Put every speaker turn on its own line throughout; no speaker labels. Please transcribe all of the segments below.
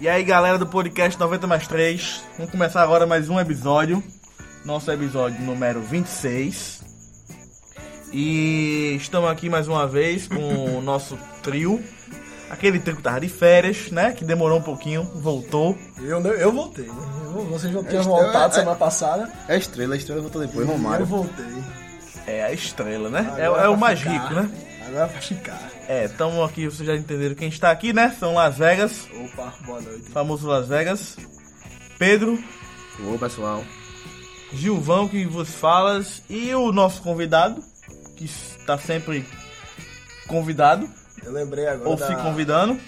E aí, galera do podcast 90 mais 3, vamos começar agora mais um episódio. Nosso episódio número 26. E estamos aqui mais uma vez com o nosso trio. Aquele trio que tava de férias, né? Que demorou um pouquinho, voltou.
Eu, eu voltei, né? Eu- Vocês já tinham voltado semana passada.
É a estrela, a estrela voltou depois,
Eu
Romário.
voltei.
É a estrela, né? É,
Agora
é o
vai
mais
ficar.
rico, né?
Agora vai ficar.
É, estamos aqui, vocês já entenderam quem está aqui, né? São Las Vegas,
Opa, boa noite.
famoso Las Vegas. Pedro,
Ô, pessoal.
Gilvão que vos falas e o nosso convidado, que está sempre convidado,
Eu lembrei agora.
ou um
da-
se convidando.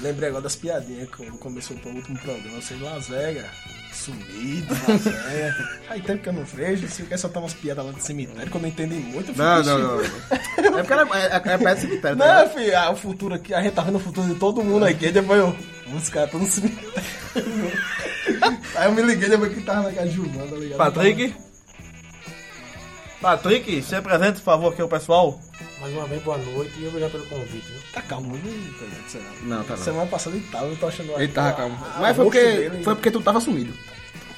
Lembrei agora das piadinhas quando começou o último programa. Vocês Las Vegas. Sumido, Las Vegas. Aí tempo que eu não vejo, se quer soltar umas piadas lá do cemitério, que eu não entendi muito. eu fico,
Não,
"Ixi,
não, não. É porque era, é, é perto do cemitério, tá
Não,
ligado?
filho, ah, o futuro aqui, a gente tá vendo o futuro de todo mundo aqui, aí depois eu. Os caras estão no cemitério. aí eu me liguei depois que tava na casa de Gilvan, tá ligado?
Patrick. Patrick, se apresente, por favor, aqui ao pessoal.
Mais uma vez, boa noite e obrigado pelo convite. viu?
Tá calmo, não tá ligado, sei lá.
Não, tá não.
Semana passada ele tava, eu tô achando.
Ele tava calmo.
Ah,
Mas
o
foi
rosto
porque,
dele-
foi porque tu tava sumido.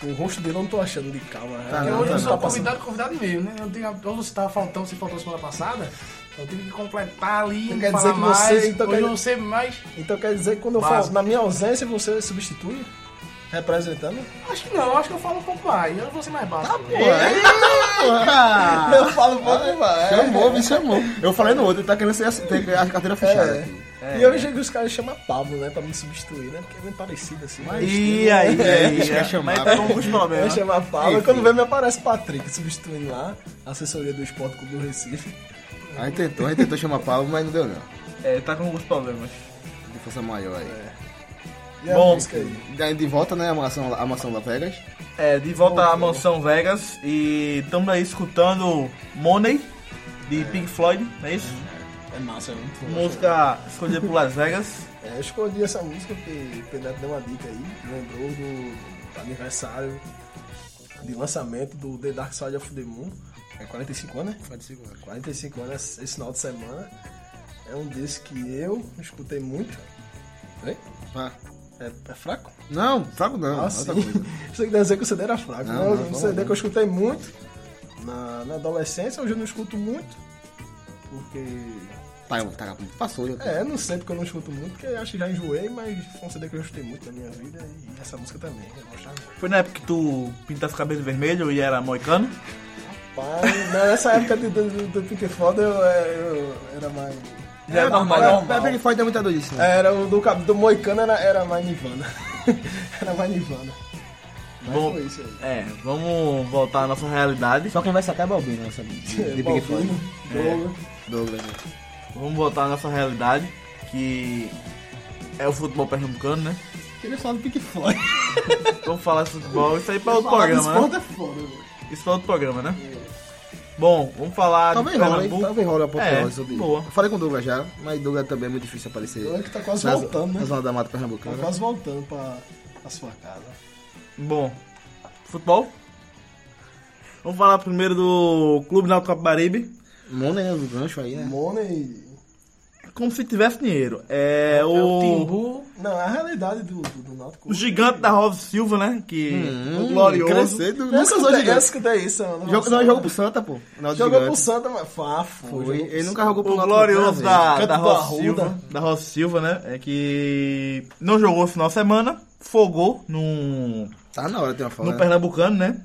O rosto dele eu não tô achando de calma. né?
Tá,
Eu
não,
É, Hoje
não
eu
tá,
tô
sou
não,
passando.
convidado, convidado mesmo, né? Eu tenho, ou você tava faltando, se faltou semana passada, eu tive que completar ali,
Então
não
quer
falar
dizer que você-
mais.
então
hoje
quer-
eu não sei mais.
Então quer dizer que quando eu
Básico.
falo, na minha ausência você substitui? Representando?
Acho que não, acho que eu falo um pouco mais. Eu vou ser mais
Tá
baixo.
Ah,
Eu falo um pouco mais.
chamou, me chamou. Eu falei no outro, ele tá querendo ser, ass- ter a carteira
É.
fechada. aqui.
E eu vejo que os caras chamam Pablo, né? Pra me substituir, né? Porque é bem parecido assim. Mas é,
E aí,
É,
aí,
isso que eu
é,
ia chamar.
mas tá com alguns
eu
problemas. né?
chamo Pablo.
Enfim.
Quando vem me aparece Patrick substituindo lá, a assessoria do Esporte Clube do Recife.
A gente tentou, a gente tentou chamar Paulo, mas não deu não.
É, tá com alguns problemas.
De força maior aí.
É. E a
Bom,
música aí?
Daí de volta, né, a mansão, a mansão da Vegas.
É, de volta à mansão Vegas e estamos aí escutando Money de Pink Floyd, não é isso?
É massa, é muito bom.
Música escolhida por Las Vegas.
É, eu escolhi essa música porque o Penedo deu uma dica aí, lembrou do, do aniversário de lançamento do The Dark Side of the Moon. É 45 anos, né? 45 anos. 45 anos esse final de semana. É um disco que eu escutei muito. Oi?
Ah,
É, é fraco?
Não, fraco não.
Ah,
outra
sim.
coisa.
Isso quer dizer que o CD era fraco.
Não,
né?
não,
um
vamos
CD
lá.
que eu escutei muito na, na adolescência, hoje eu não escuto muito. Porque.
Pai, eu tava- Tá, passou. já.
É, não sei porque eu não escuto muito, porque acho que já enjoei, mas foi um CD que eu escutei muito na minha vida e essa música também. Eu gostava muito.
Foi na época que tu pintasse o cabelo vermelho e era moicano?
Pai, não, nessa época do, do, do Pink Floyd eu, é, eu era mais.
Já era normal, né?
Mas- é
normal.
mas Pink Floyd tem muita dor disso, né?
Era o do, cab- do Moicano era, era mais Nirvana. era mais Nivana. Mas
Bom,
foi isso aí.
É, vamos voltar à nossa realidade.
Só quem vai sacar é Balbino, essa de, de Pink Floyd.
Balvino, Douglas.
Douglas. né?
Vamos voltar à nossa realidade, que é o futebol pernambucano, né?
Queria falar do Pink Floyd.
Vamos falar de futebol, isso aí pra outro
Falar desse
programa, né?
ponto é foda, velho.
Isso pra outro programa, né? Bom, vamos falar
Talvez né?
de
rola, hein?
Pernambuco.
Talvez rola a ponta
Ah, É,
rosa sobre isso.
boa.
Eu falei com o Douglas já, mas Douglas também é muito difícil aparecer.
Douglas que tá quase
na-
voltando, né?
Na zona da mata
Tá
pernambucana.
quase voltando pra, pra sua casa.
Bom, futebol? Vamos falar primeiro do Clube Náutico Capibaribe,
Mona, né? Do gancho aí, né?
Money.
como se tivesse dinheiro. É
É o
o,
Timbu.
Não, é a realidade do, do, do Náutico.
o gigante da Rosa Silva, né? Que
Hum, é
o glorioso. é
crescer do
Eu
nunca usou
escutei, eu
gigante.
escutei isso, mano.
Jogo, não, jogo pro Santa, pô. Na hora do
Jogou
gigante.
pro Santa, mas. Ah, foi.
Foi.
jogou pro
Ele
Santa.
nunca jogou pro
O
Náutico pela
glorioso
primeira vez.
da,
Canto
da
do
Rosa
Arruda.
Silva, da Rosa Silva, né? É que não jogou no final de semana, folgou num,
Tá na hora de ter uma folga.
no
né?
Pernambucano, né?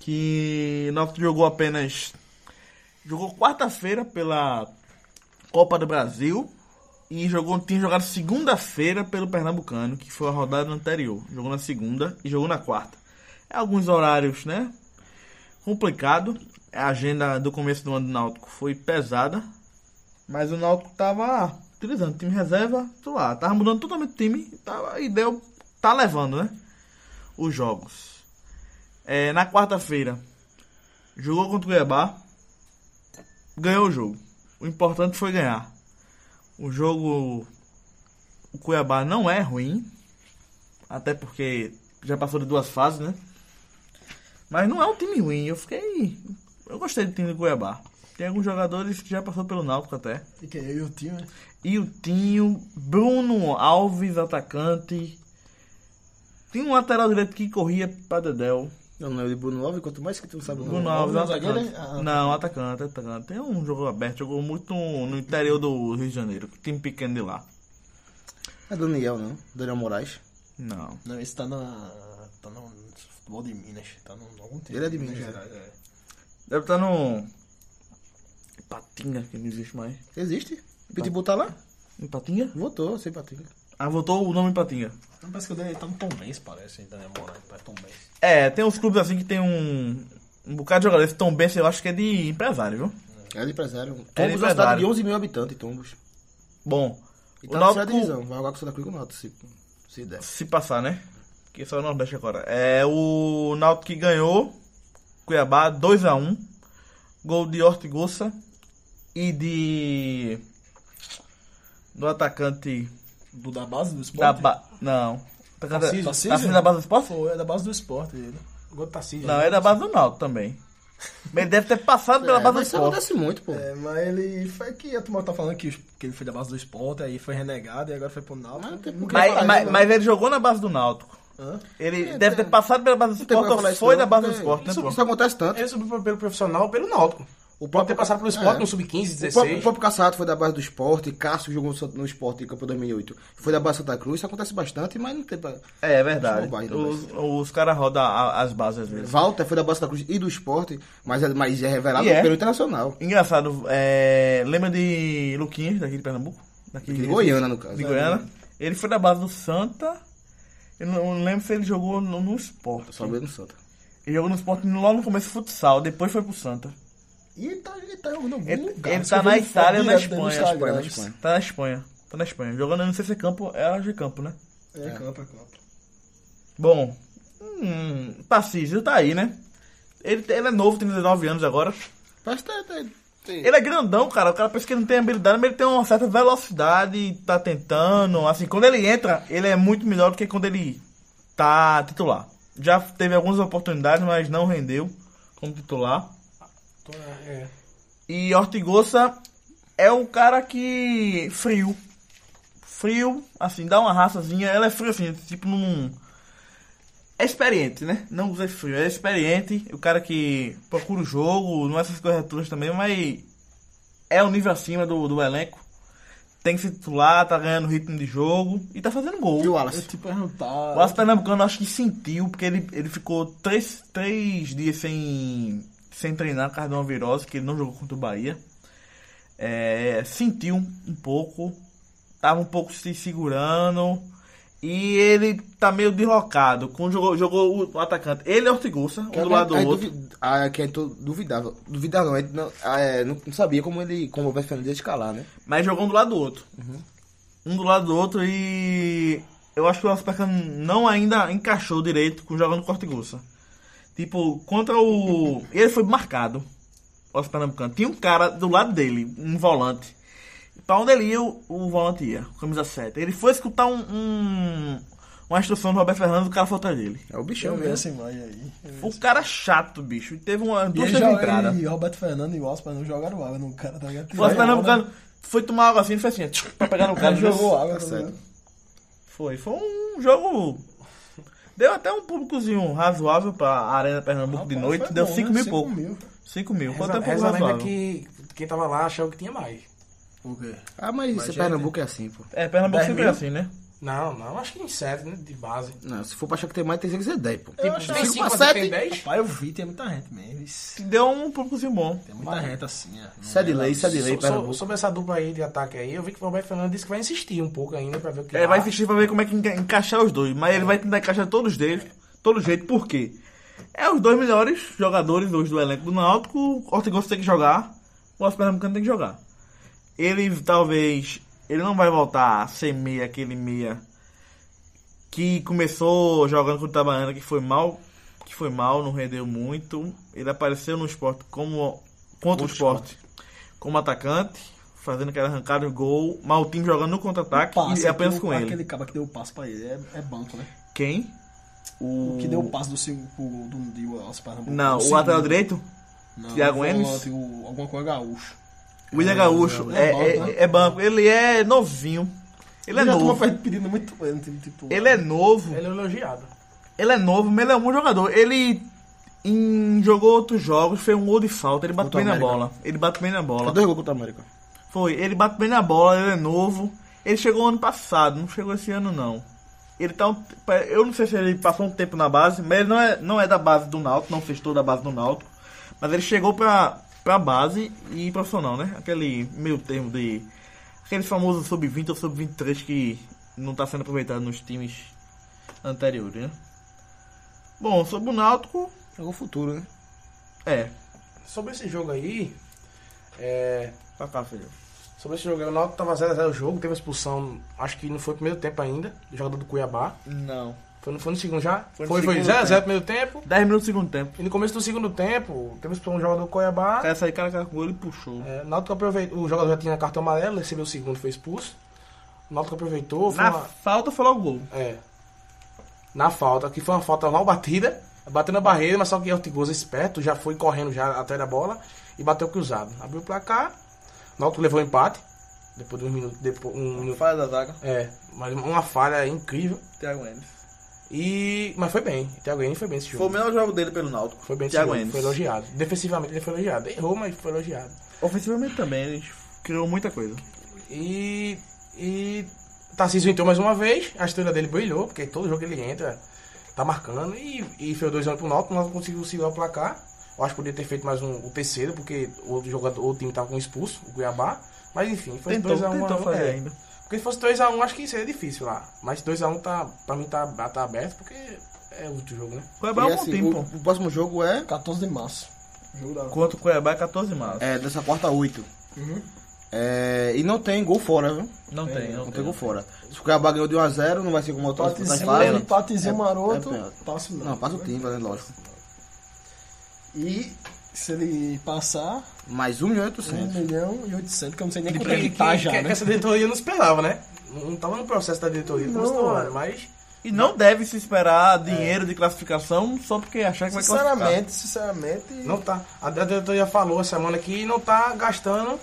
Que o Náutico jogou apenas. Jogou quarta-feira pela Copa do Brasil e jogou, tinha jogado segunda-feira pelo Pernambucano, que foi a rodada anterior. Jogou na segunda e jogou na quarta. É alguns horários, né? Complicado. A agenda do começo do ano do Náutico foi pesada. Mas o Náutico tava utilizando time reserva, sei lá, tava mudando totalmente o time e tava, e deu. tá levando, né? Os jogos. É, na quarta-feira, jogou contra o Cuiabá, ganhou o jogo. O importante foi ganhar. O jogo. O Cuiabá não é ruim, até porque já passou de duas fases, né? Mas não é um time ruim, eu fiquei. Eu gostei do time do Cuiabá. Tem alguns jogadores que já passou pelo Náutico até.
E que eu e o time, né?
E o Tinho, Bruno Alves, atacante, Tinha um lateral direito que corria pra Dedéu.
Eu não lembro de Bruno Alves, quanto mais que tu sabe o
Bruno Alves,
é
não, atacante.
né? Ah, tá.
Não, atacante, atacante. Tem um jogo aberto, jogou muito no no interior do Rio de Janeiro, time pequeno de lá.
É Daniel, não? Daniel Moraes.
Não.
Não, esse tá na. tá no futebol de Minas. Tá no algum time.
Ele é de Minas,
Gerais, é.
Deve estar no. Patinga, que não existe mais.
Existe? Pitbull tá lá?
Empatinga?
Votou, sem patinha.
Ah, votou o nome Empatinga.
Então parece que o Daniel tá no Tom Benz, parece, Daniel Moraes, parece Tom Benz.
É, tem uns clubes assim que tem um. Um bocado de jogadores. Tom Benz, eu acho que é de empresário, viu?
É de empresário. Tombos é
É de
uma cidade
empresário.
de 11 mil habitantes, Tombos.
Bom,
E
o
tá na terceira
Náutico,
divisão. Vai jogar com o Santa Cruz e com o Náutico, se, se der.
se passar, né? Porque só o Nordeste agora. É o Náutico que ganhou Cuiabá 2x1. Gol de Hortigossa e de. Do atacante
Do, da base do esporte?
da ba... Não. Atacante-
Tarcísio?
Tarcísio da base do esporte?
Pô, é da base do esporte ele. tá
Gol do
assim,
Tarcísio.
né?
Não, é da base do Náutico também. Mas ele deve ter passado pela
É,
base do
mas isso
esporte.
acontece muito, pô.
É, mas ele foi que a turma tá falando que, os- que ele foi da base do esporte, aí foi renegado e agora foi pro Náutico.
Mas não tem por que falar né?
Mas,
isso,
mas,
não.
mas ele jogou na base do Náutico.
Hã?
Ele deve ter passado pela base do
É, Não tem por
esporte
que falar
ou
isso,
foi
não,
da base do
porque
esporte, né,
Isso,
pô?
isso acontece
Ah,
tanto.
Ele subiu pelo profissional pelo Náutico.
O
Pode ter
próprio,
passado pelo esporte
É.
no Sub-15,
o próprio,
16.
o próprio Cassato foi da base do esporte, Cássio jogou no- no esporte em campo 2008. Foi da base do Santa Cruz, isso acontece bastante, mas não tem pra...
É, é verdade.
Isso não vai, não
Os, os caras rodam a- as bases às vezes.
Walter foi da base do Santa Cruz e do esporte, mas é, mas é revelado
E é.
pelo Internacional.
Engraçado, é, lembra de Luquinhas, daqui de Pernambuco? Daqui
De Goiânia, no caso.
De Goiânia. Ele foi da base do Santa. Eu não não lembro se ele jogou no, no esporte.
Só mesmo no Santa.
Ele jogou no esporte logo no começo do futsal, depois foi pro Santa.
Um
E ele tá, ele tá jogando algum
Ele-
lugar.
ele
Isso
tá
que eu
na
vi no
Itália ou na
direto dele no
Espanha?
Instagram.
Na Espanha.
Tá na Espanha. Tá na Espanha. Jogando no CC Campo, é de campo, né?
É, campo, é campo.
Bom, hum, Tarcísio tá aí, né? Ele, ele é novo, tem 19 anos agora.
Mas tá, tá, tem-
Ele é grandão, cara. O cara pensa que ele não tem habilidade, mas ele tem uma certa velocidade, tá tentando. Assim, quando ele entra, ele é muito melhor do que quando ele tá titular. Já teve algumas oportunidades, mas não rendeu como titular.
Tô- é.
E Ortigosa é um cara que. frio. Frio, assim, dá uma raçazinha. Ela é frio, assim, tipo num. É experiente, né? Não usei frio, é experiente. O cara que procura o jogo, não é essas correturas também, mas. É o nível acima do, do elenco. Tem que se titular, tá ganhando ritmo de jogo e tá fazendo gol.
E o
Eu
Wallace?
te perguntar.
O Aço Pernambucano acho que sentiu, porque ele, ele ficou três, três dias sem, sem treinar por causa de uma virose, que ele não jogou contra o Bahia. É, sentiu um pouco, tava um pouco se segurando. E ele tá meio deslocado. Quando jogou, jogou o atacante. Ele é Ortigussa, um do lado do
Aí
outro.
duvi- Ah, que aí tu duvidava. Duvidava não, a gente não, ah, é, não não sabia como ele, como o Alberto Fernandes ia escalar, né?
Mas jogou um do lado do outro. Um do lado do outro e. Eu acho que o Aspercan não ainda encaixou direito com jogando corte grossa. Tipo, contra o. Ele foi marcado. O Aspercan. Tinha um cara do lado dele, um volante. Pra onde ele ia, o, o volante ia, camisa 7. Ele foi escutar um, um- uma instrução do Roberto Fernandes, o cara foi atrás dele.
É o bichão
Eu vi
mesmo.
essa imagem aí.
O cara chato, bicho. Teve uma.
E
Duas
ele
teve
já, é,
entrada.
e Roberto Fernando e o Alce não jogaram água no cara, tá ligado?
O
Tiraram a bola,
Aspercan foi tomar água assim e foi assim, ó, pra pegar no cara.
Ele jogou água,
Tá
tá
certo.
ligado?
é. Foi, foi um jogo. Deu até um públicozinho razoável pra Arena Pernambuco de
Rapaz,
noite,
foi
deu
bom,
5
né?
mil e
Cinco
pouco.
mil.
5 mil, quanto
Reza,
é pouco
reza a lenda
razoável.
né, que quem tava lá achava que tinha mais.
O quê?
Ah, mas, esse Pernambuco é assim, pô.
É, Pernambuco
Dez
sempre é
mil?
assim, né?
Não, não, acho que em 7, né? De base.
Não, se for pra achar que tem mais, tem que ser 10, pô.
Tipo,
Cinco
tem
pra
5,
sete,
tem 10.
Pai, eu vi, tem muita gente mesmo. Isso.
Deu um públicozinho bom.
Tem muita gente assim, ó. Não
Sede
é
lei,
Tá
nada.
sede lei, Pernambuco.
Sobre essa dupla aí de ataque aí, eu vi que o Roberto Fernandes disse que vai insistir um pouco ainda pra ver o que
É,
dá.
vai insistir pra ver como é que enca- encaixar os dois. Mas ele vai tentar encaixar todos deles, todo jeito, por quê? É os dois melhores jogadores hoje do elenco do Náutico. O Ortigoso tem que jogar, o Oscar Pernambucano tem que jogar. Ele talvez. Ele não vai voltar a ser meia, aquele meia que começou jogando com o Itabaiana, que foi mal, que foi mal, não rendeu muito. Ele apareceu no esporte como contra o esporte, como atacante, fazendo aquela arrancada de gol, mas o time jogando no contra-ataque
Passe,
e apenas
é aquele-
com ele.
Aquele cara que deu o passo pra ele é, é banco, né?
Quem?
O que deu o passo do segundo pro do, do, aos Pernambuco.
Não, o
segundo.
lateral direito?
né? Não,
Thiago
o volante,
Enes?
o- alguma coisa gaúcho.
O William Gaúcho. É, é, é banco. Ele é novinho. Ele é
Já a turma
novo.
faz pedindo muito ele, tipo, tipo,
Ele é novo.
Ele é elogiado.
Ele é novo, mas ele é um bom jogador. Ele em- jogou outros jogos, foi um gol de falta. Ele bate
Contra
bem
o
na
América.
bola. Ele bate bem na
Foi
bola.
dois gols contra a América.
Foi, ele bate bem na bola, ele é novo. Ele chegou ano passado, não chegou esse ano não. Ele tá um, pa- eu não sei se ele passou um tempo na base, mas ele não é, não é da base do Náutico, não fez toda a base do Náutico, mas ele chegou pra, pra base e profissional, né? Aquele meio termo de aquele famoso sub-20 ou sub-23 que não tá sendo aproveitado nos times anteriores, né? Bom, sobre o Náutico,
Jogou futuro, né?
é,
Sobre esse jogo aí, é,
pra cá, filho.
sobre esse jogo aí, o Náutico tava 0x0 o jogo, teve uma expulsão, acho que não foi o primeiro tempo ainda, do jogador do Cuiabá.
Não.
Foi, no- foi no segundo já?
Foi
Foi,
no
foi,
segundo
0x0 o primeiro tempo.
10 minutos do segundo tempo.
E no começo do segundo tempo, teve uma expulsão do jogador do Cuiabá.
Essa aí, cara, cara, com o olho e puxou.
É, o Náutico aproveitou, o jogador já tinha cartão amarelo, recebeu o segundo, foi expulso. O Náutico aproveitou, foi
Na
uma-
falta foi logo gol.
É. Na falta, que foi uma falta mal batida. Bateu na barreira, mas só que Ortigosa esperto, já foi correndo já atrás da bola e bateu cruzado. Abriu o placar, Náutico levou o empate. Depois de um minuto. Depois, um minuto
Falha da zaga,
é, mas uma falha incrível.
Thiago Enes.
E. Mas foi bem. Thiago Henrique foi bem esse jogo.
Foi o melhor jogo dele pelo Náutico.
Foi bem esse
Thiago
jogo,
Enes.
Foi elogiado. Defensivamente ele foi elogiado. Errou, mas foi elogiado.
Ofensivamente também, ele criou muita coisa.
E. E. Tarcísio entrou mais uma vez, a estrela dele brilhou, porque todo jogo ele entra, tá marcando. E, e foi 2 anos pro Náutico, o Náutico conseguiu segurar o placar. Eu acho que podia ter feito mais um, o terceiro, porque o outro jogador, o outro time tava com expulso, o Cuiabá. Mas enfim, foi
Tentou,
2x1.
tentou fazer ainda.
é, Porque se fosse 2x1, acho que seria difícil lá. Mas 2x1 tá, pra mim tá, tá aberto, porque é outro jogo, né?
Cuiabá é um
E,
bom
assim,
time,
o, o próximo jogo é,
14 de março. Jogo da
pô. Contra o Cuiabá é 14 de março.
é dessa quarta oito.
Uhum.
É, e não tem gol fora, viu?
Não tem, É, não,
Não
tem.
tem gol fora. Se o Cuiabá ganhou de 1x0, não vai ser como o Otávio tá
Empatezinho,
falando.
empatezinho
É-
maroto.
é pênalti.
passa o
Não, passa o
né?
time, né? lógico.
E se ele passar,
Mais
1
Uhum.
1.800.
milhão e 800, que eu não sei nem quanto
Que-
ele
que-
tá
que-
já,
que
né?
essa diretoria não esperava, né? Não tava no processo da diretoria, como
Não.
estava, mas.
E não deve se esperar dinheiro de classificação só porque achar é que vai classificar.
Sinceramente, sinceramente...
Não tá. A a diretoria falou essa semana que não tá gastando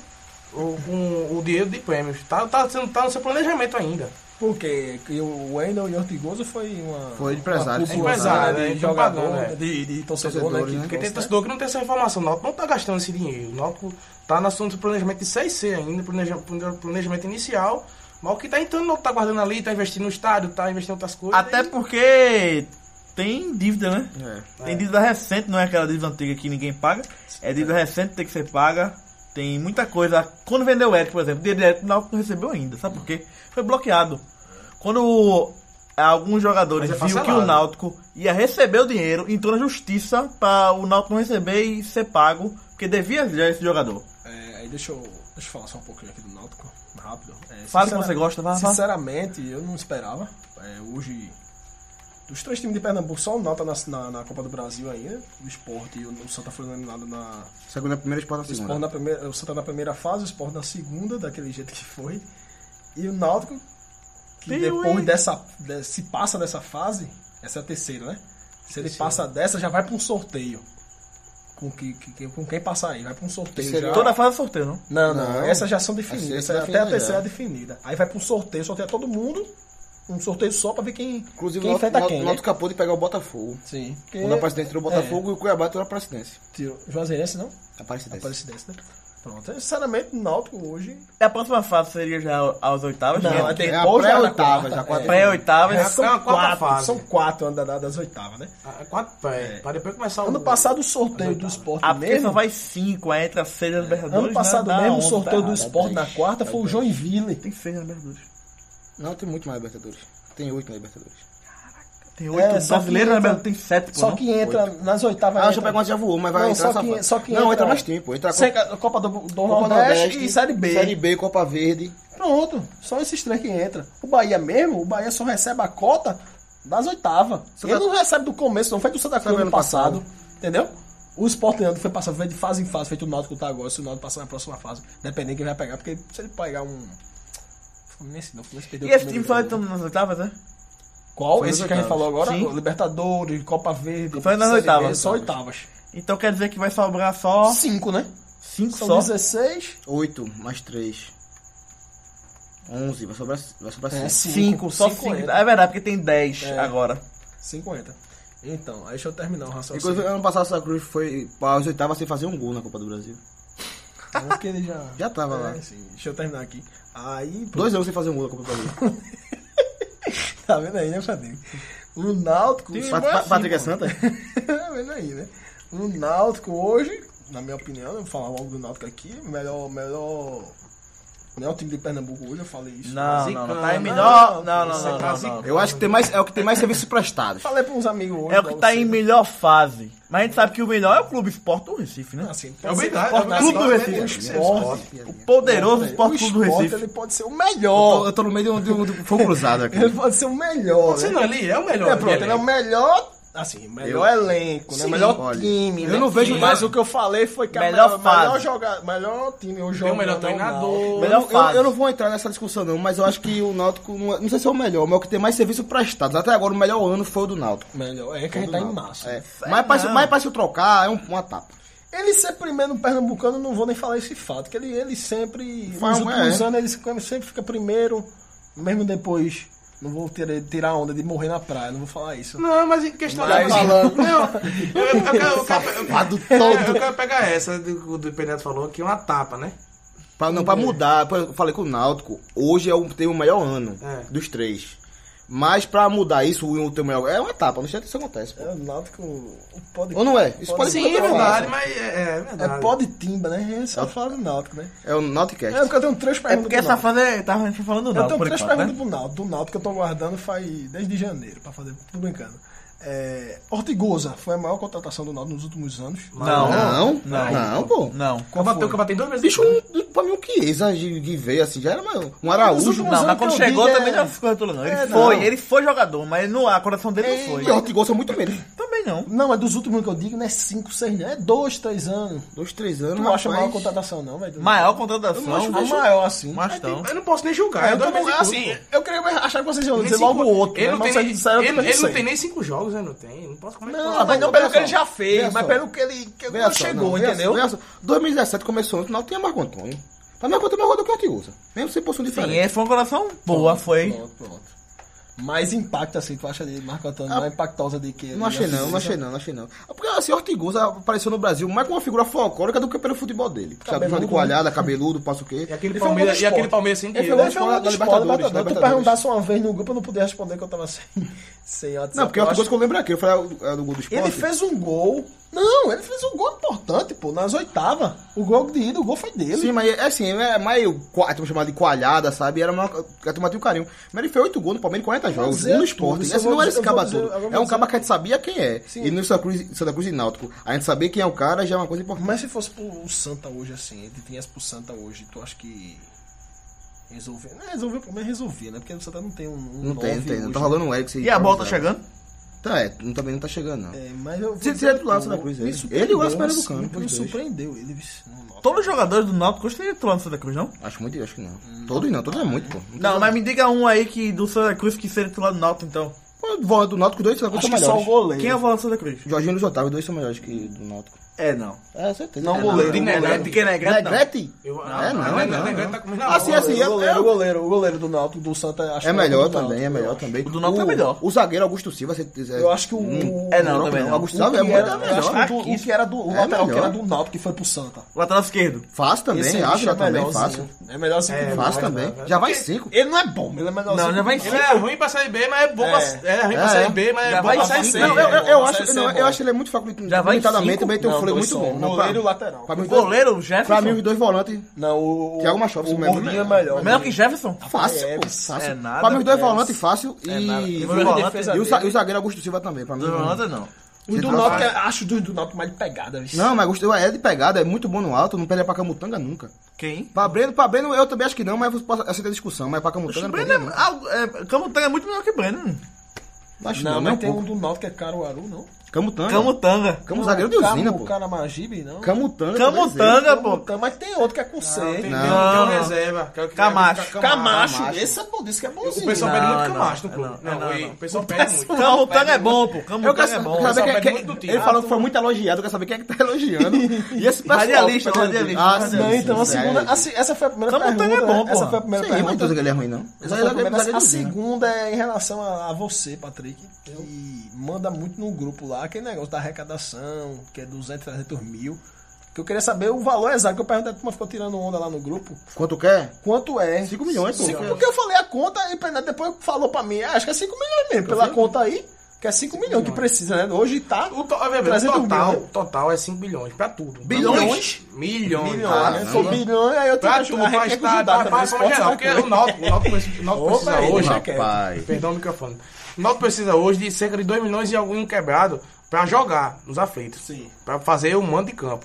o, com o dinheiro de prêmios. Tá, tá, sendo- tá no seu planejamento ainda.
Porque o Wendel e o Ortigoso foi uma...
Foi de empresário,
uma
sim.
cúpula
Empresário, né?
De
Então
jogador,
pagou, né?
de, de torcedor, né?
Torcedores,
Que
né?
Porque tem
gosta, né?
torcedor que não tem essa informação. O Náutico não tá gastando esse dinheiro. O Náutico tá na sua- no planejamento de 6C ainda, planeja- planeja- planejamento inicial. Mas o que tá entrando, o Náutico tá guardando ali, tá investindo no estádio, tá investindo em outras coisas.
Até porque tem dívida, né?
É.
Tem dívida recente, não é aquela dívida antiga que ninguém paga. É dívida recente, tem que ser paga. Tem muita coisa. Quando vendeu o Eric, por exemplo, dívida do Eric o Náutico não recebeu ainda. Sabe por quê? Foi bloqueado. Quando alguns jogadores
Mas é
viram que o
parcelado.
Náutico ia receber o dinheiro, entrou na justiça para o Náutico não receber e ser pago, porque devia já esse jogador.
É, aí deixa eu, deixa eu falar só um pouquinho aqui do Náutico, rápido. É,
Fala o que
sincera-
você gosta, vai, vai.
Sinceramente, eu não esperava. É, hoje, dos três times de Pernambuco, só o Náutico tá na, na, na Copa do Brasil ainda. O Sport e o, o Santa foi eliminado na...
Segunda, primeira, esporte
O,
na
Sport
segunda.
na primeira, o Santa na primeira fase, o Sport na segunda, daquele jeito que foi. E o Náutico, que
Piuí.
depois dessa... de- se passa dessa fase, essa é a terceira, né? Se ele passa dessa, já vai pra um sorteio. Com, que, que- com quem passar aí, vai pra um sorteio
Seria
já.
Toda fase é sorteio, não?
Não, não,
Não.
Essas já são
Essa-
definidas.
essa
Essa-
é
até a
definida.
terceira é definida. Aí vai pra um sorteio, sorteia todo mundo. Um sorteio só pra ver quem,
Inclusive,
quem
o Náutico-
enfrenta
o
quem. É.
Náutico escapou de pegar o Botafogo.
né? Sim. Porque...
O da Presidente tirou o Botafogo e o Cuiabá tirou a Presidência.
É, tio, Juazeirense não?
Aparecidense.
Aparecidense, né? Pronto. Eu, Sinceramente, o Náutico hoje.
E a próxima fase seria já às oitavas?
Não,
né?
até
é a
depois já era
pré-oitava,
quarta,
já quarta.
é.
Pré-oitavas.
É,
São
é a quarta
quatro,
fase.
são quatro andada- das oitavas, né?
Ah, Quatro pé, pra depois começar o.
Ano passado o sorteio do
oitavas.
esporte
A porque só
mesmo.
vai 5, aí entra 6 da Libertadores.
Ano passado
né? Dá
mesmo o
onda,
sorteio
tá
do
errado.
esporte na
dez,
quarta
dá
foi o
dez.
Joinville.
Tem 6 na Libertadores.
Não, tem muito mais Libertadores. Tem oito na Libertadores.
Tem
É,
8
só que
brasileiros,
entra-
né? Tem 7, pô.
Só
não?
que entra nas oitavas.
Ah, o
entra-
Chapecoense já voou, mas vai
Não,
entrar
só
essa
que-
fase.
só que
Não, entra,
entra-
mais tempo. Entra a Copa,
Seca- Copa do, do
Copa
Nordeste e Série B.
Série B, Copa Verde.
Pronto, só esses três que entram. O Bahia mesmo, o Bahia só recebe a cota das oitavas.
Santa-
Ele não recebe do começo, não foi do Santa Cruz
Foi
ano passado, entendeu? O Sport Leandro foi passando, foi de fase em fase, feito o Náutico tá agora, se o Náutico passar na próxima fase, dependendo de quem vai pegar, porque se ele pegar um... Fluminense não, Fluminense perdeu
E
o
esse time
primeiro
só
jogo.
entra nas oitavas, né?
Qual?
Foi nas
Esse que a gente
oitavas.
falou agora?
Sim.
O Libertadores, Copa Verde...
Foi nas
Série B,
oitavas.
Só oitavas.
Então quer dizer que vai sobrar só
Cinco, né?
5
São
só.
16...
Oito, mais três. Onze, vai sobrar, vai sobrar
É,
cinco.
cinco.
5, só
Cinco
5.
entra.
É verdade, porque tem 10
É.
agora.
50. Então, aí deixa eu terminar o
Inclusive,
raciocínio.
ano passado o Santa Cruz foi para as oitavas sem fazer um gol na Copa do Brasil.
Porque ele já.
Já tava
É,
lá.
sim. Deixa eu terminar aqui. Aí, pô,
Dois anos sem fazer um gol na Copa do Brasil.
tá vendo aí, né, Fadinho? O Náutico.
Pat- Pat- Patrick é Santa?
assim.
tá vendo aí, né? O Náutico hoje, na minha opinião, eu vou falar logo do Náutico aqui, melhor. melhor... Melhor time de Pernambuco hoje, eu falei isso.
Não, não, não. Tá em
Zicando.
melhor. Não, não, não,
Tá
não, não.
Eu acho que tem mais, é o que tem mais serviços prestados.
Falei para uns amigos hoje.
É o que
pra
tá
você.
em melhor fase. Mas a gente sabe que o melhor é o Clube Esporte do Recife, né?
Assim,
É
pode ser
verdade.
esporte
é
Clube do
verdade.
Recife.
O
Esporte.
O poderoso Esporte Clube do
esporte,
Recife.
ele pode ser o
Eu
melhor.
tô- Eu tô no meio de um, de um, de um fogo cruzado aqui.
Ele pode ser o melhor.
Você
né?
não, ele é o melhor.
É, pronto, ele é o
elenco.
melhor. Assim, melhor elenco, né?
Sim,
melhor
olha,
time.
eu
né?
não vejo
Mas
nada.
o que eu falei foi que
Melhor
a melhor,
fase.
melhor jogador, melhor time, o
Tem
jogo.
o melhor
não, não,
treinador.
Melhor
eu, não- eu,
fase.
eu não vou entrar nessa discussão não, mas eu acho que o Náutico, não, é- não sei se é o melhor, mas é o que tem mais serviço prestado. Até agora o melhor ano foi o do Náutico.
não. Melhor, é que a gente tá em massa.
É. Mas, pra, se-
não.
mas pra se trocar, é um, uma tapa.
Ele ser primeiro no Pernambucano, eu não vou nem falar esse fato, que ele, ele sempre,
Faz,
nos últimos
é.
anos, ele se- sempre fica primeiro, mesmo depois. Não vou ter, tirar onda de morrer na praia, não vou falar isso.
Não, mas em questão
Mas-
da
Falando.
Não, eu, eu, quero- eu quero- eu-
Safado
eu-
todo.
eu quero pegar essa do, do Penedo falou, que é uma tapa, né?
Pra, não, pra mudar, pô, eu falei que o Náutico hoje é o, tem o melhor ano
É.
dos três. Mas pra mudar isso, o tem o melhor. É uma etapa, não sei se isso acontece. pô.
É o Náutico, o pode...
Ou não é? Isso pode,
Pode
Sim, é
pode-
verdade, mas é, é
É
verdade.
pode timba, né? É só falar do Náutico, né?
É o Nauticast.
É porque eu tenho três
É
perguntas.
porque
pro
essa
Náutico.
fase é- tava a gente falando
Eu
não,
tenho
por
três
enquanto,
perguntas
né?
pro Naldo. Do Naldo que eu tô guardando faz desde janeiro, pra fazer. Tô brincando. É, Ortigosa foi a maior contratação do Naldo nos últimos anos.
Não,
Não,
não,
não, pô.
Não.
Eu bateu, eu batei dois meses.
Bicho, um, um, pra mim, um Chiesa de, de veio assim, já era uma- um Araújo.
últimos
Não,
Não, mas
anos
quando
que eu
chegou
digo é-
também não ficou retulando. Ele
É, não.
foi, ele foi jogador, mas não, a coração dele não foi.
E o Ortigosa é muito menos.
Também não.
Não, é dos últimos que eu digo, não é cinco, seis, não. É dois, três anos.
Dois, três anos.
Tu não
rapaz.
acha a maior contratação, não, velho?
Maior
Eu acho
contratação.
que foi maior, assim.
Mastão.
Eu não posso nem julgar.
É,
É,
eu,
dois
também,
meses e
assim,
pouco.
eu queria achar que vocês iam
Nem
dizer
cinco-
logo o outro.
Ele,
né?
não
Mas
tem, nem,
vocês disseram que
ele, ele não
sei.
tem nem cinco jogos, ele não tem. Não posso É comentar.
Ah,
Não, mas
Veja
não pelo que ele
só.
já fez,
Veja
mas
só.
pelo que ele que
Veja
quando
só,
chegou,
não, veja
entendeu?
só, veja só. 2017 começou antes, não tinha Marco Antônio. Mas Marco Antônio é melhor do que o Ortigosa. Mesmo sem posição
Sim,
diferente.
é, foi uma coração boa, foi.
Pronto, pronto. Mais impacto, assim, tu acha de Marco Antônio
Ah,
mais impactosa de que...
Não achei não, não achei não, não achei não. Porque assim, Ortigosa apareceu no Brasil mais com uma figura folclórica do que pelo futebol dele.
Cabeludo,
Sabe, de coalhada, cabeludo, passa o quê.
E aquele
Ele foi um
Palmeiras,
bom
e aquele
esporte.
Palmeiras sem
Ele
um
dinheiro.
falou
né?
que foi uma
da
da
Libertadores, né?
Libertadores.
da
Tu
Libertadores.
perguntasse uma vez no grupo, eu não podia responder que eu tava sem, sem WhatsApp.
Não, porque é
Eu
Ortigosa
acho-
que eu lembro aqui, eu falei ah, é do gol do esporte.
Ele fez um gol... Não, ele fez um gol importante, pô, nas oitavas. O gol de ida, o gol foi dele.
Sim, mas é assim, é mais qua- tipo, chamado de coalhada, sabe? Era uma a turma tinha um carinho. Mas ele fez 8 gols no Palmeiras em 40 jogos,
dizer
um no
tudo,
esporte.
isso
Esse
eu vou
não era
dizer-
esse
eu vou
caba
dizer-
todo.
eu vou
É um
dizer-
caba que a gente sabia quem é.
Sim.
E no Santa Cruz, Santa Cruz e Náutico. A gente saber quem é o cara já é uma coisa importante.
Mas se fosse pro Santa hoje, assim, ele viesse pro Santa hoje, tu acha que... Resolver... Não, resolver o problema é resolver, né? Porque o Santa não tem um, um
Não tem, não
nove
tem. Não
hoje,
tá
né?
rolando o Eric.
E a bola tá chegando?
Tá, é, não- também não tá chegando, não.
É, mas eu...
Se- se é do lado do Santa Cruz, ele. Ele e o Gaspar Lucano,
Me
os dois.
surpreendeu, ele... vixe, não nota.
Todos os jogadores do Náutico gostariam de lá no Santa Cruz, não?
Acho muito, acho que não. Todos não, todos é muito, pô.
Hum.
Não, mas me diga um aí que do Santa Cruz que seria titular do Náutico, então.
Pô, Volta do Náutico, dois Santa Cruz
Acho
são
que só o
melhores.
goleiro.
Quem é o volante do Santa Cruz?
Jorginho e Luiz Otávio, dois são melhores que do Náutico.
É, não.
É, certeza.
Não,
é,
goleiro. Ah,
de Negrete.
Negrete, que é Negrete, não.
Negrete?
Eu-
É, não, é não,
Negrete
não.
tá comendo na
Assim,
bola.
assim,
o, goleiro,
eu-
o goleiro, o goleiro do Náutico, do Santa, acho
É
que
melhor
do Náutico,
também, é
eu
melhor
acho.
também.
O do Náutico é melhor.
O zagueiro Augusto Silva, você dizer.
Eu acho que o.
É, não, também não.
Augusto
O
Silva
que
é muito
era, eu
melhor.
acho que o, do- o que era do. O
É
lateral que
melhor.
era do Náutico que foi pro Santa.
Lateral esquerdo.
Faz
Esse
também,
aí, bicho,
Ávila
é
também,
melhorzinho.
fácil.
É melhorzinho que
É,
o
Faz
vai,
Náutico.
também.
vai.
Já vai
Porque-
cinco.
Ele não é bom, ele é melhorzinho.
Não, já vai
que o
ser.
Ele é ruim pra Série B, mas é bom pra...
É.
É, ruim pra
É,
Série
é.
B,
Já
mas é bom pra
vai
Série
ser.
C.
Não, eu, eu,
É,
eu
vai
acho,
ser
não,
bom.
eu acho ele é muito facultativo.
Já vai
Limitadamente
cinco?
também tem um
Não,
fôlego
dois
muito
só,
bom.
um
Não,
goleiro
pra-
e o lateral.
Pra mim,
O
os dois-
goleiro, o
pra mim,
Jefferson.
os dois volantes.
Não, o.
Thiago Machovski
o
é melhor.
Gordinho é melhor.
Melhor que Jefferson.
Fácil,
É,
pô.
é
Fácil.
nada,
pra mim, os dois
é.
volantes, fácil. E,
É nada.
e,
E
e,
o volante?
defesa
o, za-
dele.
e o zagueiro Augusto Silva também. Pra mim,
Do Volante, não.
O do
Central-
Náutico, é- acho do, do Náutico mais de pegada. vixe.
Não, mas Augusto é de pegada, é muito bom no alto, não perde pra Camutanga nunca.
Quem?
Pra Breno, pra Breno eu também acho que não, mas eu posso- essa é a discussão. Mas pra Camutanga
O
não
Breno
perde.
é... ah, é- Camutanga é muito melhor que o Breno.
Acho
Não, mas tem
pouco.
um do Náutico que é Caruaru, não?
Camutanga.
Camutanga.
Camu zagueiro de usina, pô. é.
Canamagibe, não?
Camutanga.
Camutanga, pô.
Camutanga, mas tem outro que é com C.
tem
não.
não. Tem um reserva. que é o que
Camacho.
vai ficar
Camacho.
Camacho.
Esse é bom, disse que é bonzinho.
O pessoal pede
Não,
muito
não,
Camacho no
não,
clube.
não,
Não,
não,
oi,
não.
o pessoal pede muito.
Camutanga é bom, pô.
Eu quero
Camutanga é
saber,
bom.
só
quem é
pede
que-
muito do time.
ele falou que foi muito elogiado, eu quero saber quem é que tá elogiando. E esse pessoal.
Radialista, radialista,
Ah,
radialista.
sim,
Não,
sim,
então a
sim,
segunda.
é.
a se- essa foi a primeira
Camutanga
pergunta.
é bom,
né?
pô.
Essa foi a primeira
Sim, mas
pergunta.
não tô que ele é ruim, não.
Essa foi a primeira- a segunda é em relação a, a você, Patrick, que manda muito no grupo lá, aquele negócio da arrecadação, que é 200, 300 mil. Que eu queria saber o valor exato, que eu perguntei a turma ficou tirando onda lá no grupo.
Quanto quer?
Quanto é?
5 milhões, pô.
Cinco- porque eu falei a conta e Pernambuco depois falou pra mim, ah, acho que é 5 milhões mesmo, pela conta aí, que é 5 milhões que precisa, né? Hoje tá.
O, to, a ver, o
300
total,
mil, né?
total é 5 bilhões pra tudo.
Bilhões?
Milhões.
Ah,
Milhões.
né? Sou bilhão, aí eu
Pra
tenho que
tudo, pra
ajudar
estado, pra, pra,
também,
pra geral.
esporte, né?
Porque é o Náutico, o Náutico precisa, o Náutico
Opa,
precisa
aí,
hoje... né?
já quer.
Rapaz.
Perdão o microfone. O Náutico precisa hoje de cerca de 2 milhões e algum quebrado pra jogar nos aflitos.
Sim.
Pra fazer o mando de campo.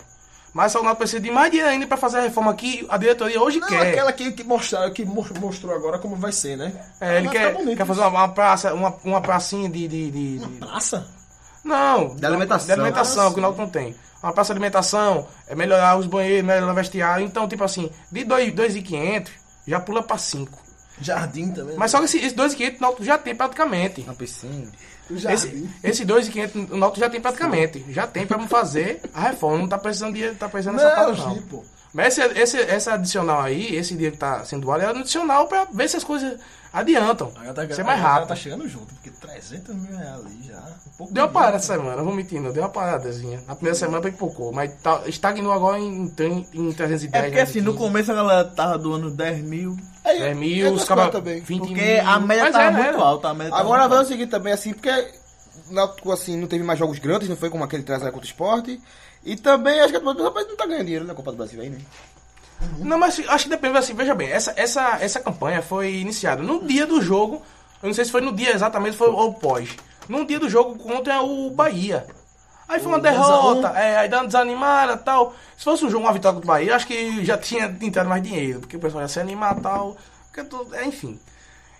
Mas só o Náutico precisa de mais dinheiro ainda pra fazer a reforma que a diretoria hoje
Não,
quer.
aquela que, que mostraram, que mo- mostrou agora como vai ser, né?
É, ele
Vai
quer,
ficar bonito.
quer fazer uma, uma praça, uma, uma pracinha de- de- de- de,
Praça?
Não,
Da alimentação.
De alimentação,
Ah,
que o Náutico não tem. Uma praça de alimentação, é melhorar os banheiros, melhorar o vestiário. Então, tipo assim, de 2,500 já pula pra 5.
Jardim também. né?
Mas só que esse, esse 2,500 o Náutico já tem praticamente.
Na piscina.
O
Esse,
jardim.
esse 2,500 o Náutico já tem praticamente. Já tem pra fazer a reforma. Não tá precisando de, tá precisando dessa
Não,
parte,
Gi,
não. tá-
pô.
Mas esse, esse, essa adicional aí, esse dinheiro que tá sendo doado, é adicional pra ver se as coisas adiantam. ser é mais rápido.
tá chegando junto, porque 300 mil reais ali já. Um pouco
Deu uma
de
parada essa semana, não vou mentir, não. Deu uma paradazinha. Na
Uhum.
primeira semana bem pouco, mas tá, estagnou agora em, trin- em 310.
É porque assim, no É começo a galera tava doando 10 mil.
Aí,
10
eu
É, mil, os
gosto
cabra-
é também.
20
Porque
mil.
a média
Mas
tava
é,
muito
né?
alta. A média
Então,
tava
Agora
muito
vai o seguinte também, assim, porque o Náutico assim, não teve mais jogos grandes, não foi como aquele traz contra o esporte. E também acho que o rapaz não tá ganhando dinheiro na Copa do Brasil aí, né?
Não, mas acho que depende, assim, veja bem, essa, essa, essa campanha foi iniciada no dia do jogo, eu não sei se foi no dia exatamente, foi ou pós, no dia do jogo contra o Bahia. Aí foi uma derrota,
um.
é, aí dá uma desanimada tal. Se fosse um jogo, uma vitória contra o Bahia, acho que já tinha entrado mais dinheiro, porque o pessoal ia se animar tal, porque tudo- é, enfim.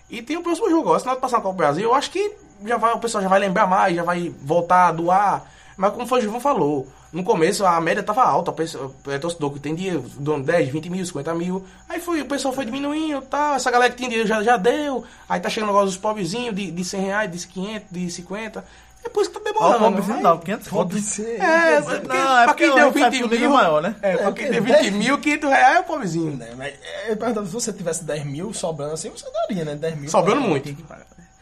E tem o próximo jogo, ó, se nós passar a Copa do Brasil, eu acho que já vai, o pessoal já vai lembrar mais, já vai voltar a doar. Mas como foi o João falou, no começo a média tava alta, o pessoal- é torcedor que tem dinheiro, dono 10, 20 mil, 50 mil. Aí foi, o pessoal foi diminuindo e tal, essa galera que tem dinheiro já, já deu. Aí tá chegando agora os pobrezinhos de, de 100 reais, de 500, de 50. Depois que tá
Ó, o
demorando.
pobrezinho
mas-
não, 500 conto.
Você-
É,
Não,
porque,
é
pra
porque
quem deu
hoje tá
20
tudo
mil,
maior, né?
É, pra quem deu 20 mil, 500 reais é o pobrezinho.
né? Mas é, eu perguntava se você tivesse 10 mil sobrando assim, você daria, né? 10 mil.
Sobrando
Pra-
muito.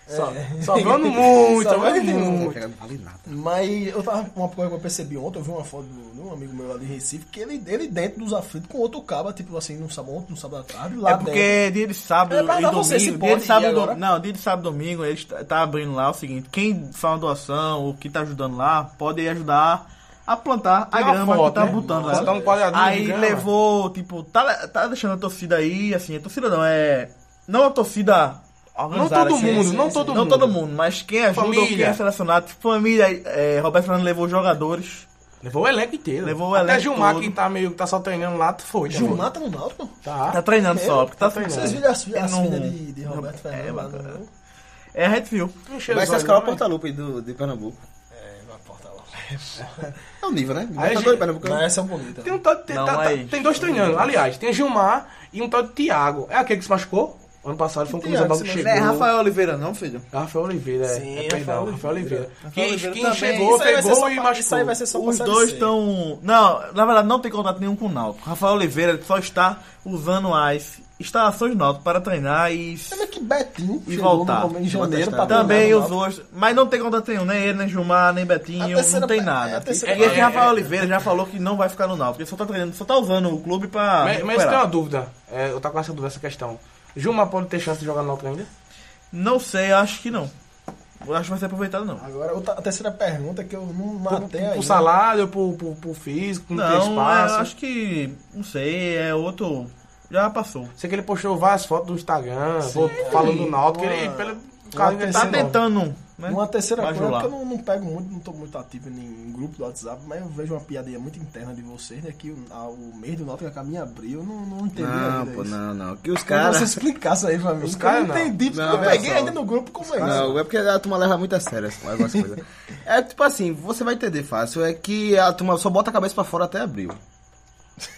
So-
É.
Sobrando muito, sobrando
Sobrando
muito.
Não vale nada.
Mas eu tava uma coisa que eu percebi ontem, eu vi uma foto do- de um amigo meu lá de Recife, que ele, ele dentro dos aflitos com outro caba, tipo assim, num sábado, ontem, num sábado à tarde, lá
É porque
dentro.
dia de sábado
É pra
e
dar
domingo.
você esse
dia de
pote
sábado,
aí
e dom-
agora.
Não, dia de sábado e domingo eles tá, tá abrindo lá o seguinte: quem faz uma doação ou que tá ajudando lá pode ir ajudar a plantar a
Tem uma
grama
foto,
que tá
né?
botando
Botar um quadradinho
lá.
de
Aí
grama.
levou, tipo, tá, tá deixando a torcida aí, assim, a torcida não, é. Não a torcida. organizada,
todo
assim,
mundo,
é,
não
é,
todo
Não
mundo.
todo mundo, mas quem ajuda ou quem
Família.
é selecionado. Família, é, Roberto Fernando levou jogadores.
Levou o elenco inteiro.
Levou o
Até
elenco
Gilmar,
todo.
que tá meio que tá só treinando lá, foi. também.
Gilmar tá no Náutico?
Tá.
Tá treinando só, porque tá,
Tá treinando.
Vocês viram as, as
Ele não-
filhas de, de Roberto
não- é,
Fernando lá
bacana.
no...
É Redfield.
Vai ser a escala Portalupe do, de Pernambuco.
É, na porta lá.
É o nível, né?
Aí,
Libertadores, Pernambuco.
Mas essa é bonita.
Tem um tal de- tem-
Não,
tá- tá-
aí.
tem dois treinando, aliás. Tem Gilmar e um tal de Thiago. É aquele que se machucou? Ano passado foi um
Thiago
camisa branca
se
que
Não
chegou.
é Rafael Oliveira, não, filho?
Rafael Oliveira, é.
Sim,
é, perdão,
Rafael
Rafael Oliveira.
Rafael
Quem,
Oliveira
quem
também.
chegou,
Isso aí vai ser
pegou
só
e
pra-
machucou.
Isso aí vai ser só pra
Os
Série
dois
C.
estão. Não, na verdade não tem contato nenhum com o Náutico. Rafael Oliveira só está usando as instalações Náutico para treinar e.
Também que Betinho
E
chegou
voltar.
no momento de janeiro pra
Também
treinar né, no
os outros. Mas não tem contato nenhum, nem ele, nem Gilmar, nem
A
Betinho,
terceira
não tem
pe- é, a
nada.
terceira-
E esse
é.
Rafael Oliveira já falou que não vai ficar no Náutico, ele só tá treinando, só tá usando o clube pra.
Mas, mas eu tenho
recuperar.
uma dúvida. É, eu tô com essa dúvida, essa questão. Gilmar pode ter chance de jogar no Náutico ainda?
Não sei, acho que não. Eu acho que vai ser aproveitado não.
Agora, outra- a terceira pergunta que eu não
Por,
matei
por
ainda.
salário, por, por, por físico, não,
é,
tem
Não, é,
espaço.
eu acho que. Não sei, é outro. Já passou.
Sei que ele postou várias fotos do Instagram, falando do Náutico,
uma-
ele pelo- Caio vai
Tá
ser nove.
tentando, né?
Uma terceira
Vai
coisa,
rolar.
porque eu não, não pego muito, não tô muito ativo em nenhum grupo do WhatsApp, mas eu vejo uma piadinha muito interna de vocês, né? Que o, a- o mês do Nautica acaba em abril, eu não, não entendi
Não,
ainda
pô,
isso.
não, não. Que os
Queria que você
caras.
explicasse aí pra mim.
Os
porque eu
caras
não
não.
entendi, porque
Não,
eu peguei
pessoal.
ainda no grupo como é isso.
Não, é porque a turma leva muito a sério esse negócio, coisa. É tipo assim, você vai entender fácil, é que a turma só bota a cabeça pra fora até abril.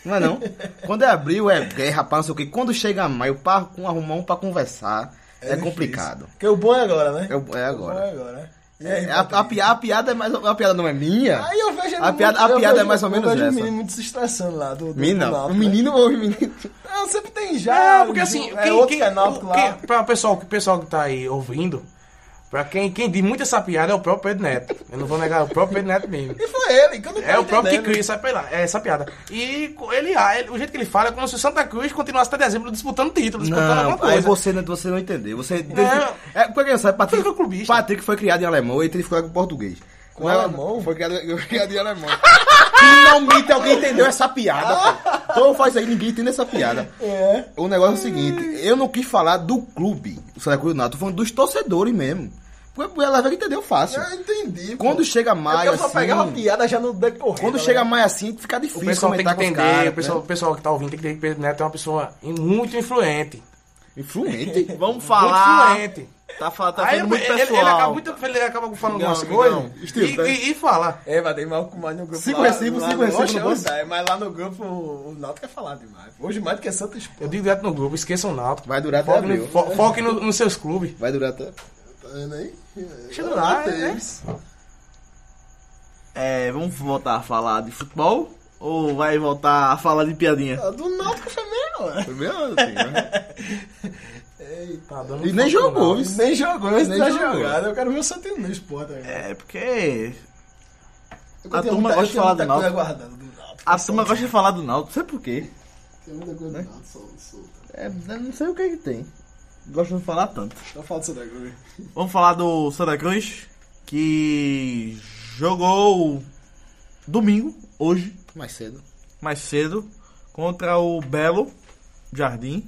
Não é não? Quando é abril, é guerra, pá, não sei o quê. Quando chega maio, pá, com arrumar um pra conversar, é,
difícil.
complicado.
Porque o bom é agora, né?
É, o- é
O bom
agora.
é agora, né? E aí,
É, a, a pi- a piada é mais. A piada não é minha?
Aí eu vejo
A piada- a
eu
piada é
vejo-
mais ou menos
Eu vejo
essa.
o menino muito se estressando lá do, do
Menina,
do
não. O
Náutico,
menino ou o menino?
né? Ah, sempre tem já.
Não, porque assim,
é
quem,
outro
quem,
que é náutico
o-
lá.
quem- pra o pessoal, o pessoal que tá aí ouvindo, pra quem, quem diz muito essa piada é o próprio Pedro Neto. Eu não vou negar, é o próprio Pedro Neto mesmo.
E foi ele, que eu não tô
É o próprio que
Tá entendendo.
cria essa, pela- é essa piada. E co- ele, ah, ele- o jeito que ele fala é como se o Santa Cruz continuasse até dezembro disputando título, disputando alguma
Não, aí
coisa.
você, não- você não entendeu. Você.
Não.
É, porque quem sabe, Patrick,
Fica clubista.
Patrick foi criado em alemão e ele ficou com português. Com
alemão?
Foi criado, foi criado em alemão. Finalmente alguém entendeu essa piada, pô. Então faz aí, ninguém entende essa piada.
É.
O negócio é o seguinte, eu não quis falar do clube, o Santa Cruz não, eu tô falando dos torcedores mesmo. Porque ela vai entendeu fácil.
Ah, entendi. pô.
Quando chega
É
maio,
porque eu só
assim...
pegava piada já no decorrer.
Quando
tá
chega
ligado?
mais assim, fica
O
difícil
pessoal tem que
comentar com os
entender,
caras,
o, pessoal,
né?
o pessoal que tá ouvindo tem que entender que Pedro Neto é uma pessoa in- muito influente.
né? Influente.
Vamos falar.
Muito influente.
Tá, fa- tá
Aí
sendo
ele,
muito
ele- ele
pessoal.
acaba, muito, ele acaba falando
Não,
algumas
não.
coisas
Estilo,
e,
tá?
e, e fala.
É, vai ter mal com mais no grupo.
Cinco
lá-
recibos,
lá
cinco
no-
recibos
Oxe,
no bolso.
oxe, Mas lá no grupo o, o Náutico quer falar demais. Hoje mais do que é Santa
Eu
Esporte.
digo direto no grupo, esqueçam o Náutico.
Vai durar até
Foque, no,
abril.
fo, foque no- nos seus clubes.
Vai durar até...
Tá vendo aí?
Deixa eu lá, né?
É, vamos voltar a falar de futebol? Ou vai voltar a falar de piadinha?
Ah, Do Náutico também, mano.
Primeiro assim, né?
Tá dando
E nem
foco no
jogou,
Náutico.
viu?
Nem jogou, nem
Nem
tá
jogou.
jogado. Eu quero ver o Santino no esporte agora.
É, porque
Eu
a
tenho
turma
muita-
gosta de
eu tenho
falar
muita
do Náutico.
coisa guardada do Náutico.
a turma gosta de falar do Náutico, não sei por quê.
Tem muita
Né?
coisa do Náutico, solta, solta.
É, não sei o que que tem.
Gosto de falar tanto.
Só fala do Santa Cruz.
Vamos falar do Santa Cruz, que jogou domingo, hoje,
Mais cedo.
mais cedo contra o Belo Jardim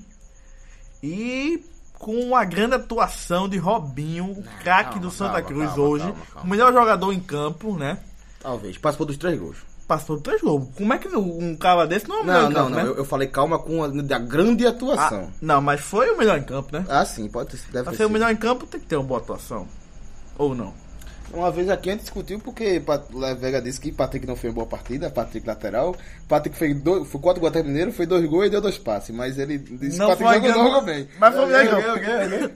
e com uma grande atuação de Robinho, o craque
calma,
do Santa
calma,
Cruz
calma,
hoje,
calma, calma.
o melhor jogador em campo, né?
Talvez. Passou dos três gols.
Passou três gols. Como é que um cara desse não é o melhor
Não,
em
não,
campo,
não.
né?
Eu, eu falei calma com a, da grande
Ah,
atuação.
não, mas foi o melhor em campo, né?
Ah, sim, pode ter,
Pra
deve ter
ser o
sido.
melhor em campo tem que ter uma boa atuação. Ou não.
Uma vez aqui a gente discutiu porque Pat- La Vega disse que Patrick não fez uma boa partida, Patrick lateral. Patrick fez, dois, foi quatro gols até mineiro, fez dois gols e deu dois passes. Mas ele disse
Não
que
foi
Patrick jogou,
grande-
jogou bem.
Mas foi o melhor em
É,
campo.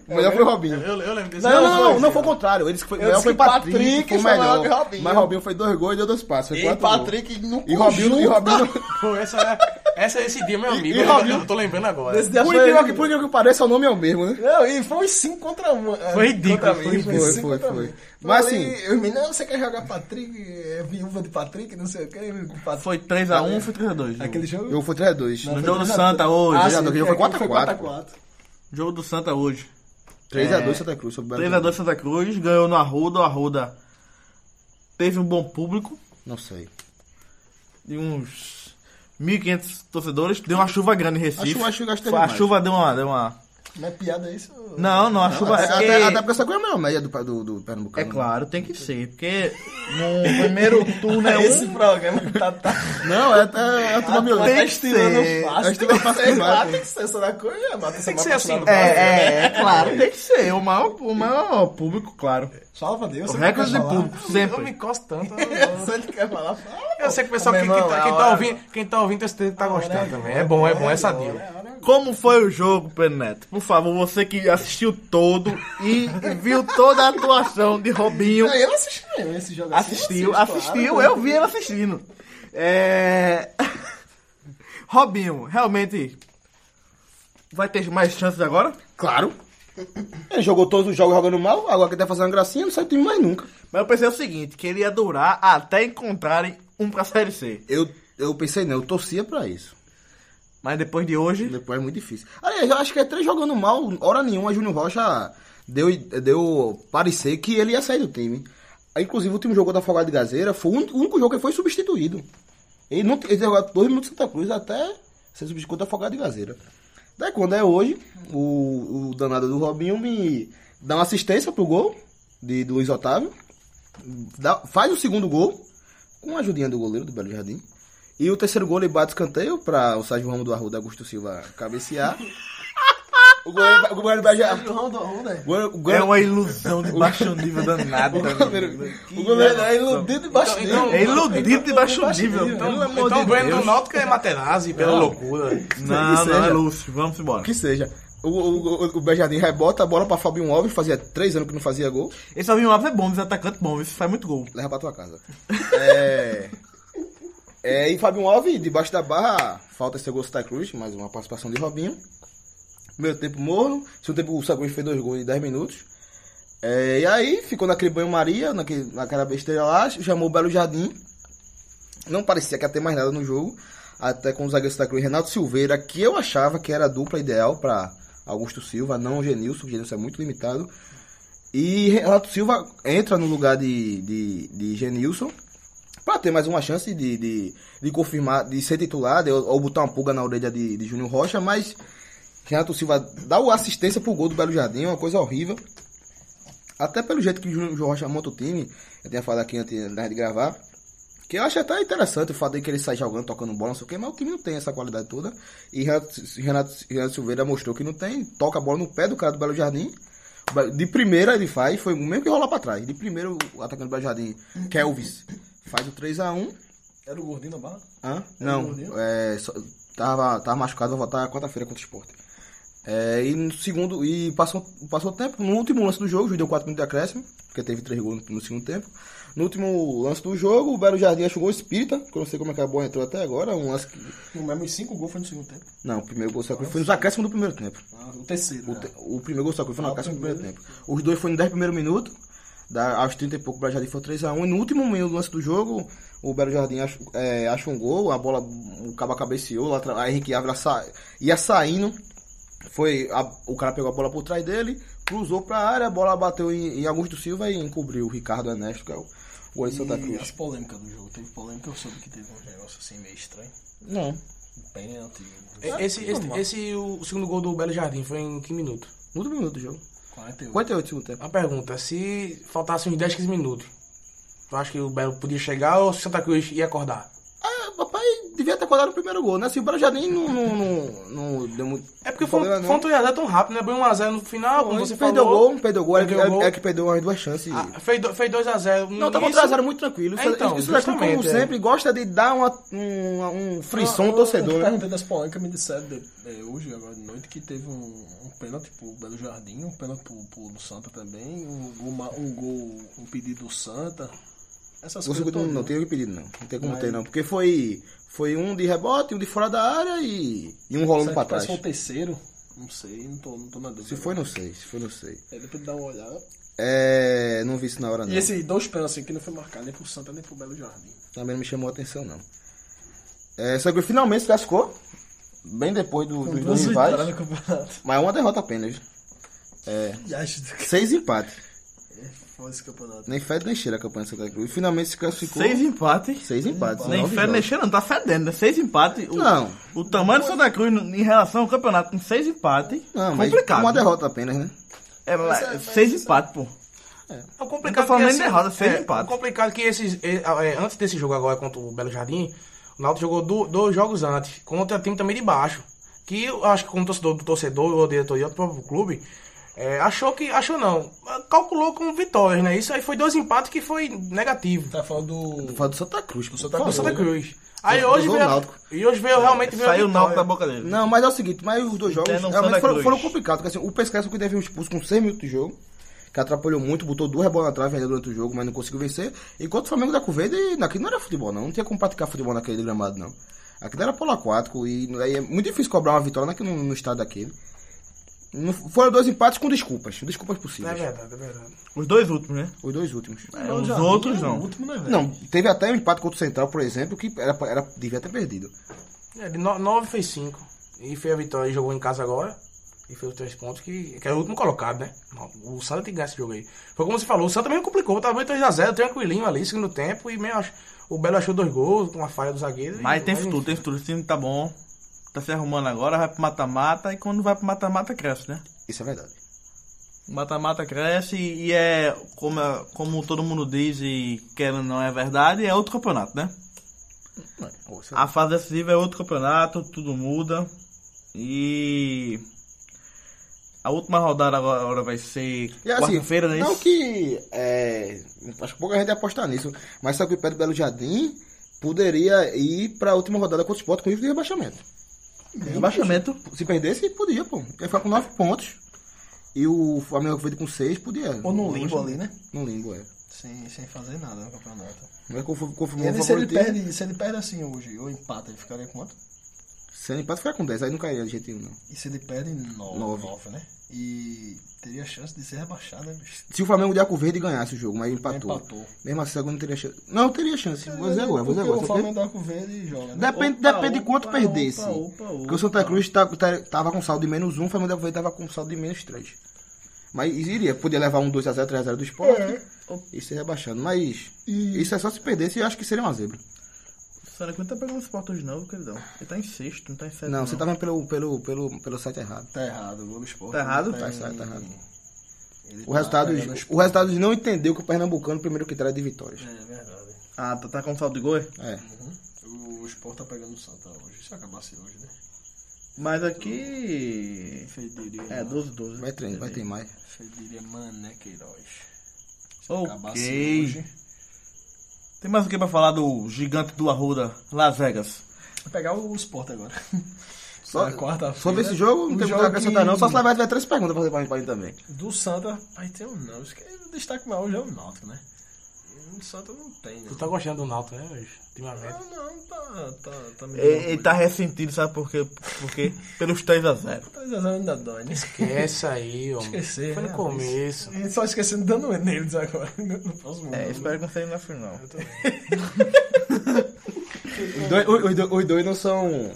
O melhor foi o Robinho.
Eu, eu lembro desse.
Não, não,
não
não,
foi,
foi o contrário. Ele disse que foi, o
Eu
melhor
disse
foi
que
Patrick,
Patrick
foi o
foi maior
melhor.
que Robinho.
Mas Robinho fez dois gols e deu dois passes. Foi
E
quatro gols.
Patrick no
E Robinho, e Robinho,
Pô, essa é, essa é esse dia, meu amigo.
e
eu, tô-
Robinho?
eu tô lembrando agora.
Esse dia
por
foi-
incrível que, por incrível que pareça, o nome é o mesmo, né?
Não, e foi uns 5 contra 1.
Foi ridículo, foi
ridículo. Foi, foi, foi. Mas,
Mas assim. Eu me não, você quer jogar Patrick, é viúva de Patrick, não sei o que. Patrick.
Foi 3x1,
é.
foi 3x2.
Aquele jogo.
Eu fui 3x2.
No jogo do Santa hoje.
Ah,
jogo-
é
jogo foi 4 a 4.
4x4.
Jogo do Santa hoje. É.
3x2 Santa Cruz. sobre o Belo Horizonte.
Treinador Santa Cruz, ganhou no Arruda, o Arruda teve um bom público,
Não sei.
de uns 1.500 torcedores, deu uma chuva grande em Recife.
A chuva- a chuva gastou
Foi- a
demais.
chuva deu uma, deu uma...
Não é piada isso?
Não, não, a chuva...
Até,
é, porque-
até, até porque essa coisa é a melhor média do, do, do
é
Pernambucano.
claro, tem que ser, porque no primeiro turno é
Esse
um...
programa tá. tá
Não, é até. É tudo meu.
tá
Ah, tem que
estirando
ser.
fácil.
Acho que
Tem que
vai
ser,
passar
claro,
demais.
tem que ser essa da coisa. Mata essa
Tem que
mata
ser
essa
assim.
É,
da-
é, é, claro, tem que ser, é o maior, o maior público, claro.
Salva Deus.
O
você
recorde
quer
de
falar?
público,
Eu me
sempre.
encosto tanto.
é.
Você não quer falar? Fala.
Eu sei que o pessoal,
Meu
quem,
irmão,
quem
é
tá, quem
a
tá
hora.
ouvindo, quem tá ouvindo, tem que tá gostando também. É bom, é bom, é sadio.
Como foi o jogo, Pedro Neto? Por favor, você que assistiu todo e viu toda a atuação de Robinho...
Não, Eu não assisti nenhum esse jogo assim,
Assistiu,
eu assisto,
assistiu,
claro. né?
eu vi ele assistindo. É... Robinho, realmente vai ter mais chances agora?
Claro. Ele jogou todos os jogos jogando mal, agora que tá fazendo gracinha, não sai do time mais nunca.
Mas eu pensei o seguinte, que ele ia durar até encontrarem um pra Série C.
Eu, eu pensei, não, eu torcia pra isso.
Mas depois de hoje,
Depois é muito difícil. Aliás, eu acho que é três jogando mal, hora nenhuma, Júnior Rocha deu, deu parecer que ele ia sair do time. Aí, Inclusive, o último jogo da Fogada de Gazeira foi o único- o único jogo que ele foi substituído. Ele não ele jogou dois minutos em Santa Cruz até ser substituído da Fogada de Gazeira. Daí quando é hoje, o, o danado do Robinho me dá uma assistência pro gol de, do Luiz Otávio, dá- faz o segundo gol, com a ajudinha do goleiro do Belo Jardim. E o terceiro gol ele bate escanteio pra o Sérgio Ramos do Arruda Augusto Silva cabecear. o goleiro, o goleiro do Belo Jardim.
Não, não, né?
o goleiro- o
É
goleiro-
uma ilusão de baixo nível danada.
o goleiro-
menino.
o goleiro é iludido.
Iludido debaixo dele.
então-
É iludido de baixo nível.
Então,
pelo amor
então
de
o Breno
Deus.
do Náutico é Materazzi, pela loucura.
Não, não, é
seja.
Lúcio. Vamos embora.
que seja. O, o, o- o Benjardim rebota a bola pra Fabinho Alves, fazia três anos que não fazia gol,
Esse Fabinho Alves é bom, esse atacante bom, esse faz muito gol.
leva pra tua casa. É. É, e Fabinho Alves, debaixo da barra, falta esse gol do Santa Cruz, mais uma participação de Robinho. Primeiro tempo morno, segundo tempo o Santa Cruz fez dois gols em 10 minutos. É, e aí ficou naquele banho-maria, naquele- naquela besteira lá, chamou o Belo Jardim. Não parecia que ia ter mais nada no jogo. Até com o zagueiro Santa Cruz, Renato Silveira, que eu achava que era a dupla ideal para Augusto Silva, não o Genilson, o Genilson é muito limitado. E Renato Silva entra no lugar de, de, de Genilson para ter mais uma chance de, de, de confirmar, de ser titular, de, ou botar uma pulga na orelha de, de Júnior Rocha, mas Renato Silva dá o assistência pro gol do Belo Jardim, uma coisa horrível. Até pelo jeito que o Júnior Rocha monta o time, eu tinha falado aqui antes, antes de gravar, que eu acho até interessante o fato de que ele sai jogando, tocando bola, não sei o que, mas o time não tem essa qualidade toda. E Renato, Renato, Renato Silveira mostrou que não tem, toca a bola no pé do cara do Belo Jardim. De primeira ele faz, foi o mesmo que rolar pra trás. De primeira o atacante do Belo Jardim, Kelvis, faz o 3x1.
Era o gordinho na barra?
Hã?
Era
Não,
gordinho?
é, só- tava, tava machucado, vai voltar quarta-feira contra o Sport. É, e no segundo, e passou, passou o tempo, no último lance do jogo, o juiz deu 4 minutos de acréscimo, porque teve 3 gols no, no segundo tempo. No último lance do jogo, o Belo Jardim achou o gol espírita, que eu não sei como é que a bola entrou até agora, um lance que...
O mesmo os cinco gols foi no segundo tempo.
Não, o primeiro gol do Sacru foi nos acréscimos do primeiro tempo.
Ah, o terceiro.
O,
né?
te- o primeiro gol do Sacru foi no
Ah, o
acréscimo do
primeiro.
primeiro tempo. Os dois foram nos 10 primeiros minutos, da, aos 30 e pouco o Belo Jardim foi 3x1, e no último minuto do lance do jogo, o Belo Jardim ach- é, acha um gol, a bola, o cabo cabeceou, lá, atrás, a Henrique Ávila sa- ia saindo, foi a- o cara pegou a bola por trás dele, cruzou pra área, a bola bateu em, em Augusto Silva e encobriu o Ricardo Ernesto, que é o goleiro de Santa
E as
Cruz.
polêmicas do jogo. Teve polêmica, eu soube que teve um negócio assim meio estranho.
Não,
Pênalti.
Esse, esse, esse- o segundo gol do Belo Jardim foi em que minuto?
no último minuto do jogo.
48.
48 segundos tempo.
Uma pergunta, se faltasse uns 10, 15 minutos, tu acha que o Belo podia chegar ou o Santa Cruz ia acordar?
Ah, papai devia ter acordado no primeiro gol, né? Assim, o Belo Jardim não, não, não, não deu muito.
É porque foi,
problema,
um- foi um 3x0 tão rápido, né? Foi 1x0 no final, como
Ele
você
perdeu
falou.
gol, perdeu gol,
Perdeu
é, que-
gol.
é que perdeu umas duas chances.
Ah, fez, do- fez 2x0.
não,
tá
tava
Isso-
atrasado muito tranquilo. Isso,
É, então,
isso daqui, como
justamente, é. Ah,
sempre, gosta de dar uma, um, um frição ao
Eu-
torcedor,
Eu
né?
perguntei das polêmicas, me disseram de- é, hoje, agora de noite, que teve um, um pênalti pro Belo Jardim, um pênalti pro, pro do Santa também, um gol, ma- um gol, um pedido do Santa. Essas
Você
coisas.
não,
todas,
não
né?
tem o um que pedir, não. Não tem como
Mas-
ter, não. Porque foi, foi um de rebote, um de fora da área e, e um rolando
Será
pra
que
trás.
parece que foi o terceiro? Não sei, não tô, não tô na dúvida.
Se foi, não sei. Se foi, não sei.
É, depois de dar uma olhada.
É, não vi isso na hora, não.
E esse dois pênaltis assim, que não foi marcado nem pro Santa nem pro Belo Jardim.
Também não me chamou a atenção, não. É, só que finalmente se classificou. Bem depois do, dos dois rivais.
vitórias no campeonato.
Mas uma derrota apenas. É,
E acho que
seis empates.
foi esse campeonato.
Nem fede nem cheira a campanha do Santa Cruz. E finalmente se classificou.
Seis empates.
Seis empates.
Nem
nove
fede, nem
jogos.
cheira, não tá fedendo, né? Seis empates. O,
Não.
O tamanho do Santa Cruz no- em relação ao campeonato com seis empates.
Não, mas
complicado.
uma derrota apenas, né?
É, mas seis empates, pô.
O
Não
É um complicado
tô falando
que,
nem derrota, fez
é,
empate.
O complicado que esses, é, é, antes desse jogo agora contra o Belo Jardim, o Náutico jogou do- dois jogos antes, contra time também de baixo. Que eu acho que como torcedor do torcedor ou diretoria do próprio clube, é, achou que. Achou não. Calculou com vitórias, né? Isso aí foi dois empates que foi negativo.
Tá falando do.
Fala do Santa Cruz. pô.
Santa
Fala
Pro
do
Santa Cruz. Aí
Jogou
hoje
o
veio.
Náutico.
E hoje veio
É
realmente veio a
Saiu o
vitória.
Náutico da boca dele.
Não, mas é o seguinte, mas os dois jogos
Então, não,
realmente
Santa
foram,
Cruz.
foram complicados. Porque, assim, o Pescara que teve um expulso com 6 minutos de jogo, que atrapalhou muito, botou duas rebolas na trave ainda durante o jogo, mas não conseguiu vencer. Enquanto o Flamengo da Coverde, naquele não era futebol, não. Não tinha como praticar futebol naquele gramado, não. Aquilo era polo aquático e aí é muito difícil cobrar uma vitória naquele, no, no estado daquele. Não- foram dois empates com desculpas, desculpas
É
possíveis.
verdade, é verdade.
Os dois últimos, né?
Os dois últimos.
É, os outros
O
não.
último, né, velho?
Não, teve até um empate contra o Central, por exemplo, que era, era, devia ter perdido.
É, de 9 fez 5. E fez a vitória e jogou em casa agora. E fez os três pontos, que, que é o último colocado, né? O Santa tem que ganhar esse jogo aí. Foi como você falou, o Santa mesmo complicou, tava 3x0, tranquilinho ali, segundo tempo, e mesmo ach- o Belo achou dois gols, com uma falha do zagueiro. e-
Mas tem futuro,
enfim.
tem futuro. O time tá bom. Tá se arrumando agora, vai pro mata-mata. E quando vai pro mata-mata, cresce, né?
Isso é verdade.
Mata-mata cresce e e é, como, é- como todo mundo diz e querendo não é verdade, é outro campeonato, né?
Ah,
A fase decisiva é outro campeonato, tudo muda. E a última rodada agora vai ser
E assim,
quarta-feira, né?
não
Isso?
que. é, acho que pouca gente ia apostar nisso. Mas sabe que o Pedro Belo Jardim poderia ir pra última rodada contra o Sport com risco de rebaixamento.
Rebaixamento.
Se perdesse, podia, pô. Ia ficar com nove pontos. E o Flamengo que veio com seis, podia.
Ou no limbo ali, né?
Não limbo, é.
Sem, sem fazer nada no campeonato.
Não é confirmou
E
o
ele, se, ele
favoritismo.
perde, se ele perde assim hoje, ou empata, ele ficaria com quanto?
Se ele empate, ficar com 10. Aí não cairia de jeito nenhum, não.
E se ele perde, nove,
Nove.
nove, né? E teria chance de ser rebaixado, né, bicho?
Se o Flamengo de Arco Verde ganhasse o jogo, mas empatou.
Empatou.
Mesmo assim, agora não teria chance. Não, teria chance. Vou dizer agora, vou dizer
É,
agora.
Porque
sabe por quê?
O Flamengo dá com verde e joga, né?
Depende,
Opa,
depende de quanto
opa,
perdesse.
opa, opa, opa.
Porque o Santa Cruz tá- tá- tava com saldo de menos 1, o Flamengo da Verde tava com saldo de menos 3. Mas iria, podia levar um 2x0, 3x0 do esporte e ser rebaixado. Mas isso é só se perdesse e eu acho que seria uma zebra.
Será que não tá pegando os portos de novo, queridão? Ele tá em sexto, não tá em sétimo.
não, você tava pelo, pelo, pelo, pelo site errado.
Tá errado, o Globo Esporte.
Tá errado?
ele
Tá
em-
errado, tá errado.
ele tá
O resultado,
pegando as-
o resultado não entendeu que o Pernambucano é o primeiro que traz de vitórias.
É verdade.
Ah, tá, tá com saldo de gol? é?
É.
O Sport tá pegando o Santa hoje. Se acabasse hoje, né?
Mas aqui.
Feio diria,
É, 12, 12.
Vai, tre- vai ter mais.
feio diria Mané Queiroz. Se
Ok.
acabasse
assim
hoje...
Tem mais o que pra falar do gigante do Arruda, Las Vegas?
Vou pegar o Sport agora.
Só-
Na quarta-feira.
Sobre esse jogo, não
um
tem muito a acrescentar, não. Só se
que
levar tiver três perguntas pra fazer pra- pra mim também.
Do Santa, vai ter um não. Isso que é o destaque maior hoje é o Náutico, né? E O Santa não tem, né?
Tu tá gostando do Náutico, né, hoje? Ultimamente.
Não, não, tá... Tá, tá meio...
Ele, ele tá ressentido, sabe por quê? Porque pelos 3x0.
Tá exagerando ainda dói, né?
Esquece é aí, homem.
Esquecer,
Foi no
né,
começo.
E só esquecendo dando neles agora, no, no próximo
É,
ano.
espero que não seja na final.
Os dois, os- os dois- os dois não são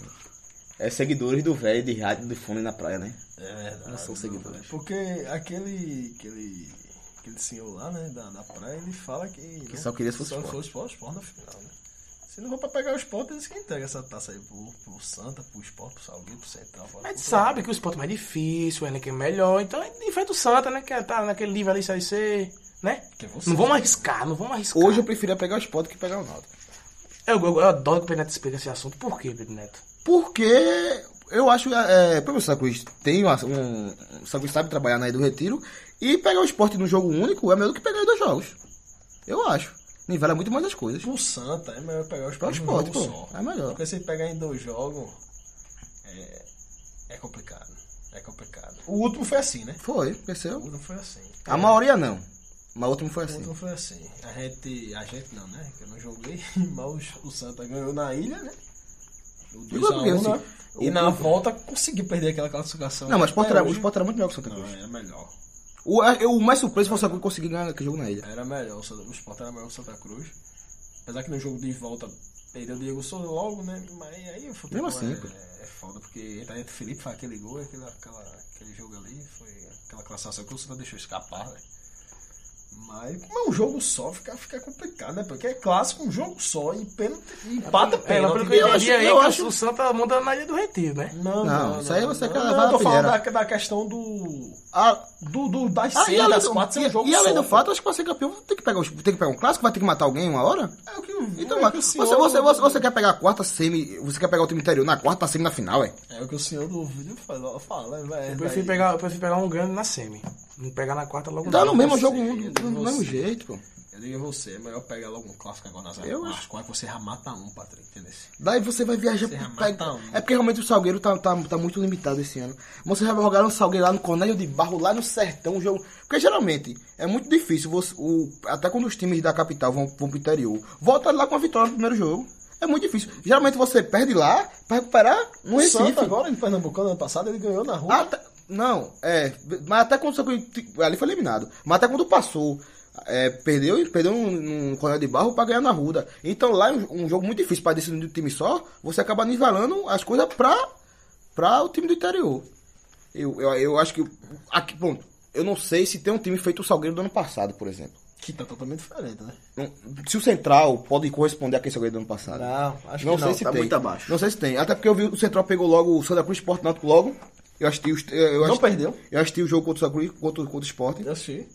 é, seguidores do velho de rádio do fone na praia, né?
É verdade.
Não são seguidores.
Porque aquele, aquele, aquele senhor lá, né, da, da praia, ele fala que... né,
só queria se fosse
só
Sport.
foi o Sport, o Sport na final, né? Se não for pra pegar o Sport, eles que entregam essa taça aí pro, pro Santa, pro Sport, pro Salgueiro, pro Central.
A gente
sabe.
sabe que o esporte é mais difícil, o elenco é melhor, então é enfrenta o Santa, né? Que tá naquele nível ali, sai ser, né?
Que é você.
Não vamos arriscar, não vamos arriscar.
Hoje eu preferia pegar o Sport que pegar o Náutico.
eu, eu, eu adoro que o Pedro Neto explica esse assunto. Por quê, Pedro Neto?
Porque eu acho que é, pelo Santa Cruz tem uma- um. O Santa Cruz sabe trabalhar na Ilha do Retiro. E pegar o esporte num jogo único é melhor do que pegar os dois jogos. Eu acho. Nivela muito mais as coisas.
Pro Santa, é melhor pegar o
Pra o
Sport,
esporte,
num
pô.
jogo só.
É melhor.
Porque se pegar em dois jogos, é, é complicado. É complicado. O último foi assim, né?
Foi,
O
percebeu?
último foi assim.
A maioria não. Mas o último foi
O
assim.
último foi assim. A gente. A gente não, né? Que eu não joguei, mas o Santa ganhou na ilha, né? O
E
2
foi
a
porque,
1,
assim,
né? E
o-
na
o-
volta conseguiu perder aquela classificação.
Não, mas o
Até
esporte era, o
hoje-
esporte era muito melhor que o Santa
Não,
Cruz.
era melhor.
O, eu- o mais surpreso foi o Santa Cruz conseguir ganhar aquele jogo na ilha.
Era melhor, o Santa- o Sport era melhor que o Santa Cruz. Apesar que no jogo de volta perdeu o Diego Souza logo, né? Mas aí o futebol
Mesmo assim,
é,
pô.
é foda, porque tá entre o Felipe faz aquele gol, aquele, aquela- aquele jogo ali, foi aquela classificação que o Santa deixou escapar, né? Mas, mas um jogo só fica, fica complicado, né? Porque é clássico, um jogo só, e pênalti, e empata
É, mas
pênalti.
pelo que eu
Eu
entendi
acho-
aí,
eu
que
acho-
o Santa monta na Ilha do Retiro, né?
Não,
Não, isso aí você quer levar
eu tô
a
falando da,
pilheira.
da questão do...
Ah,
do, do das
Ah, e
cenas,
além
das
do,
quatro, ser
e-
um jogo
e além
só,
do fato, acho que pra ser campeão tem que, pegar, os- tem que pegar um clássico, vai ter que matar alguém uma hora.
É o que o-
Então,
é
mano,
que o
você,
senhor-
você, você, você quer pegar a quarta semi, você quer pegar o time interior na quarta na semi na final, é?
É o que o senhor do vídeo fala, fala é, velho.
Eu prefiro, pegar, eu prefiro pegar um grande na semi. Não pegar na quarta logo
Dá
não.
no mesmo
você,
jogo, do, do
você.
mesmo jeito, pô.
Eu digo a você, é melhor pegar logo um clássico agora nas
Eu
armas.
acho-
Qual é que você já mata um, Patrick? Entendeu?
Daí você vai viajar pro-
mata
pega-
um.
É porque realmente o Salgueiro tá, tá, tá muito limitado esse ano. Mas Você já vai jogar no Salgueiro lá no Cornélio de Barro, lá no Sertão, um jogo. Porque geralmente é muito difícil, você, o, até quando os times da capital vão, vão pro interior, volta lá com a vitória no primeiro jogo. É muito difícil. Geralmente você perde lá pra recuperar no
O
Recife.
Santa agora, em Pernambucano, ano passado, ele ganhou na rua.
Até- não, é. Mas até quando o Santa Cruz- Ali foi eliminado. Mas até quando passou. é, perdeu e perdeu um, um Coronel de Barro pra ganhar na Ruda. Então lá é um, um jogo muito difícil pra decidir um time só. Você acaba nivelando as coisas pra, pra o time do interior. Eu, eu, eu acho que. Aqui, bom, eu não sei se tem um time feito o Salgueiro do ano passado, por exemplo.
Que tá totalmente diferente, né?
Não- Se o Central pode corresponder àquele Salgueiro do ano passado.
Não, acho
não
que
sei
não,
se
tá
tem.
muito abaixo.
Não sei se tem. Até porque eu vi o Central pegou logo o Santa Cruz Sport Náutico logo. Eu assisti, os- eu, eu
Não
assisti,
perdeu.
eu assisti o jogo contra o Santa Cruz, contra, contra o Sport.
Eu assisti.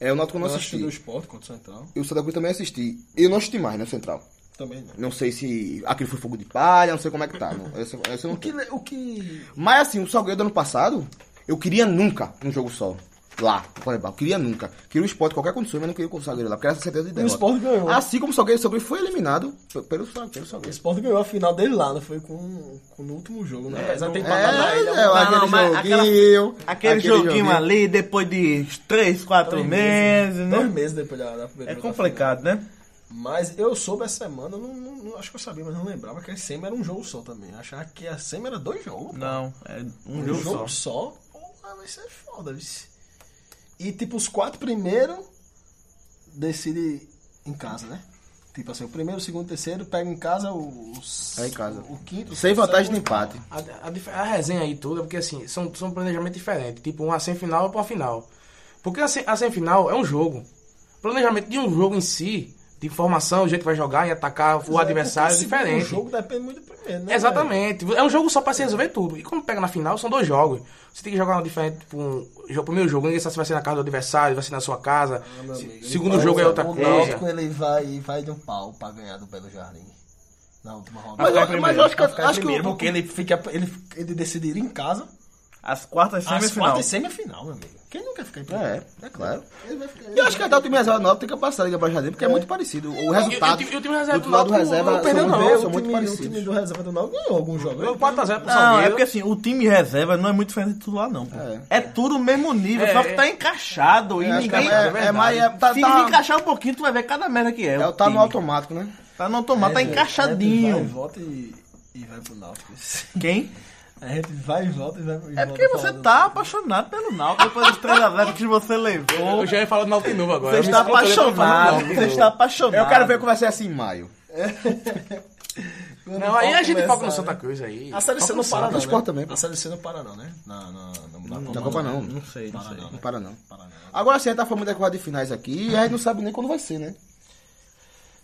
É, o Náutico eu não
Eu assisti
assisti.
do esporte contra o Central.
E o Santa Cruz também assisti. Eu não assisti mais, né, Central?
Também não.
Não sei se aquilo foi fogo de palha, não sei como é que tá. Não, essa- essa eu não
O que,
tenho.
o que
Mas assim, o Salgueiro do ano passado, eu queria nunca um jogo só. Lá, no Corebal. Queria nunca. Queria o esporte em qualquer condição, mas não queria com o Salgueiro lá, porque era essa certeza de derrota.
Sport ganhou.
Assim como o Salgueiro, o Salgueiro foi eliminado pe- pelo, Sal- pelo
Ah, o
Salgueiro.
esporte ganhou a final dele lá, não foi com, com no último jogo, né? Apesar de ter
É,
empatado na ilha,
é, aquele
mas aquela-
joguinho.
Aquele, joguinho, ali, depois de 3, 4 meses, né?
dois meses depois da, da primeira
É
da
complicado, né?
final. Mas eu soube essa semana, eu não, não- não- acho que eu sabia, mas não lembrava que a SEMI era um jogo só também. Eu achava que a SEMI era dois jogos.
Não, é um,
Um
jogo, só.
jogo só. Porra, vai ser foda, vice. E tipo, os quatro primeiros decide em casa, né? Tipo assim, o primeiro, o segundo, o terceiro, pega em casa o. o-
É em casa.
O quinto.
Sem
o
vantagem de
sexto.
empate.
A, a dif- a resenha aí toda, porque assim, são, são planejamentos diferentes. Tipo, uma semifinal pra uma final. Porque a, se- a semifinal é um jogo. O planejamento de um jogo em si, de informação, o jeito que vai jogar e atacar o adversário é
Porque o segundo
diferente.
jogo depende muito do primeiro, né?
Exatamente. É um jogo só pra se resolver tudo. E quando pega na final, são dois jogos. Você tem que jogar diferente. Tipo, um, jo- primeiro jogo, ninguém sabe se vai ser na casa do adversário, vai ser na sua casa.
Ah, meu
Se-
amigo,
segundo
ele
jogo é
vai-
outra
o
coisa.
Náutico, ele vai, vai de um pau pra ganhar do Belo Jardim. Na última rodada.
Mas,
Vai
eu, mas eu acho que,
Pra ficar em
acho que o-
primeiro, porque ele, fica, ele, ele decidiria em casa
As quartas
as
semifinal.
quartas e semifinal, meu amigo. Quem nunca fica em primeiro?
É, é claro.
Ele vai ficar-
E eu acho que até o time reserva do Náutico tem que passar a Liga pra Jardim, porque é, muito parecido. O resultado.
e o time reserva
do outro
do
lado do
Náutico
reserva
não perdeu,
são
não.
dois,
Meu,
são
o
muito
time- O time
parecidos.
do reserva do Náutico ganhou algum jogo. né?
4x0 pro
Não, é
Salgueiro.
porque assim, o time reserva não é muito diferente do titular, não. É, tudo o mesmo nível,
É,
só que tá
é.
encaixado e
É, acho que
ninguém.
é- é mais- é- tá-
Se
tá-
encaixar um pouquinho, tu vai ver cada merda que é.
É,
o
tá no
time.
automático, né?
Tá no automático, tá
É, A gente vai e
encaixadinho.
volta e, e vai pro Náutico.
Quem?
A gente vai e volta e vai pro
É porque você tá apaixonado pelo Náutico depois dos 3x0 que você levou.
Eu já ia falar do Náutico de novo agora.
Você
Eu me
está
escolhi pra falar do
apaixonado.
Náutico de
Você
novo.
está apaixonado.
Eu quero ver como vai ser assim em maio.
Não, aí a gente foca
né?
no Santa Cruz aí.
Ah,
A Série C
Foca no
não para,
Santa.
não.
O Sport
né?
também, pô.
A Série C não para, não, né? Na, na, na, na
Na Copa não.
Não sei, não sei.
Não para não.
Para, não.
Agora sim, a gente tá falando da quarta de finais aqui e a gente não sabe nem quando vai ser, né?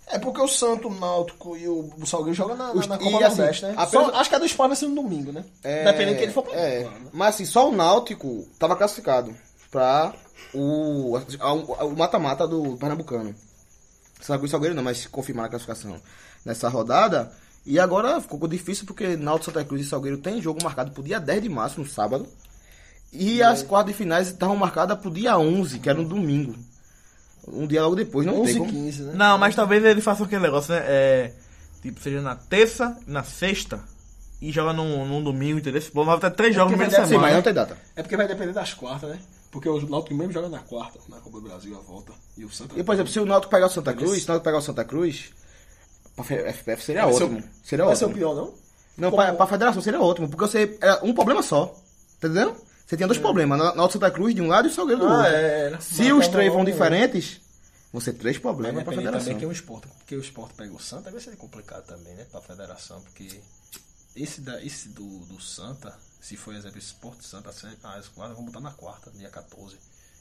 É porque o Santo, o Náutico e o, o Salgueiro jogam na, na,
Os-
na
e,
Copa
assim,
Nordeste, né?
apenas-
Só- acho que a do Sport vai ser no domingo, né?
É,
Dependendo de quem ele for pra
é.
Claro, né?
Mas assim, só o Náutico tava classificado pra o a- o mata-mata do Pernambucano. Santa Cruz e Salgueiro não, mas confirmaram a classificação nessa rodada. E agora ficou difícil porque Náutico, Santa Cruz e Salgueiro tem jogo marcado pro dia 10 de março, no sábado. E as quartas de finais estavam marcadas pro dia 11, que era no domingo. Um dia logo depois, não tem
11 e
como.
15, né?
Não, mas talvez ele faça aquele negócio, né? É, tipo, seja na terça, na sexta e joga num, num domingo, entendeu? Esse povo vai ter três jogos no meio da
Sim, mas
semana.
não tem data.
É porque vai depender das quartas, né? Porque o Náutico mesmo joga na quarta, na Copa do Brasil, a volta. E o Santo...
E, por exemplo, se o Náutico pegar o Santa Cruz, se o Náutico pegar o Santa Cruz, pra F- FPF seria
Vai ser
ótimo.
o-
Seria
vai ser o
ótimo.
pior, não?
Não,
é
pra, pra federação seria ótimo, porque você era um problema só. Tá entendendo? Você tinha dois problemas, na- Náutico Santa Cruz de um lado e o Salgueiro do
É. Ah,
outro.
é, é, né?
Se os
Matava
três vão
um,
diferentes, vão ser três
Mas
problemas pra
depende também
federação.
que o esporte, porque o esporte pega o Santa, vai ser complicado também, né? Pra federação, porque esse, da, esse do, do Santa, se for exemplo, esse esporte Santa, se- ah, as quartas vão botar na quarta, dia 14.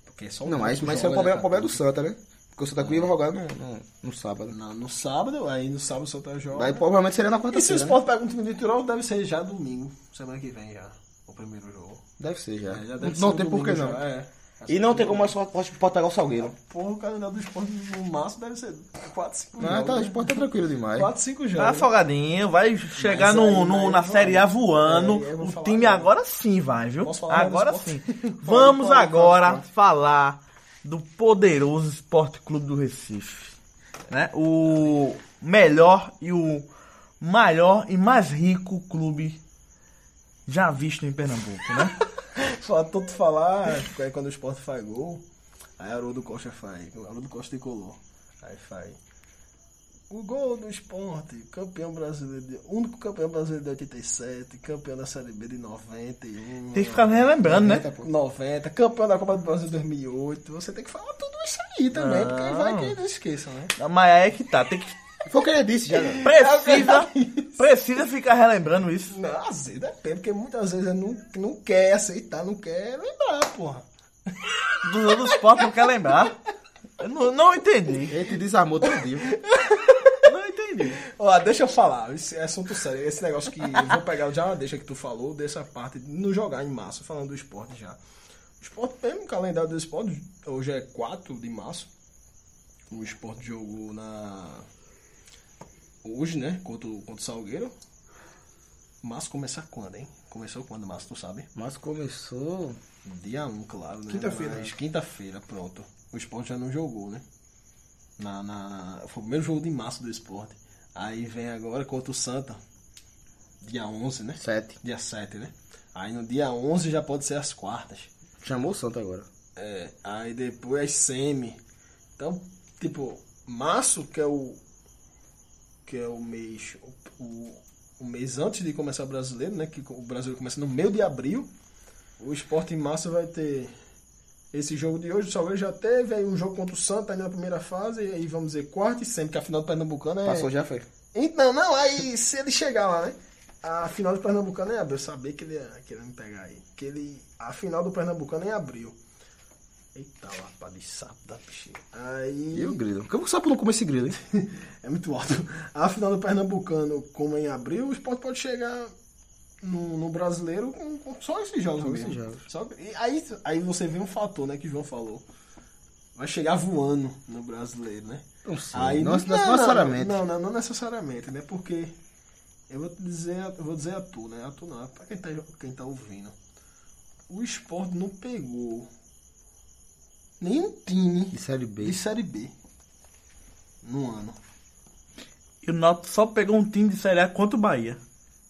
Porque só um
Não, mas,
pouco
mas isso é
joga
o problema,
dia
o problema é do
14.
Santa, né? Porque o Santa
É.
Cruz vai jogar no, no, no sábado.
Na- no sábado, aí no sábado o Santa joga.
Daí provavelmente seria na
e se o
quarta-feira. né?
esporte pega um time de Tirol, deve ser já domingo, semana que vem já, o primeiro jogo.
Deve ser já.
É, já
não
deve ser
não
no
tem
domingo
por que
já,
não.
é.
E não tem como mais só pode pegar o Salgueiro.
Porra, o calendário do esporte no máximo deve ser 4, 5
Não, tá, o esporte tá tranquilo demais.
4, 5
Tá
né? jogos.
afogadinho, vai chegar
Mas
no,
aí,
no-
aí
na
eu vou-
Série A voando.
É, eu vou
o
falar
time
agora.
agora sim vai, viu?
Posso falar agora do
Agora sim.
esporte?
Vamos
Fala, fala,
agora
fala do
falar do poderoso Esporte Clube do Recife. Né? O melhor e o maior e mais rico clube já visto em Pernambuco, né?
Faltou tu falar, é quando o esporte faz gol, aí Haroldo Costa faz, Haroldo Costa decolou. Aí faz. O gol do esporte, campeão brasileiro, de- único campeão brasileiro de 87, campeão da Série B de 91.
Tem que ficar relembrando, né?
90, campeão da Copa do Brasil de 2008. Você tem que falar tudo isso aí também, porque vai que eles esqueçam, né?
Mas é que tá, tem que.
Foi o que ele disse já. né?
Precisa, precisa ficar relembrando isso.
Não, às vezes depende, porque muitas vezes não, não quer aceitar, não quer lembrar, porra.
Dos outros esportes não quer lembrar. Eu não, não entendi.
Ele te desarmou todo dia.
Não entendi. entendi.
Ó, deixa eu falar, esse é assunto sério. Esse negócio que eu vou pegar já uma deixa que tu falou, dessa parte de não jogar em março, falando do esporte já. O esporte mesmo, o calendário do esporte, hoje é 4 de março. O esporte jogou na. Hoje, né? Contra, o- contra o Salgueiro. Março começa quando, hein? Começou quando, Março, tu sabe?
Mas começou.
Um Dia 1, claro, né?
Quinta-feira.
Mas Quinta-feira, pronto. O esporte já não jogou, né? Na, na- foi o primeiro jogo de março do esporte. Aí vem agora contra o Santa. Dia 11, né?
Sete.
Dia 7, né? Aí no dia 11 já pode ser as quartas.
Chamou o Santa agora.
É, aí depois as semi. Então, tipo, março, que é o que é o mês o, o- o mês antes de começar o brasileiro, né, que o brasileiro começa no meio de abril. O Sport em março vai ter esse jogo de hoje, o Salgueiro já teve aí um jogo contra o Santa ainda na primeira fase, e aí vamos dizer quarta e semi, que a final do Pernambucano é
Passou, já foi.
então, não, aí se ele chegar lá, né? A final do Pernambucano em abril. Eu sabia que ele ia querer me pegar aí. Que ele, a final do Pernambucano é em abril. Eita, lapa de sapo da bexiga. Aí.
E o grilo? Por que o sapo não come esse grilo, hein?
É muito alto. A final do Pernambucano, como é em abril, o esporte pode chegar no, no brasileiro com, com só esses jogos
Só
mesmo.
esses jogos.
Só- e aí, aí você vê um fator, né, que o João falou. Vai chegar voando no brasileiro, né?
Não sei.
Aí,
não, não, necessariamente.
Não, não, não necessariamente, né? Porque eu vou te dizer, eu vou dizer a tu, né? A tu não, é pra quem tá, quem tá ouvindo. O esporte não pegou nenhum time
De série
de
B.
Série B no ano.
E o Náutico só pegou um time de Série A contra o Bahia.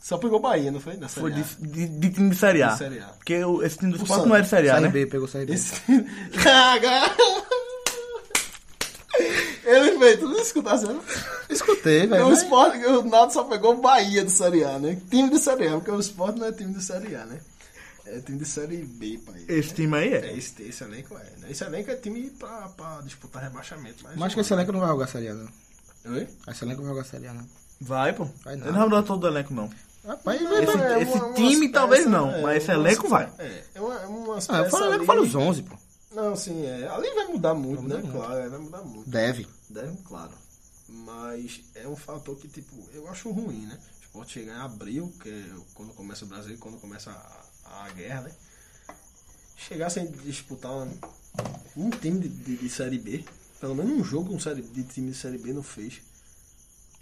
Só pegou o Bahia, não foi? Na Série
Foi de,
A.
de- de time de Série A.
De Série A.
Porque o- esse time do
O
Sport
Santos.
não é de Série A,
série
né?
B, pegou série B.
Esse... Caga! Ele veio, tu não escutasse, né?
Escutei,
Porque
velho.
o
mas-
Sport, o Náutico só pegou o Bahia do Série A, né? Time de Série A, porque o Sport não é time de Série A, né? É time de Série B, pai.
Esse time aí
É,
é.
esse, esse elenco é. Né? Esse elenco é time pra, pra disputar rebaixamento. Mas, é.
Mas acho que esse elenco não vai jogar série A, não.
Oi?
Esse elenco vai jogar série A, não.
Vai, pô.
Vai não.
Ele não vai mudar todo o elenco, não.
Rapaz,
é
Esse-
vai-
esse time talvez não, mas esse
umas-
elenco vai.
É, é uma, é umas
Ah,
peças
fala,
ali-
fala os 11, pô.
Não, sim, é. Ali vai mudar muito, né? Claro, é, vai mudar muito.
Deve.
Deve, claro. Mas é um fator que, tipo, eu acho ruim, né? O esporte chegar em abril, que é quando começa o Brasil, quando começa a, a guerra, né? Chegar sem disputar um, um time de, de- de Série B. Pelo menos um jogo um série, de time de Série B não fez.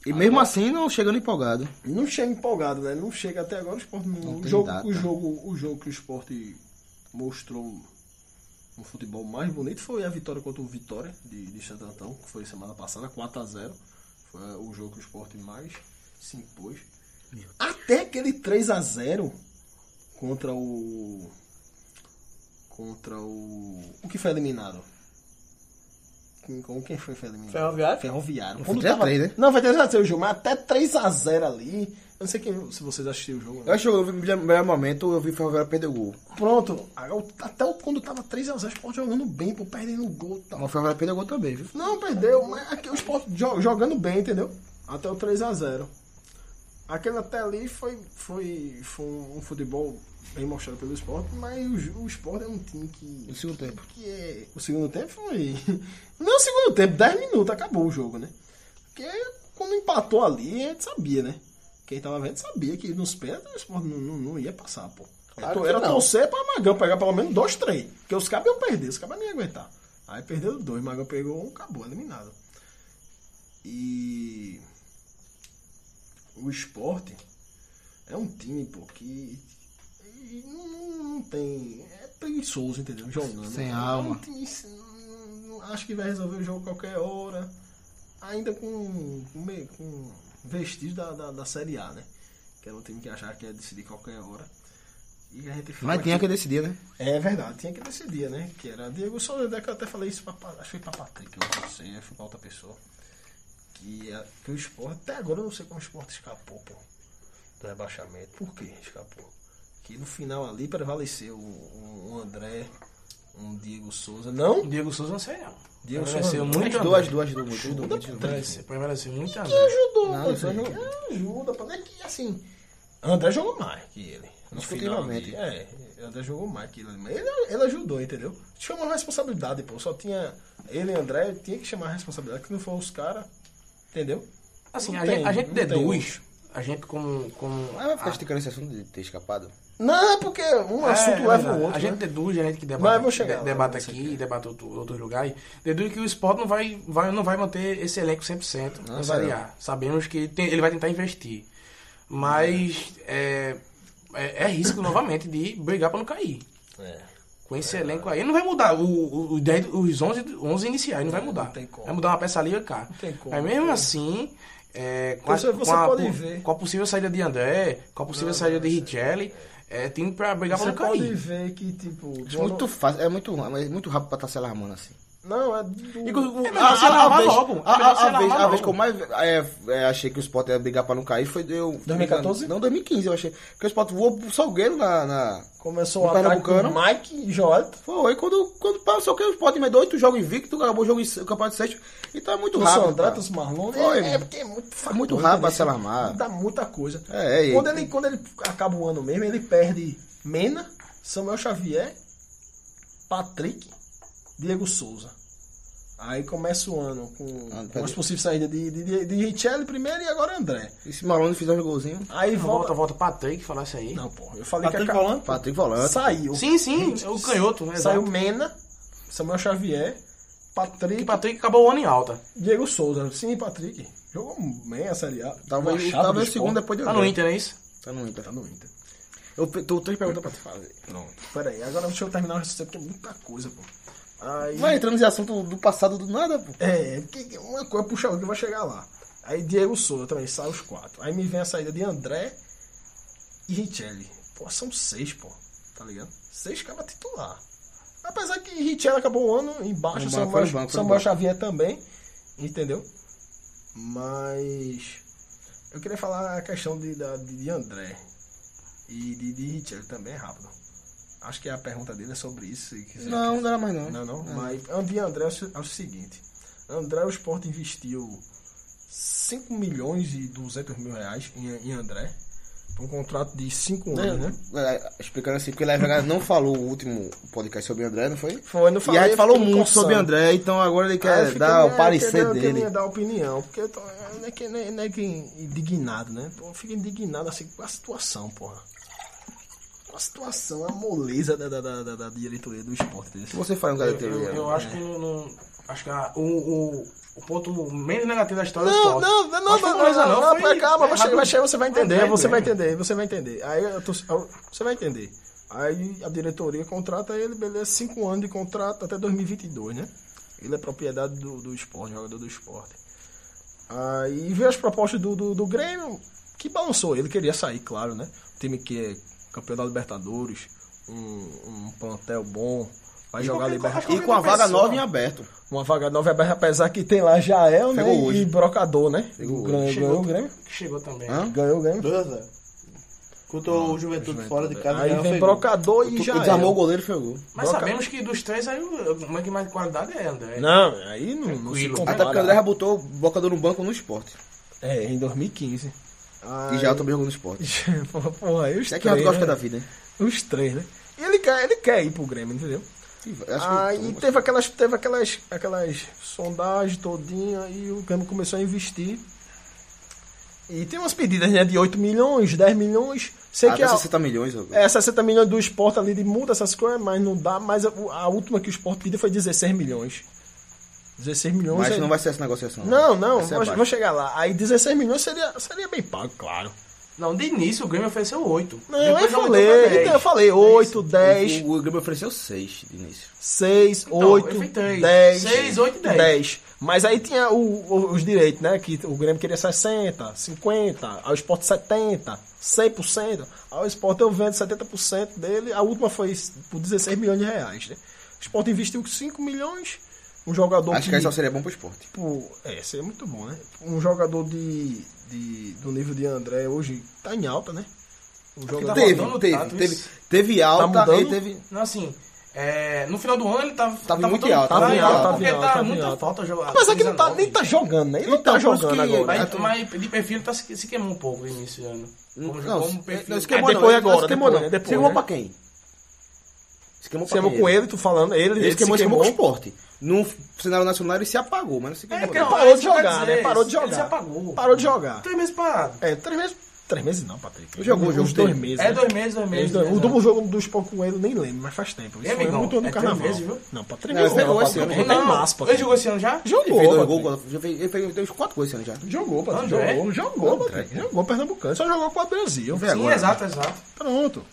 E mesmo assim, não chegando empolgado.
Não chega empolgado, né? Não chega até agora o esporte. Não,
Não
o,
tem
jogo,
data.
o, jogo, o jogo que o esporte mostrou um futebol mais bonito foi a vitória contra o Vitória de, de Santo Antão, que foi semana passada, 4x0. Foi o jogo que o esporte mais se impôs. Até aquele 3x0 contra o. Contra o. O que foi eliminado? Quem, com quem foi, que foi eliminado?
Ferroviário?
Ferroviário.
Foi
Quando
3 a
tava-
3, né?
Não, foi 3x0 o jogo, mas até 3x0 ali. Eu não sei quem, se vocês assistiram o jogo.
Eu
Né?
acho que eu vi o melhor momento, eu vi o Ferroviário perder o gol.
Pronto. Aí eu- Até o- quando tava 3x0, o Sport jogando bem, pô, perdendo o gol e
Mas o
tal.
Ferroviário perdeu o gol também, viu?
Não, perdeu, mas aqui o Sport jo- jogando bem, entendeu? Até o 3x0. Aquele até ali foi, foi, foi um futebol bem mostrado pelo Sport, mas o, jo- o Sport é um time que.
No segundo tempo.
que é- o segundo tempo foi. Não o segundo tempo, 10 minutos, acabou o jogo, né? Porque quando empatou ali, a gente sabia, né? Quem tava vendo sabia que nos pênaltis o Sport não, não, não ia passar, pô. Então
Claro que
era
não.
torcer pra Magão pegar pelo menos dois, três. Porque os cabos iam perder, os cabos não iam aguentar. Aí perdeu dois, Magão pegou um, acabou, eliminado. E. O esporte é um time, pô, que. e Não, não- não tem. É preguiçoso, entendeu? Jogando.
Sem
É um
alma.
time sem- não- não- acho que vai resolver o jogo qualquer hora. Ainda com. com, meio- com vestígio da, da, da Série A, né? Que era um time que achava que ia decidir qualquer hora. E a gente fala
Mas tinha que decidir, né?
é verdade, tinha que decidir, né? Que era Diego Souza, né? que eu até falei isso pra, Pa- acho que foi pra Patrick, eu não sei, acho que foi pra outra pessoa. Que, a- que o esporte, até agora eu não sei como o esporte escapou, pô, do rebaixamento. Por que escapou? Que no final ali prevaleceu um, um André, um Diego Souza. Não?
Diego Souza não sei não.
Diego
Prevaleceu
Souza não.
muito
As duas, as duas, as duas, as duas.
Prevaleceu prevaleceu muito a
Que ajudou,
Não,
pô,
isso ajuda.
que ajuda, pô. Não é que assim. André jogou mais que ele. No final
Discutivelmente.
ali, é, André jogou mais que ele. Mas ele, ele ajudou, entendeu? Tinha uma responsabilidade, pô. Só tinha. Ele e André tinha que chamar a responsabilidade, que não foram os caras. Entendeu?
Assim,
Não
a,
tem,
gente, a gente
não tem
deduz, a gente como. como
Mas vai ficar esticando esse assunto de ter escapado?
Não, é porque um
É,
assunto
é
leva
verdade.
o outro.
A gente
né?
deduz, a gente que
Mas
debate,
eu vou chegar
de-
lá,
debate
eu vou
aqui, debate outro- outros lugares, deduz que o esporte não vai, vai- não vai manter esse elenco 100%, vai
sei
variar. Sabemos que tem- ele vai tentar investir. Mas é, é- é risco novamente de brigar para não cair.
É.
Com esse elenco aí, não vai mudar. O, o- os 10 os 11, do- 11 iniciais não vai mudar.
tem como.
Vai mudar uma peça ali e cá.
tem como,
Mas mesmo assim, é, com,
Você-
com
você pode ver.
com a possível saída de André, com a possível saída de Richelli, é time pra brigar pra
Você
não
pode
cair.
ver que, tipo.
Acho muito fácil, é muito, é muito rápido pra estar se alarmando assim.
Não, é do.
É
ah,
melhor você largar logo.
A,
É melhor
a-
você
ah, a vez,
largar
a vez
logo.
que eu mais é, é, achei que o Sport ia brigar pra não cair foi. Eu,
2014?
Não, 2015 eu achei. Porque o Sport voou pro Salgueiro na. na...
Começou
do
o ataque
Pernambucano.
com
né?
Mike e Joelito.
Foi quando, quando passou que o Sport meteu 8 jogos invicto, acabou o jogo em se- o campeonato de sexto. Então é muito
O
rápido.
Sandra,
cara.
os Marlon.
Foi.
É, é porque é muito fator,
muito rápido pra
entendeu?
se alarmar.
Dá muita coisa.
É, é,
quando,
é.
ele, quando ele acaba o ano mesmo, ele perde Mena, Samuel Xavier, Patrick, Diego Souza. Aí começa o ano com,
Ah,
com
cadê?
as possíveis saídas de, de, de, de Richelli primeiro e agora André.
E se Malone fizer um golzinho,
Aí
Volta,
volta.
volta, Patrick, falar isso aí.
Não, pô, eu falei
Patrick
que acaba-
Volante.
Patrick Volante.
Saiu.
Sim, sim, é o canhoto. né?
Saiu
Exato.
Mena, Samuel Xavier, Patrick,
E Patrick acabou o ano em alta.
Diego Souza. Sim, Patrick. Jogou bem a Série A. Uma
Talvez,
chapa
talvez
do
o segundo
esporte.
depois de
Tá
André.
no Inter, não é isso?
Tá no Inter.
Tá no Inter.
Eu pe- tô três perguntas pra te fazer.
Pronto. Pera aí, agora deixa eu terminar o raciocínio, porque é muita coisa, pô. Aí...
Vai entrando nesse assunto do passado do nada, pô.
É, porque uma coisa puxa a outra, vai chegar lá. Aí Diego Souza também, sai os quatro. Aí me vem a saída de André e Richelli. Pô, são seis, pô. Tá ligado? Seis caras titular. Apesar que Richelli acabou o ano
No
embaixo,
um banco,
Samuel,
no banco, no
Samuel
banco.
Xavier também. Entendeu? Mas... Eu queria falar a questão de, da- de, de André e de, de Richelli também, rápido. Acho que a pergunta dele é sobre isso. Se quiser
Não, não era mais não.
não, não. Mas Andy André é o se- é o seguinte. André, o Sport investiu 5 milhões e 200 mil reais em, em André. Um contrato de 5 anos, né?
É, Explicando assim, porque o Levergas não falou o último podcast sobre o André, não foi?
Foi, não
e
falei,
aí falou
fiquei me
muito
coçando.
sobre o André, então agora ele
Aí
quer
fica,
dar
né,
o parecer
entendeu? Eu
dele.
queria dar opinião, porque eu tô, eu não é que, não é- não é que indignado, né? Pô, Eu fico indignado assim com a situação, porra. Com A situação, a moleza da, da, da, da- da diretoria do esporte.
O que você faz um cara de
Eu,
teoria?
eu acho que não. não- acho que a- o, o, o ponto menos negativo da história é o
Não,
esporte.
não, não, não,
Mas foi
não,
coisa
não, não,
foi-
pera, calma, vai
foi
chegar, vai
rápido.
chegar, você vai entender,
Mas,
você
né?
vai entender, você vai entender. Aí eu tô- eu- você vai entender. Aí a diretoria contrata ele, beleza, cinco anos de contrato até 2022, né? Ele é propriedade do, do esporte, jogador do esporte. Aí veio as propostas do, do, do Grêmio, que balançou. Ele queria sair, claro, né? Um time que é campeão da Libertadores, um, um plantel bom, vai jogar Libertadores.
E com a vaga nova em aberto.
Uma vaga nova, apesar que tem lá Jael, né?
Pegou hoje.
E Brocador, né?
Pegou hoje. Hum?
Ganhou, ganhou o Grêmio.
Que chegou também.
Hã?
Ganhou o Grêmio.
2x0. Contra o Juventude fora de casa.
é. Aí
ganhou,
vem
foi
Brocador e
Tu
Jael.
desarmou o goleiro e foi o gol.
Mas
Broca-
sabemos que dos três aí, o o que mais qualidade é André.
Não, aí não, não se
Tranquilo.
compara.
Até porque o André já botou o bocador no banco no esporte.
É, em 2015. Aí...
E já também jogou no esporte.
Porra, aí os
Isso Ah. é
três,
que o Renato gosta
né?
da vida, hein?
Os três, né? E ele quer, ele quer ir pro Grêmio, entendeu?
E vai- acho que
Aí
toma.
teve aquelas, teve aquelas, aquelas sondagens todinha e o Grêmio começou a investir. E tem umas pedidas, né? De 8 milhões, 10 milhões. Sei que
Até
a,
60 Ah, tá milhões. eu-
É, 60 milhões do esporte ali de multa, essas coisas, mas não dá. Mas a, a última que o esporte pediu foi 16 milhões. 16 milhões.
Mas
é-
não é vai ser essa negociação.
Não, não,
Vai ser
vou,
abaixo.
vou chegar lá. Aí 16 milhões seria, seria bem pago, claro.
Não, de início o Grêmio ofereceu oito.
Não, eu
Depois aumentou pra
falei,
dez.
então eu falei 8, 10,
O, o Grêmio ofereceu 6 de início.
6,
eu
8,
fui três.
10.
Seis, oito, dez.
10. Mas aí tinha o- o- os direitos, né? Que o Grêmio queria 60, 50, aí o esporte 70, 100%. Aí o esporte eu vendo 70% dele. A última foi por 16 milhões de reais, né? O esporte investiu 5 milhões. Um jogador
Acho que aí só seria bom pro esporte.
tipo, é, seria muito bom, né? Um jogador de, de- do nível de André hoje tá em alta, né? Um jogador
Teve,
faltando
teve,
tanto
teve.
isso.
Teve alta
tá mudando?
e teve.
Não, assim, é, no final do ano ele tava,
Tava muito
dando-
em alta,
tava em alta,
porque
tava em alta,
tá
tava em
muita
alta.
falta jogar.
Apesar que não tá, nem tá jogando, né? Ele não
Então,
tá
por isso
jogando
que-
agora.
Mas, mas de perfil tá, se, se queimou um pouco no início do ano. Como,
Não,
como perfil.
não, se
É,
queimou
depois
não,
agora,
se queimou
depois,
não.
né? Depois,
se queimou
né?
pra quem? Se Se queimou
Se queimou com ele, tu falando. Ele,
Ele,
ele
se queimou,
se
se queimou com o esporte. No cenário nacional ele se apagou, mas não
É,
se queimou.
É, porque
não.
ele um parou de jogar, né? Parou de jogar.
Ele se apagou.
Parou de jogar.
Três meses parado.
É, três meses. Três meses não, Patrick.
Jogou, jogou
Uns dois
tempo.
meses.
É
né?
dois meses, dois meses.
Eles dois-
dois
o duplo
anos.
jogo do Sport com ele, nem lembro, mas faz tempo. Isso
É,
foi
amigão,
muito ano
é
do carnaval.
três meses, viu?
Não, pra três
Não,
meses
ele
não. é
pegou
pra
esse ano,
três-
ele
Não,
Não,
mas, tá pô.
Ele jogou esse ano já?
é
Ele fez dois
Jogou,
gols, contra- já fez- ele fez, ele fez quatro gols esse ano já.
Jogou, pô,
André.
jogou, jogou, André. jogou Pernambucano, só jogou com o Brasil. né?
Sim, exato, exato.
Pronto.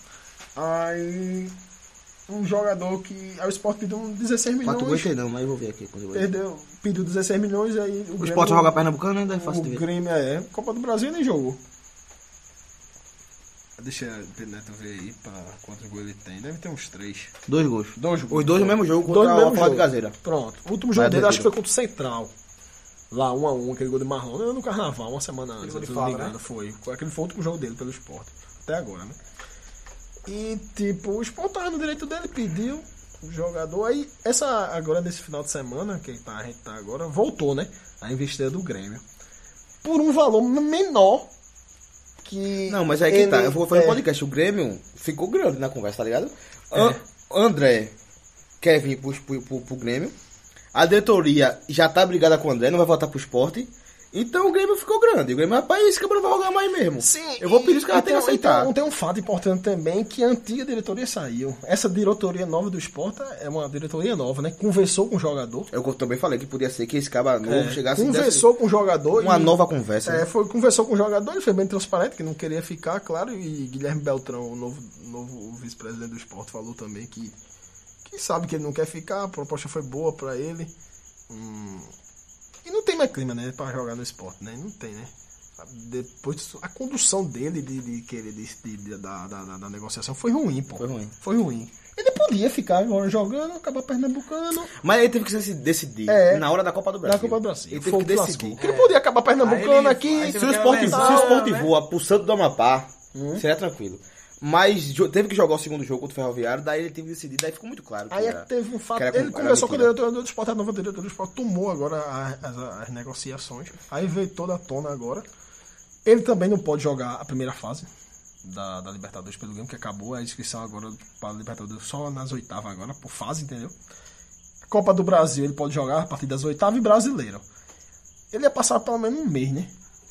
Aí, um jogador que. Aí o Sport pediu um 16
Quatro gols
milhões.
fez não, mas eu vou ver aqui. quando eu ver.
Perdeu, pediu 16 milhões, aí. O,
O
Grêmio-
esporte joga pernambucano, né? Daí é fácil de
O
ver.
Grêmio é. Copa do Brasil nem jogou. Deixa o Neto ver aí pra quantos gols ele tem. Deve ter uns três.
Dois gols.
Dois gols.
Os dois no mesmo jogo
Dois
contra
mesmo
o Flávio
jogo.
Gazeira.
Pronto. O último
Vai,
jogo dele
doido.
acho que foi contra o Central. Lá, 1 um a 1 um, aquele gol de Marlon. Era no Carnaval, uma semana antes,
gol de
se
né?
eu não me
Fábio,
engano, foi. Aquele foi o último jogo dele pelo esporte. Até agora, né? E, tipo, o esporte tava no direito dele, pediu o jogador. Aí, essa, agora, nesse final de semana, que tá, a gente tá agora, voltou, né? A investida do Grêmio. Por um valor menor que...
Não, mas aí que
ele-
tá. Eu vou fazer um
é,
podcast. O Grêmio ficou grande na conversa, tá ligado? An- André quer vir pro, pro, pro- pro Grêmio. A diretoria já tá brigada com o André, não vai voltar pro esporte. Então o Grêmio ficou grande. O Grêmio, rapaz, esse cabra não vai jogar mais mesmo.
Sim.
Eu vou pedir os
e-
caras
e
têm que
tem-
aceitar.
Tem, tem um fato importante também que a antiga diretoria saiu. Essa diretoria nova do Sport é uma diretoria nova, né? Conversou com o jogador.
Eu também falei que podia ser que esse cabra novo chegasse e desse
É, conversou com o jogador.
uma
e-
nova conversa.
É,
né?
foi, conversou com o jogador, ele foi bem transparente, que não queria ficar, claro. E Guilherme Beltrão, o novo, novo vice-presidente do esporte, falou também que, que sabe que ele não quer ficar, a proposta foi boa pra ele. Hum, E não tem mais clima, né, pra jogar no esporte, né? Não tem, né? Depois, disso, a condução dele de, de querer de- de- de- da, da, da- da negociação foi ruim, pô.
Foi ruim.
Foi ruim. Ele podia ficar agora jogando, acabar pernambucano.
Mas ele teve que se decidir
É.
na hora da Copa do
Da
Brasil.
Copa do Brasil.
Ele teve
Foi
que
o que
decidir.
lascou. Ele podia acabar pernambucano
Aí ele-
aqui.
aí você
Se o Sport,
Lesão,
se o Sport
né?
voa pro Santo do Amapá,
Hum.
seria tranquilo. Mas jo- teve que jogar o segundo jogo contra o Ferroviário, daí ele teve que decidir, daí ficou muito claro. que
Aí
era-
teve um fato.
É. que era
Ele
com- era
conversou com o
mentira.
diretor do esporte, a nova diretora do esporte tomou agora a- as, as negociações. Aí veio toda a tona agora. Ele também não pode jogar a primeira fase da, da Libertadores pelo game, que acabou a inscrição agora para a Libertadores só nas oitavas agora, por fase, entendeu? Copa do Brasil ele pode jogar a partir das oitavas e brasileiro. Ele ia passar pelo menos um mês, né?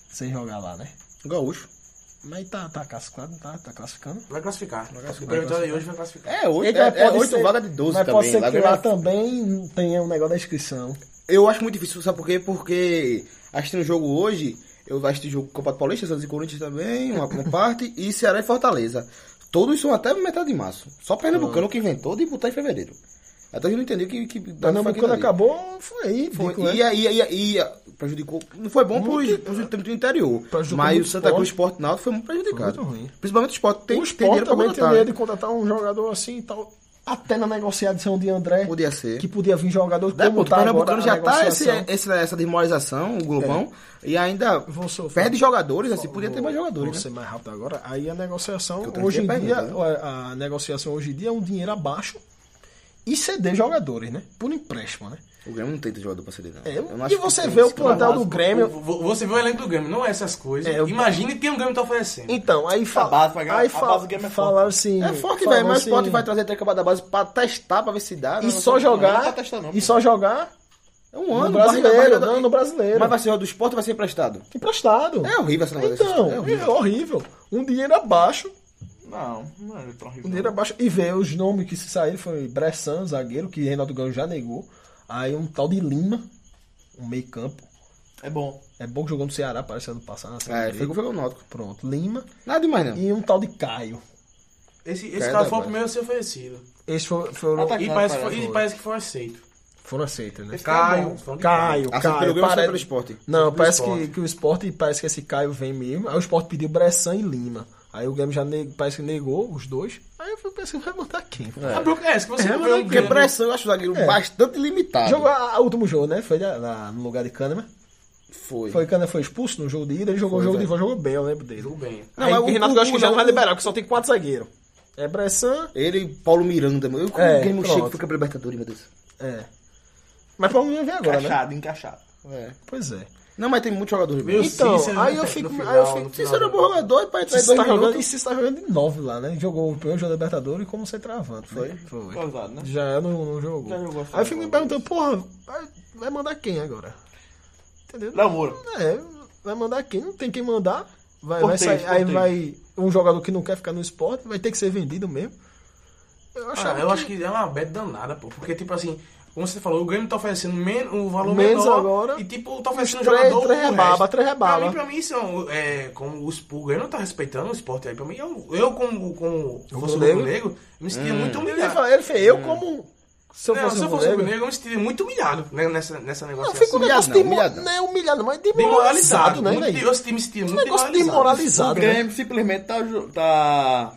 Sem jogar lá, né?
Gaúcho.
Mas tá, tá classificado, tá, tá classificando.
Vai classificar. Depois da vitória de hoje vai classificar.
É, oito,
Ele
é,
vai-
é
pode
oito
ser-
vagas de 12
mas
também.
pode ser
lá
que
ganhou-
lá também tenha um negócio da inscrição.
Eu acho muito difícil, sabe por quê? Porque assistindo o jogo hoje, eu assisti o jogo Copa do Paulista, Santos e Corinthians também, uma, uma parte, e Ceará e Fortaleza. Todos são até metade de março. Só Pernambucano que inventou de botar em fevereiro. Até hoje eu não entendi que... que
Pernambucano
acabou.
acabou, foi aí.
Foi,
ridículo, né?
e, aí, e, aí- e aí prejudicou. Não foi bom pro
Muito-
time do interior.
prejudicou
Mas
muito
o Santa Cruz
esporte.
Sport Náutico foi muito prejudicado.
Foi muito ruim.
Principalmente o Sport tem,
o
tem
Sport
dinheiro pra
também tem
contratar.
medo de contratar um jogador assim e tal. Até na negociação de André,
Podia ser.
que podia vir jogador
Daí,
como
pô,
tá
o Pernambucano
agora
já
a
tá esse,
negociação. É.
esse- essa desmoralização, o Globão, e ainda
Vou sofrer.
perde jogadores, assim, podia ter
Vou-
mais
Vou
jogadores.
ser
né?
mais rápido agora. Aí a negociação,
Que né? eu tranquei
hoje em
a
dia, é,
pergunta,
a, a negociação hoje em dia é um dinheiro abaixo e ceder jogadores, né? Por empréstimo, né?
O Grêmio não tem jogador pra ser não.
É,
Eu não
e
acho que é
você
tem
vê o
esse cara.
plantel do Grêmio,
V- Você vê o elenco do Grêmio, não é essas coisas.
É, eu-
Imagine quem o Grêmio tá oferecendo.
Então, aí fala.
base, a
Aí
base
fala,
do game é forte.
falaram assim.
É forte,
falaram
velho, mas o tá Sport
assim,
vai trazer até a camada da base pra testar, pra ver se dá.
E
Não,
só
não,
jogar.
Não dá pra testar, não.
e
né? Tá pô.
só jogar
É um
no
ano.
brasileiro,
barriga-
não, no brasileiro.
Mas vai ser o do Sport ou vai ser emprestado?
Emprestado.
É horrível essa negócio.
Então,
é
é
horrível.
horrível. Um dinheiro abaixo.
Não, não é tão
Um
horrível.
dinheiro abaixo. E vê os nomes que se saíram foi Bressan, zagueiro, que Reinaldo Gano já negou. Aí um tal de Lima, um meio campo.
É bom.
É bom que jogou no Ceará, parece ano passado. assim,
É, foi, foi o Náutico.
Pronto, Lima.
Nada demais, não.
E um tal de Caio.
Esse, esse
Cara,
cara foi
agora.
o primeiro a ser oferecido.
Esses foram, foram,
Atacante,
E parece, que foi-
parece.
e parece que foi aceito. Tá
foram aceitos, né?
é
Caio. falando
Aceito
Caio,
de
Caio.
Assim, pelo Grêmio ou
pare-
aceito pelo esporte?
Não,
Pelo
parece
esporte.
que, que o esporte, parece que esse Caio vem mesmo. Aí o esporte pediu Bressan e Lima. Aí o Grêmio já ne- parece que negou os dois. Aí eu fui pensando, vai mandar quem?
A bronca é essa, que você não vê um
Porque
Grêmio-
pressão eu acho o zagueiro
É.
bastante limitado.
Jogou a- a- o último jogo, né? Foi da- lá no lugar de Kahneman.
Foi.
Foi Kahneman foi expulso no jogo de ida, ele jogou o
Foi,
jogo de
velho.
volta, jogou bem, eu lembro dele.
Tudo bem.
Não,
Aí
mas
o
o-
Renato Gaúcho
o-
que já não vai
o-
liberar, porque só tem quatro zagueiros. É Bressan,
Ele e Paulo Miranda, mano. Eu como
É,
o Grêmio
pronto.
chega e fica pro Libertadores, meu Deus.
é. Mas pra mim vem agora, né?
Encaixado, encaixado.
É.
Pois é.
Não, mas tem muito jogador de
Meu
bem.
Então,
Então,
Cícero
aí
no
eu
fi-
fico.
no
aí eu
final,
fico.
no
Cícero é
final,
bom jogador, pra entrar em
Cícero
dois
tá jogando, e
minutos.
Cícero tá jogando de 9 lá, né? Jogou o primeiro jogo da Libertadores como centroavante. Foi? Foi.
Casado, né?
Já é não, não jogou.
Já jogou a
Aí eu fico me perguntando, porra, vai, vai mandar quem agora? Entendeu?
Léo Moura.
É, vai mandar quem? Não tem quem mandar. Vai, vai
Cortez,
sair, aí
Cortez.
vai um jogador que não quer ficar no esporte, vai ter que ser vendido mesmo. Eu achava
Ah, eu acho que é uma beta danada, pô. Porque, tipo assim, como você falou, o Grêmio tá oferecendo men um valor
Menos
menor.
agora.
E, tipo, tá oferecendo um
Três-
jogador.
três
com o
rebaba,
resto.
três rebaba.
Pra mim, pra mim, são. É, como os, o Grêmio não tá respeitando o esporte aí. Pra mim, eu, eu como, como fosse o
rubro-negro?
Rubro Negro, eu me sentia muito
Ele, ia
humilhado.
falar, ele fez, eu como. Se eu
Não,
fosse
se eu
um
fosse o Rubro
goleiro-
Negro, eu me sentiria muito humilhado né, nessa, nessa
Não,
negociação.
fica um negócio
Humilhado não,
de
humilhado não.
Não é humilhado, mas
demoralizado,
demoralizado, né,
muito-
velho?
Eu me sentia muito
negócio
demoralizado.
O
demoralizado, né?
Grêmio simplesmente tá, ju- tá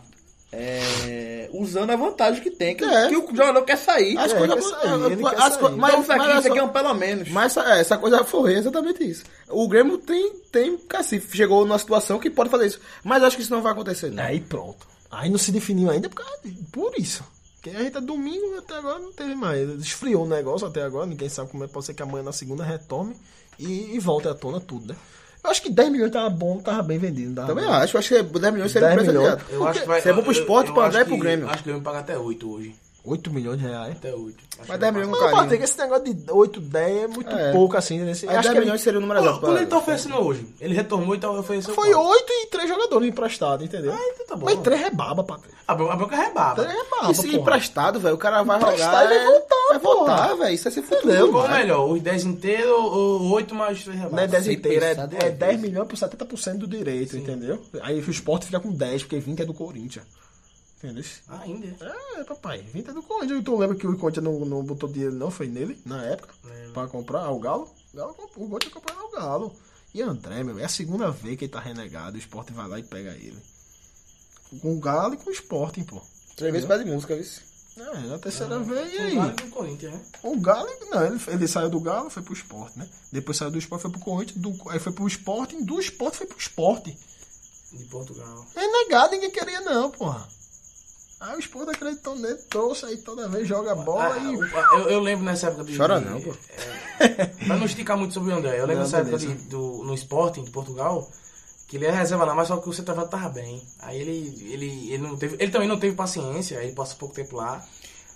é, usando a vantagem que tem, que,
É.
que o jogador quer sair.
As
É,
coisas.
quer sair,
as
ele
co-
quer
as
sair.
co-
Então
mas,
Mas
isso aqui,
mas
isso aqui é
essa-
um pelo menos.
mas essa é, essa coisa foi exatamente isso. O Grêmio tem, tem assim, chegou numa situação que pode fazer isso. Mas acho que isso não vai acontecer, não.
Aí pronto. Aí não se definiu ainda por, causa de- por isso. Porque a gente tá domingo até agora não teve mais. Esfriou o negócio até agora, ninguém sabe como é. Pode ser que amanhã na segunda retome e, e volte à tona tudo, né? Eu acho que 10 milhões tava bom, tava bem vendido. Tava
Também
bom.
acho. Acho que 10 milhões seria
10 milhões.
empresariado.
Eu acho que vai.
Se é bom pro
eu-
esporte,
eu
pra
acho
André e pro
que-
Grêmio.
Acho que o Grêmio paga até 8 hoje.
8 milhões de reais.
Até 8. Acho
Mas
que
10
vai
milhões
Mas
com carinho.
Patrick, esse negócio de 8, 10 é muito
É.
pouco assim. Nesse,
Aí 10
ele-
milhões seria o número
Quando,
exato.
quando ele tá
pra-
oferecendo hoje, ele retomou e tá oferecendo.
Foi 8 e 3 jogadores emprestados, entendeu?
Ah, então tá bom.
Mas 3 é baba, Patrick.
A bro- a bronca rebaba.
3 é baba.
Ah. E se
porra.
emprestado, velho, o cara vai
Emprestar,
rolar.
ele vai voltar,
Vai
porra.
voltar, velho. Isso é ser
Entendeu?
futuro.
Qual o
vai.
melhor? Os 10 inteiros ou 8 mais 3 rebaba?
Não é 10
sem
inteiro, é,
pensar duas
é 10
vezes.
milhões por 70% do direito, entendeu? Aí o esporte fica com 10, porque 20 é do Corinthians. Entendeu?
Ah, ainda. é.
É, papai, 20 é do Corinthians. Tu lembra que o Corinthians não, não botou dinheiro, não? Foi nele, na época, pra comprar o Galo? O, Galo comprou, o Corinthians comprou o Galo. E André, meu, é a segunda vez que ele tá renegado. O esporte vai lá e pega ele. Com o Galo e com o esporte, pô.
Três vezes pede música, viu?
É, na terceira vez, e
Ah, O
aí?
Galo do Corinthians, né?
O Galo, não, ele, ele saiu do Galo, foi pro esporte, né? Depois saiu do esporte, foi pro Corinthians, do, aí foi pro esporte, do esporte foi pro esporte.
De Portugal.
É negado, ninguém queria não, porra. Aí o esporte acreditou nele, trouxe aí toda vez, joga a bola
Ah,
e...
o- eu, eu lembro nessa época de.
Chora
de-
não, pô.
é, pra não esticar muito sobre o André. Eu lembro
Não,
nessa época
beleza.
de- do, no Sporting de Portugal. Que ele era reserva lá, mas só que o centroavante tava bem. Aí ele, ele, ele não teve. Ele também não teve paciência, aí ele passou pouco tempo lá.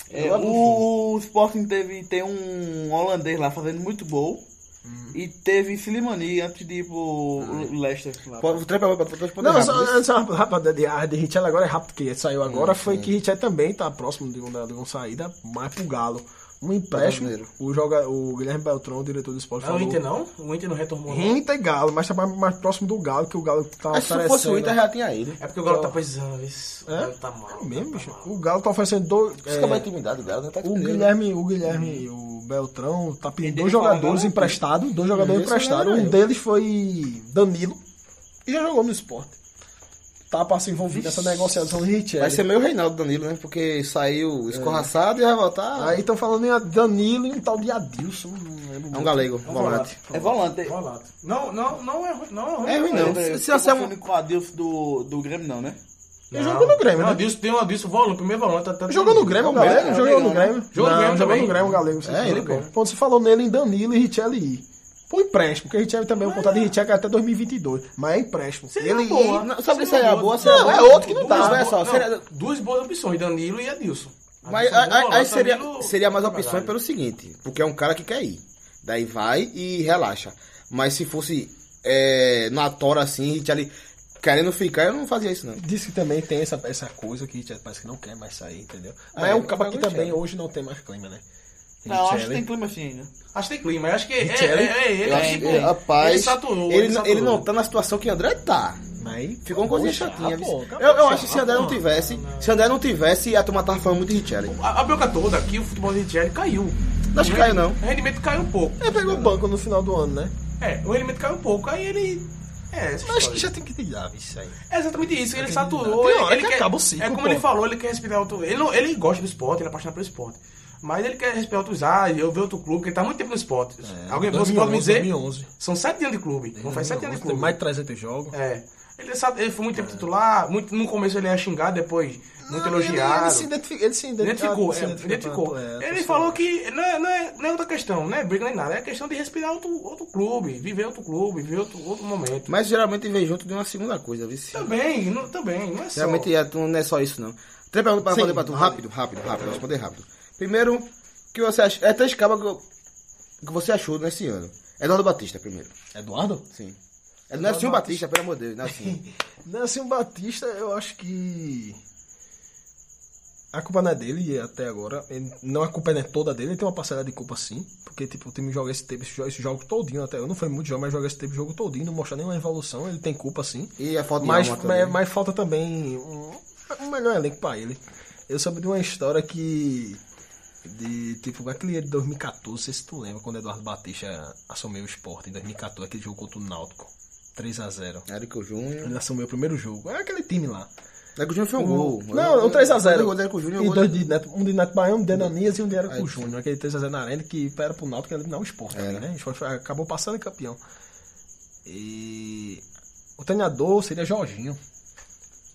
É, o, o Sporting teve, tem um holandês lá fazendo muito gol. E teve Slimani antes de ir pro hum. Leicester. lá.
Pode- Três pra- pra- pra- pra- pra-
Não,
é rápido,
só, é,
viu?
só uma rápida de, a de Richel agora é rápido, que saiu agora, foi que Richel também tá próximo de uma, de uma saída, mais pro Galo. Um empréstimo,
Brasileiro.
o, joga, o Guilherme Beltrão, o diretor do esporte,
Não, É o Inter não? O Inter não retomou não.
Inter e Galo, mas tá mais, mais próximo do Galo, que o Galo tá
Mas se fosse o Inter,
oferecendo-
já tinha ele.
É porque o Galo tá precisando, isso. O
É?
Galo tá mal.
É mesmo,
tá
bicho.
mal.
O Galo tá oferecendo dois.
Isso
é,
que é uma intimidade dela, né? Tá
o
com ele.
Guilherme, o Guilherme e o Beltrão tá pedindo dois
fala,
jogadores
né?
emprestados, dois jogadores
Esse
emprestados.
era
Um
eu.
deles foi Danilo e já jogou no esporte. Tá pra se envolver nessa negociação de Richelli.
Vai ser meio Reinaldo Danilo, né? Porque saiu escorraçado e vai voltar.
Ah, Aí estão falando em Danilo e um tal de Adilson. Não lembro
é um
muito.
galego,
É um
volante.
É volante.
Volante. Tá Não, não, não é ruim. Não
É ruim, não.
Eu
Se- se
tô
você é um-
confundindo com o Adilson do, do Grêmio, não, né?
Ele jogou no Grêmio,
Não,
né?
Adilson, tem um Adilson, volante, primeiro volante. Tá, tá,
Jogou no Grêmio, o
Galego,
galego?
é um
Jogou no
galegão, né?
Grêmio.
Jogou no
Não,
Grêmio
Jogou no
também.
Grêmio, o galego.
É, ele, pô.
Quando você falou nele em Danilo e Richelli ir. Por empréstimo, porque Richelli também, o contrato de Richelli é até 2022. Mas é empréstimo.
Seria uma
Ele-
boa.
e- não, sabe se
Seria
é
uma
boa, se é boa. Duas,
Duas,
olha só,
boas- não,
seria-
duas boas opções, Danilo e Adilson.
Mas
Adilson é um
aí,
bom
aí- aí
volante,
seria,
Danilo- é
seria mais opções
Caralho.
pelo seguinte, porque é um cara que quer ir. Daí vai e relaxa. Mas se fosse é, na tora assim, Richelli querendo ficar, eu não fazia isso não.
Diz que também tem essa, essa coisa que Richelli parece que não quer mais sair, entendeu? Mas
É,
é um
eu
cara que
gosto do
também
Richelli.
hoje não tem mais clima, né?
Não, acho que
Richelli-
tem clima assim ainda.
Acho que tem clima, eu acho que é, é,
Richelli?
é, é ele.
Eu
é
acho
tipo,
que, rapaz,
ele saturou.
ele, não-
saturou.
ele não tá na situação que André tá.
Mas
Ficou uma coisinha
Poxa,
chatinha.
pô,
viu?
acabou,
eu eu
chato,
acho que se André não
pô.
tivesse, se André não tivesse, a turma tava falando muito de Richelli.
A, a bronca toda aqui, o futebol de Richelli caiu.
Não acho que
O
caiu, não.
O rendimento caiu um pouco.
Ele pegou É, o banco no final do ano, né?
É, o rendimento caiu um pouco, aí ele... É, essa
Mas acho que
história.
já tem que tirar isso aí.
É exatamente isso, ele saturou.
Tem
ele-
hora
ele
que acaba o ciclo,
É como
pô.
ele falou, ele quer respirar outro. Ele, não, ele gosta do esporte, ele é apaixonado pelo esporte. Mas ele quer respirar outros ares, eu ver outro clube, que ele tá muito tempo no esporte.
É,
Alguém você pode me dizer?
2011. É,
São sete anos de clube. Não faz sete anos de clube.
Mais de 300 jogos.
É. Ele, sabe- ele foi muito tempo titular, muito, no começo ele era xingado, depois
Não,
muito
Ah, ele-
elogiado.
Ele se identifi- ele se
Identificou,
identificou. tá
é, identificou. ele falou que não é, não, é, não é outra questão, não é briga nem nada, é questão de respirar outro, outro clube, viver outro clube, viver outro, outro momento.
Mas geralmente vem junto de uma segunda coisa, viu?
Também, não, também, não é só.
Realmente é, não é só isso, não. Três perguntas pra
Sim,
fazer pra tu.
vale.
Rápido, rápido, rápido. Vou responder rápido. Primeiro, o que você acha? É três cabas que, eu- que você achou nesse ano. Eduardo Batista, primeiro.
Eduardo?
Sim. É Nelson Batista, pelo amor de Deus. é Nelson.
Nelson assim, Batista, eu acho que. A culpa não é dele até agora. Ele- não a culpa não é toda dele, ele tem uma parcela de culpa sim. Porque tipo, o time joga esse tempo, esse jogo, esse jogo todinho até. Eu não foi muito jogo, mas joga esse tempo jogo todinho, não mostra nenhuma evolução, ele tem culpa sim.
E a falta de
mas, é,
alma também.
mas, mas falta também um, um melhor elenco pra ele. Eu soube de uma história que. De tipo, aquele ano de 2014, não sei se tu lembra, quando o Eduardo Batista assumiu o esporte em 2014, aquele jogo contra o Náutico. 3x0.
Érico Júnior.
Ele assumiu o primeiro jogo. É aquele time lá.
Érico Júnior foi um gol.
Não, um
O gol
3x0.
do Érico Júnior. o
E
gol
dois
do-
de Neto, um de Neto Baiano, um de Denanias e um de
Aí,
Érico Júnior. Aquele 3x0 na arena que era pro Náutico eliminar o esporte também, né? O esporte foi- acabou passando e campeão. E o treinador seria Jorginho.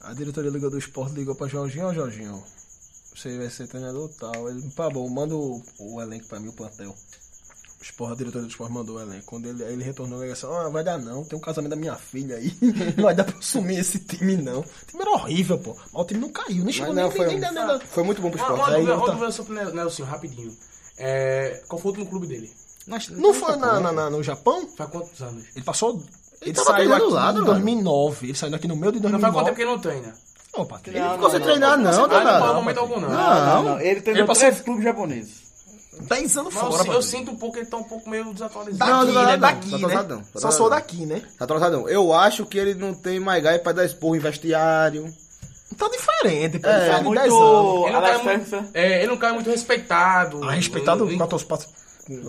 A diretoria ligou do esporte, ligou pra Jorginho, ó Jorginho, você vai ser treinador e tal. Ele, pá, bom, manda o, o elenco pra mim, o plantel. O esporte, a diretoria do esporte mandou o elenco. Quando ele, aí ele retornou, ele disse, ah, vai dar não, tem um casamento da minha filha aí. Não vai dar pra assumir esse time, não. O time era horrível, pô. Mas o time não caiu, nem chegou
Mas
nem,
não,
nem,
foi, um-
nem, nem, nem-
foi muito bom pro
Uma,
esporte.
uma,
aí
dúvida,
não
uma
tá.
dúvida sobre o Nelson, rapidinho. É, qual foi o último clube dele?
Não foi na, na- na- no Japão?
Faz quantos anos?
Ele passou... Ele,
tava
saiu
treinando
aqui
lá, né,
em
Eduardo.
2009. Ele saiu daqui no meio de
Não faz quanto
2009.
tempo que ele não treina?
Ô, Patrick.
Não ficou sem treinar, não,
Ah, não, não,
Danado.
momento algum, não.
Não, não. Ele treinou
Ele passou-
três clubes japoneses.
10 anos
Mas eu,
fora,
eu
Patrick.
sinto um pouco que ele tá um pouco meio desatualizado.
Não,
Daqui,
não,
né?
não,
Daqui,
tá
né?
atrasadão, tá
Só
atrasadão.
sou daqui, né?
Tá trocadão. Eu acho que ele não tem mais gás pra dar esporro em vestiário.
Tá diferente, pô.
É,
diferente de 10 anos.
Muito
Ele não, cai
Alex
muito,
Ferguson.
é, ele não cai muito respeitado.
Ah, respeitado
Ele-
com a torcida.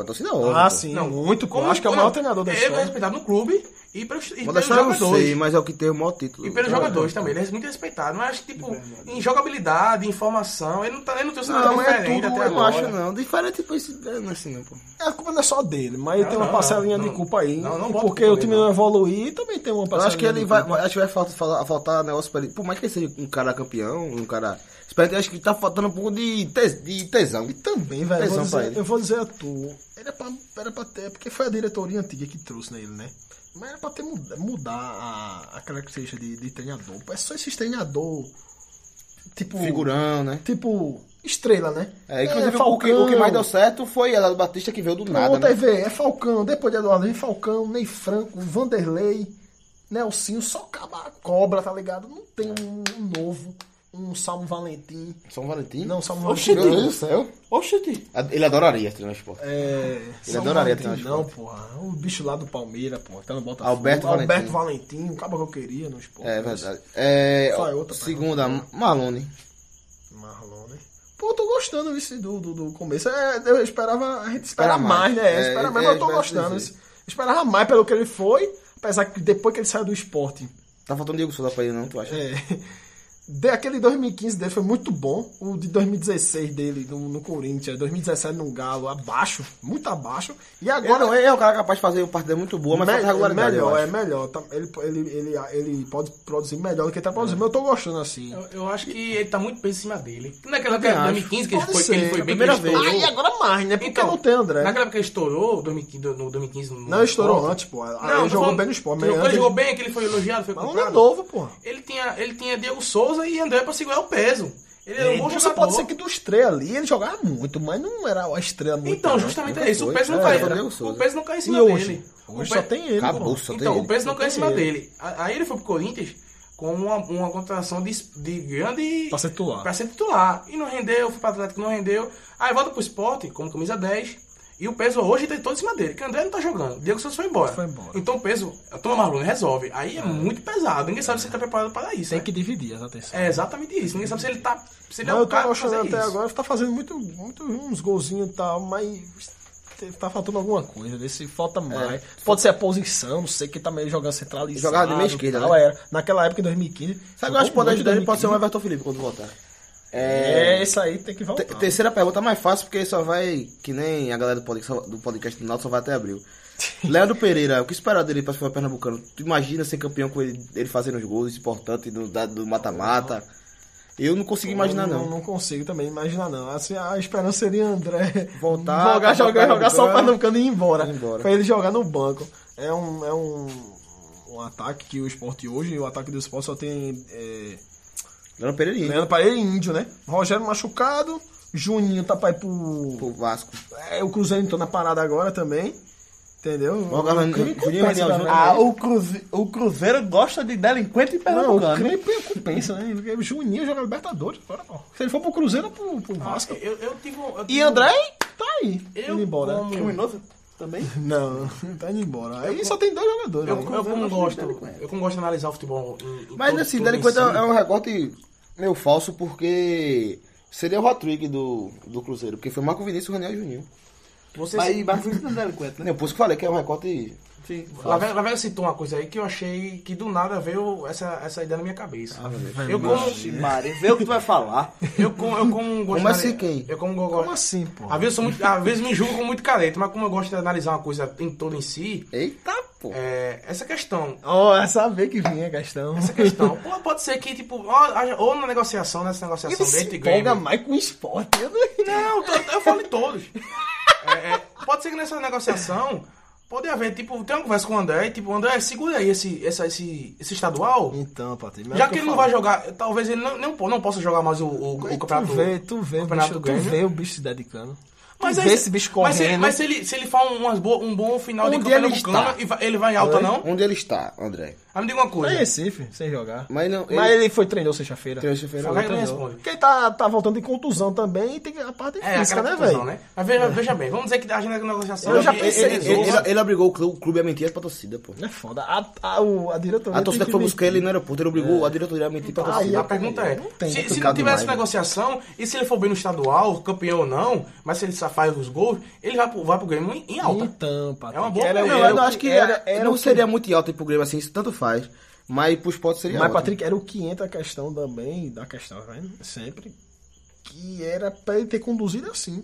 A torcida ouve,
Ah,
pô.
sim. muito, pô. Acho que é o
não,
maior treinador da
Ele é
história.
respeitado no clube e pelos, e
Mas
pelos
da história eu não
jogadores.
sei, mas é o que tem o maior título.
E pelos
Não,
jogadores também, ele é muito respeitado. Mas, tipo, em jogabilidade, em formação, ele não, tá, ele não tem
Ah,
um
Não,
cenário
não é
diferente
tudo,
até
eu não
agora.
acho não. Diferente foi esse. Não é assim não, pô.
A culpa não é só dele, mas
Não,
tem uma
não,
parcelinha
não,
de
não.
culpa aí.
Não, não
E
bota
porque
culpa
o time
nele,
não
não.
evoluir, também tem uma
Eu
parcelinha.
acho que ele
de
vai.
né?
culpa.
Acho que vai falta- fala- faltar, negócio pra ele. Por mais que ele seja um cara campeão, um cara. Espero que acho que tá faltando um pouco de, tes- de tesão.
E também, velho, eu vou,
Tesão pra
dizer,
ele.
eu vou dizer a tu. Ele é pra, era pra ter, porque foi a diretoria antiga que trouxe nele, né? Mas era pra ter muda- mudar a, a característica de, de treinador. Pô, É só esses treinador. Tipo.
Figurão, né?
Tipo, estrela, né?
É, inclusive o- o, que,
Falcão.
o que mais deu certo foi a do Batista que veio do nada.
Pronto,
Né?
aí vê, é Falcão, depois de Eduardo, vem Falcão, Ney Franco, Vanderlei, Nelsinho, só acaba a cobra, tá ligado? Não tem um, um novo, um Salmo Valentim.
né? São Valentim?
Não, Salmo
Oxi,
Valentim.
Meu Deus do céu.
Oxente.
A- Ele adoraria treinar esporte.
É, Salmo
adoraria
Valentim,
ter um
não, porra. O bicho lá do Palmeiras, porra, tá no Botafogo.
Alberto Valentim.
Alberto Valentim, o cabo que eu queria no esporte.
É verdade. É,
Só é outra
segunda, Malone.
Marlon, né? Pô, eu tô gostando desse do, do, do começo. É, eu esperava. A gente espera
Espera mais,
mais, né?
é,
espera
é,
mais, mas eu tô
é,
gostando.
vai se dizer.
Esperava mais pelo que ele foi, apesar que depois que ele saiu do esporte.
Tá faltando Diego Souza pra ele, não, tu acha?
É. De, aquele 2015 dele foi muito bom. O de 2016 dele no, no Corinthians, 2017 no Galo, abaixo, muito abaixo. E
Agora
agora
não, ele é um cara capaz de fazer uma partida muito boa, mas
me-
falta regularidade. eu
melhor, é
acho.
melhor. Tá- ele, ele, ele, ele pode produzir melhor do que ele tá produzindo, mas eu tô gostando assim.
Eu, eu acho que ele tá muito bem em cima dele. Naquela época
Eu
de
acho.
2015 que ele
Pode
foi, que
ser, é
ele foi
a
bem, que ele
primeira vez.
estourou.
Aí agora mais, né? Porque não tem André.
Naquela época que ele estourou, 2015, no 2015... No
Não, ele estourou
esporte.
antes, pô. Aí
eu tô
Ah, ele jogou
falando-
bem no esporte.
Ele
Mas
jogou,
antes,
jogou bem, que ele foi elogiado, foi
Mas não é
comprado.
novo, pô.
Ele tinha, ele tinha Diego Souza e André pra segurar o peso. Ele era um bom
Então, Você
jogador.
pode ser que dos três ali ele jogava muito, mas não era a estrela muito. né?
Então,
não.
justamente
nunca
é isso. O
foi.
peso não
É,
cai.
era o Diego
O
Souza.
peso não cai em cima
E hoje?
dele.
Hoje
O
só
pe-
tem ele.
Acabou,
pô.
só tem
Então,
ele.
o peso não cai em cima
ele.
dele. A- Aí ele foi pro Corinthians com uma, uma contratação de, de grande.
Pra ser titular.
Pra ser titular. E não rendeu, foi pra Atlético, não rendeu. Aí volta pro esporte, como camisa 10. E o peso hoje tá todo em cima dele, que o André não tá jogando. Diego Souza foi embora.
Foi embora.
Então o peso, toma Marlon, resolve. Aí é, muito pesado. Ninguém sabe se ele tá preparado para isso.
Tem
né?
que dividir as atenções.
É exatamente isso. Ninguém sabe se ele tá. Se ele
Mas
é
eu
o
tô
cara pra fazer
gostando até
isso.
agora, tá fazendo muito, muito uns golzinhos e tal, mas tá faltando alguma coisa, né? Se
É.
falta mais. Pode ser a posição, não sei, que tá meio jogando centralizado.
Jogava de meia esquerda,
tal,
né?
era. Naquela época, em 2015.
Sabe o que eu acho que pode
jogou
ajudar ele?
muito em
Pode ser um
2015.
Everton Felipe quando voltar.
É, isso aí tem que voltar.
Te- terceira pergunta mais fácil, porque só vai, que nem a galera do podcast, do podcast do Náutico, só vai até abril. Leandro Pereira, o que esperar dele para o Pernambucano? Tu imagina ser campeão com ele, ele fazendo os gols importantes do da- do mata-mata? Eu não consigo imaginar,
não,
não.
não consigo também imaginar, não. Assim, a esperança seria André
Voltar,
jogar,
voltar
jogar,
pro
jogar só o
Pernambucano.
Pernambucano e ir embora.
Ir embora.
Pra ele jogar no banco. É um, é um, um ataque que o esporte hoje, o ataque do esporte só tem é,
Leandro Pereira,
Leandro Pareira e Índio, né? Rogério machucado, Juninho tá pra ir pro...
o Vasco.
É, o Cruzeiro entrou na parada agora também, entendeu?
Ó, Garlan-
O crime
Juninho
compensa,
Raniel,
né?
Ah, o, Cruze- o Cruzeiro gosta de delinquente e
Ah,
Não,
tá,
o
pernambucano.
crime compensa, né? Porque Juninho joga Libertadores agora, pô. Se ele for pro Cruzeiro, pro, pro
Ah,
Vasco,
é.
Eu, eu tive um- eu
E
tive um-
André?
tá aí,
Eu
indo embora.
como-
Criminoso também?
Não, tá indo embora. Aí só tem dois jogadores.
Eu,
né?
eu como gosto, eu como gosto de analisar o futebol. em- em
Mas
todo-
assim,
todo
delinquente
em si.
é um recorte meio falso, porque seria o hat-trick do, do Cruzeiro, porque foi Marco Vinícius, Raniel e Juninho.
Vocês-
Mas Marcos não é delinquente, né?
Não, por isso que eu falei que é um recorte.
Sim.
Lavela Lavela citou uma coisa aí que eu achei que do nada veio essa, essa ideia na minha cabeça. eu, como,
Oxi, Mari, vê o que tu vai falar.
eu, como, eu como gosto de
assim,
anali-
quem?
Eu como gosto.
Como assim, pô?
Às vezes, eu sou muito, às vezes me julgo com muito careta, mas como eu gosto de analisar uma coisa em todo em si,
Eita, pô.
é, essa questão.
Ó, é saber que vinha a questão.
Essa questão. pô, pode ser que, tipo, ó, haja- ou na negociação, nessa negociação dentro e Grêmio.
mais com o esporte. Eu não-
Não, eu, eu falo em todos. É, é, pode ser que nessa negociação pode haver, tipo, tem uma conversa com o André, e, tipo, André, segura aí esse, essa, esse, esse estadual.
Então, Patrícia.
Já é que ele não vai jogar, talvez ele não, um não, po- não possa jogar mais o, o, o campeonato.
Tu vê, tu vê, o
campeonato
bicho, tu
ganha. né?
vê o bicho se dedicando.
Mas
tu
aí
vê
se-
esse bicho
Mas, se ele,
correndo.
mas se ele, se ele faz umas bo- um bom final de
Onde
campeonato
ele
bucano
está?
e vai- ele vai em alta, não?
Então, Onde ele está, André?
Aí me diga uma
Tá em
coisa.
Recife, sem jogar.
Mas não,
Mas
ele-
ele foi treinou sexta-feira.
Terça-feira.
Fala aí,
Treinou.
responde.
Porque ele tá, tá voltando de contusão também e tem que- a parte
É,
física,
aquela
né,
confusão,
velho?
né? Mas veja, veja bem, vamos dizer que a agenda da negociação...
Eu já
ele-
pensei
ele-
Ele,
ele-
ele- ele obrigou o clu- o clube a mentir pra torcida, pô.
né?
É foda. A, a, o- a diretoria.
A torcida que
tem que É.
foi buscar ele no aeroporto, ele obrigou a diretoria a mentir pra
aí
A
torcida.
pergunta é,
Não tem
se, se não
complicado
tivesse
mais, né?
negociação, e se ele for bem no estadual, campeão ou não, mas se ele só faz os gols, ele vai pro, vai pro Grêmio em, em alta.
Então, Patrícia.
É uma boa
era,
pergunta.
Não,
era
eu não
o
acho que
era, era
não
o que-
seria muito alto ir pro Grêmio assim, isso tanto faz. Mas pro esporte seria
Mas,
ótimo.
Patrick, era o que entra a questão também, da questão, tá vendo? Sempre. Que era pra ele ter conduzido assim.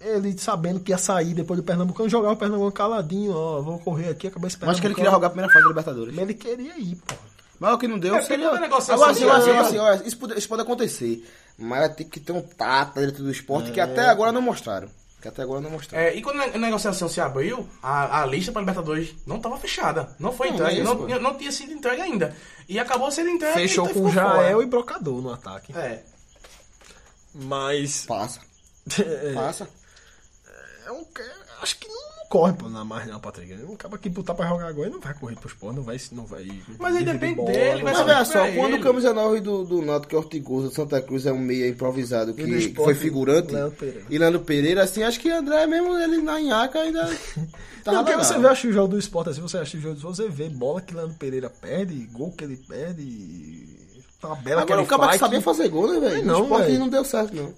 Ele sabendo que ia sair depois do Pernambucano, jogava o Pernambucano caladinho, ó, vou correr aqui, acabei
Mas
esperando.
acho que ele queria jogar a primeira fase da Libertadores.
Mas ele queria ir, pô.
Mas o que não deu,
É,
seria...
porque toda negociação
Agora, assim,
tem
assim,
uma-
assim, olha, isso, pode, isso pode acontecer. Mas tem que ter um tato dentro do esporte
É.
que até agora não mostraram. Que até agora não mostraram.
É, e quando a negociação se abriu, a, a lista para Libertadores não estava fechada. Não foi
Não,
entregue,
é
não,
isso, pô.
não tinha sido entregue ainda. E acabou sendo entregue.
Fechou
então
com é.
ficou
Jael
fora.
e Brocador no ataque.
É.
Mas.
Passa,
É,
passa.
um cara- acho que não, não corre pô, na mais, não, Patrick. Ele não acaba que botar pra jogar agora e não vai correr pros pôr, não vai. Não vai
Mas é aí
dividir
depende
bola,
dele,
não
Mas
vai
vai-
saber
olha só,
pra
quando
ele.
o camisa 9 do, do Náutico, que é Ortigosa, do Santa Cruz, é um meia improvisado que
E do esporte,
foi figurante,
Leandro Pereira.
e Leandro Pereira, assim, acho que André mesmo, ele na Inhaca ainda... tá
Não, porque
legal.
você vê acho, o jogo do esporte assim, você acha o jogo do esporte, você vê bola que Leandro Pereira perde, gol que ele perde, tabela que
Agora
ele
o cara que
faz.
sabia fazer gol, né, velho?
Não,
No esporte
velho.
não deu certo, não.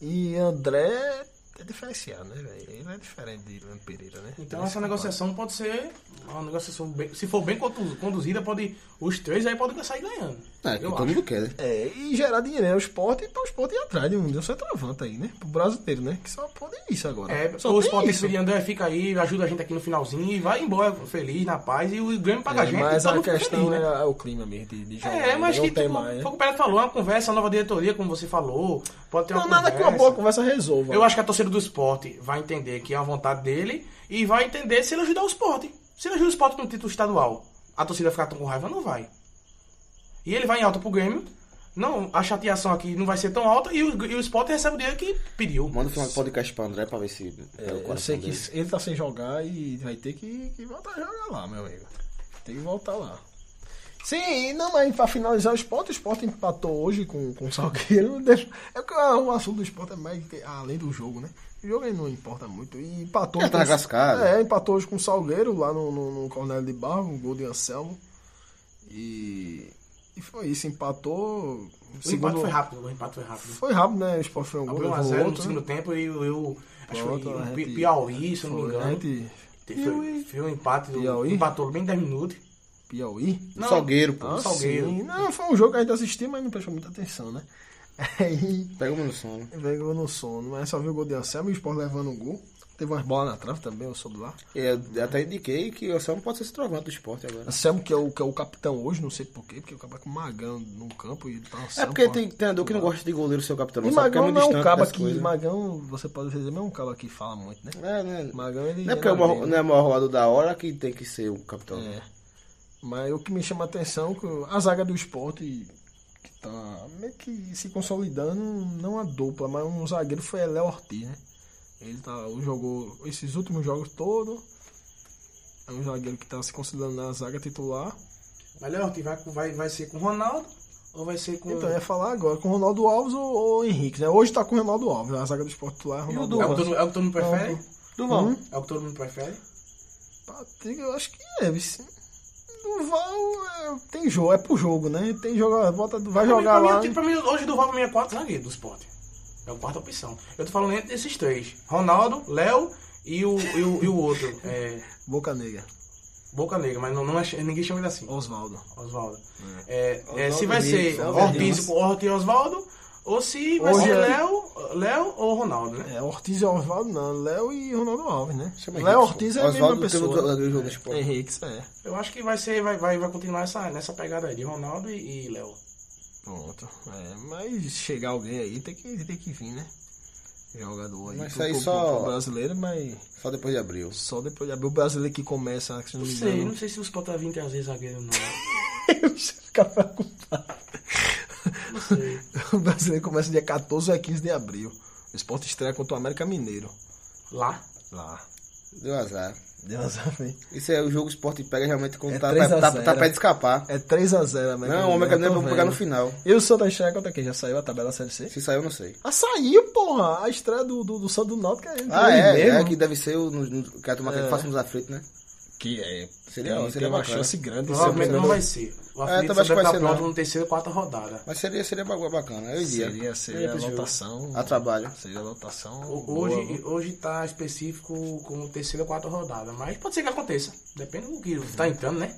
E André é diferenciado, né, velho? Ele é diferente de Leandro Pereira, né?
Então essa negociação pode ser. Uma negociação bem- se for bem condu- conduzida, pode. Os três aí podem sair ganhando.
É, que
eu
todo
acho.
mundo quer, né?
É, e gerar dinheiro, né? O esporte, então o esporte ia atrás de um deu centroavante aí, né? Pro brasileiro, né? Que só pode isso agora.
É,
só
o
tem
Sport
isso.
Experian André fica aí, ajuda a gente aqui no finalzinho e vai embora feliz, na paz, e o Grêmio paga a
É,
gente.
mas
todo
a
mundo fica
questão
feliz, né?
é o clima mesmo de, de jogar. né?
É, mas
não
que
tem
tipo,
mais.
foi o que o Pelé falou, é uma conversa, nova diretoria, como você falou, pode ter uma
Não, nada que uma boa conversa resolva.
Eu acho que a torcida do esporte vai entender que é a vontade dele e vai entender se ele ajudar o esporte. Se ele ajudar o esporte com título estadual, a torcida ficar tão com raiva, não vai. E ele vai em alta pro Grêmio, não, a chateação aqui não vai ser tão alta e o, e o esporte recebe o dinheiro que pediu.
Manda um final de podcast pra André pra ver se... pega o
É, Eu
coração
sei que
dele.
ele tá sem jogar e vai ter que, que voltar a jogar lá, meu amigo. Tem que voltar lá. Sim, e não, mas pra finalizar o esporte, o esporte empatou hoje com, com o Salgueiro. Deixa- É que ah, o assunto do esporte é mais que- além do jogo, né? O jogo aí não importa muito. E empatou
Já tá classificado.
É, empatou hoje com o Salgueiro lá no, no, no Cornélio de Barro, o gol de Anselmo. E, e foi isso, empatou.
O empate foi rápido, o empate foi rápido.
Foi rápido, né? O esporte foi um gol.
Abriu 1 a
levou
0 no
outro, né?
segundo tempo e eu, eu acho que
Pronto,
foi
a
o
gente-
Pi- Piauí, se eu não me
Foi,
engano.
né, de
Teve- Foi, foi um empate, do,
Piauí?
empatou bem 10 minutos.
Piauí.
Não,
Salgueiro, pô.
Ah,
Salgueiro.
sim. Não, foi um jogo que a gente assistiu, mas não prestou muita atenção, né? Aí
Pegamos no sono.
pegou no sono, mas é só viu o gol de Anselmo e o Sport levando um gol. Teve umas bolas na trave também, eu soube lá.
Eu É, eu até indiquei que o Anselmo pode ser esse trovante do esporte agora.
Anselmo, que é o, que é o capitão hoje, não sei porquê, porque o cara tá com magão no campo e ele tá
É
Anselmo,
porque
pô.
tem treinador que não gosta de goleiro ser o capitão.
E
sabe? Porque
Magão
muito
não é um
distante
caba
das
que.
coisas.
Magão, você pode dizer, não é um caba que fala muito, né?
É, né?
Magão, ele.
Não é porque é
era
o maior,
bem,
não é o maior rolador da hora que tem que ser o capitão.
né? É. Mas o que me chama a atenção é que a zaga do esporte, que tá meio que se consolidando, não a dupla, mas um zagueiro foi Léo Ortiz, né? Ele tá, jogou esses últimos jogos todos. É um zagueiro que tá se consolidando na zaga titular.
Melhor, vai, com- vai, vai ser com o Ronaldo ou vai ser com.
Então, eu ia falar agora com o Ronaldo Alves ou, ou Henrique, né? Hoje tá com o Ronaldo Alves, a zaga do esporte titular é
o
Ronaldo
é, o
Duval?
que
Alves.
todo, é o que todo mundo prefere?
Duval.
É o que todo mundo prefere?
Patrick, eu acho que é, vice. Duval é, tem jogo, é pro jogo, né? Tem jogo, bota, vai
Pra mim-
jogar
pra mim,
lá. né?
eu tenho- pra mim, hoje o tipo- Duval pra mim é quarto zagueiro do esporte. É a quarta opção. Eu tô falando entre esses três: Ronaldo, Léo e o, e o, e o outro. É,
Boca Negra,
Boca Negra, mas não, não é, ninguém chama ele assim.
Oswaldo.
Oswaldo. É, é,
Oswaldo
se vai
Henrique,
ser
Oswaldo
Ortiz, Ortiz e Oswaldo, ou se vai
Hoje
ser
é-
Léo, Léo ou Ronaldo, né?
É, Ortiz e Oswaldo não, Léo e Ronaldo Alves, né?
Chama
Léo
Henrique,
Ortiz
pô.
é a mesma
Oswaldo teve
pessoa.
outro jogo do esporte.
Henrique, é.
Eu acho que vai ser, vai, vai, vai continuar essa, nessa pegada aí de Ronaldo e, e Léo.
Pronto. É, mas chegar alguém aí tem que, tem que vir, né? Jogador aí.
Mas
pro-
aí
pro-
só-
pro brasileiro, mas
Só depois de abril.
só depois de abrir o brasileiro que começa, se não
Não
me
sei,
engano.
não sei se os Sport vai vir trazer zagueiro, não.
Fica preocupado.
Não sei.
O brasileiro começa dia 14 a 15 de abril. O esporte estreia contra o América Mineiro.
Lá?
Lá.
Deu azar.
Deu azar, véi.
Isso é o jogo que o esporte pega realmente quando
É
tá,
3 a
tá,
0.
tá perto de escapar.
É 3x0, América
Não, o América
eu tô
Mineiro vai pegar
vendo.
no final.
E o Santa estreia contra quem? Já saiu a tabela da Série C?
Se saiu, eu não sei.
Ah, saiu, porra! A estreia do, do, do Santo do Náutico é
Ah,
ele
é,
mesmo. É.
é que deve ser o no- no- que é a turma quer que faça nos aflitos, né?
Que é.
Seria- seria
tem, tem uma
bacana.
chance grande de ser
Provavelmente não
melhor.
vai ser. O
É, também acho
Atlético
que
deve
vai
estar
ser,
pronto
não.
no terceiro ou quarta rodada.
Mas seria, seria bagulho bacana. Eu iria.
Seria,
Eu
seria a
iria pro jogo.
lotação.
A trabalho.
Seria a lotação.
O-
boa,
Hoje,
viu?
hoje tá específico como terceira ou quarta rodada, mas pode ser que aconteça. Depende do que tá entrando, né?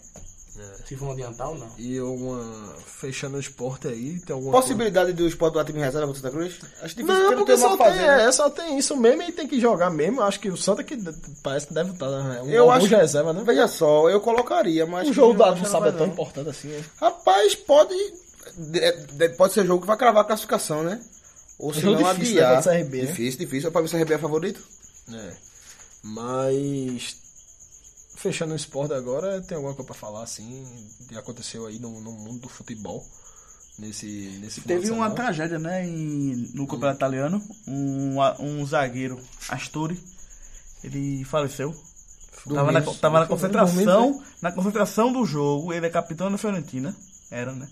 É.
Se vão adiantar ou não.
E alguma. Fechando o esporte aí, tem alguma.
Possibilidade do esporte do time reserva contra o Santa Cruz? Acho difícil
Não,
não tem
porque só
o
tem,
que fazer, né?
é, só tem isso mesmo e tem que jogar mesmo. Acho que o Santa que d- parece que deve estar. Né? Um,
Eu
alguns
acho.
reserva, né?
Veja só, eu colocaria, mas.
O jogo da,
acho
do
que não
sábado é
vai
tão
não.
importante assim, né?
Rapaz, pode. de- de- pode ser jogo que vai cravar a classificação, né? Ou se
jogo
não
difícil, né,
adiar.
contra o CRB, né?
Difícil, difícil. Pra mim, o CRB é favorito?
É. Mas. Fechando o esporte agora, tem alguma coisa pra falar assim? Que aconteceu aí no, no mundo do futebol? Nesse. nesse final
um
Teve
de
uma
semana?
tragédia, né, em- no
Hum.
campeonato italiano. Um, a- um zagueiro, Astori, ele faleceu. Tava na, co- tava
né?
na concentração, na concentração do jogo, ele é capitão da Fiorentina, era, né?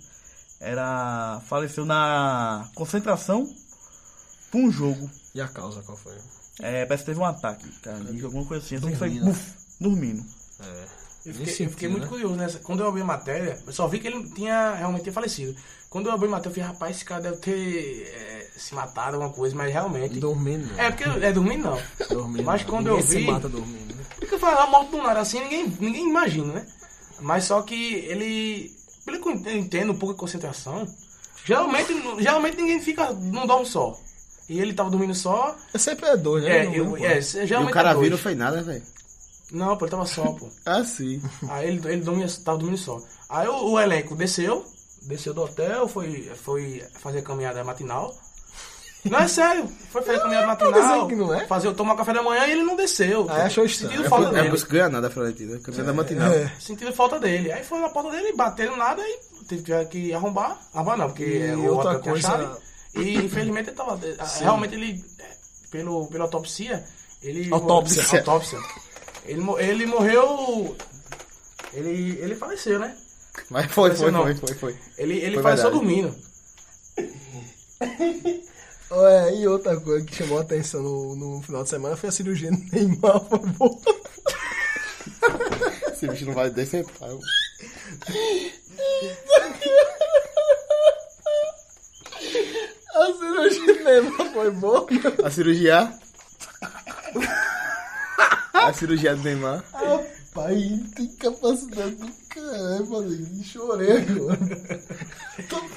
Era faleceu na concentração pra um jogo.
E a causa qual foi?
É, parece que teve um ataque, cardíaco, alguma coisa assim. Eu sei que foi
Dormindo.
buf, dormindo.
É.
Eu
Nem
fiquei,
senti,
eu fiquei
né?
muito curioso nessa. Quando eu abri a matéria, eu só vi que ele tinha realmente tinha falecido. Quando eu abri a matéria, eu falei, rapaz, esse cara deve ter eh, se matado, alguma coisa, mas realmente.
Dormindo. né?
É, porque é dormir não.
Dormindo.
Mas
né?
quando
Ninguém
eu vi-
se mata dormindo, né?
Porque falar morte do nada assim, ninguém, ninguém imagina, né? Mas só que ele. Pelo que eu ent- eu entendo, um pouco de concentração. Geralmente, geralmente ninguém fica. não dorme só. E ele tava dormindo só.
É sempre é dois, né?
É,
Não
eu,
lembro,
é,
pô.
geralmente.
E o cara
é dois.
viu não fez nada, né, velho?
Não, pô, ele tava só, pô.
Ah, sim.
Aí ele, ele dormia, tava dormindo só. Aí o, o elenco desceu, desceu do hotel, foi, foi fazer caminhada matinal. Não, é sério, foi fazer caminhada
tô
matinal,
dizendo que não é.
fazer, tomar café da manhã e ele não desceu.
Ah, achou estranho.
Sentindo
É
falta
por, é por
dele.
isso que ganha nada a Florentina. Campeão
É.
da matinal.
Sentindo falta dele. Aí foi na porta dele, bateram nada e teve tiveram que arrombar. Arrombar não, porque
E
é, o
outra
hotel tinha
coisa-
chave. E infelizmente ele tava. eh, Realmente ele. eh, Pelo, pela autopsia, ele.
Autópsia.
Autópsia. Ele, mo- ele morreu. Ele, ele faleceu, né?
Mas foi, foi,
Pareceu não.
foi, foi, foi.
Ele, ele
Foi
faleceu
verdade.
dormindo.
Ué, e outra coisa que chamou a atenção no, no final de semana foi a cirurgia do Neymar, foi boa.
Esse bicho não vai decepar.
A cirurgia do Neymar foi boa.
A cirurgia. A cirurgia do Neymar.
Rapaz, tem capacidade do caramba, velho. Chorei agora. Tô-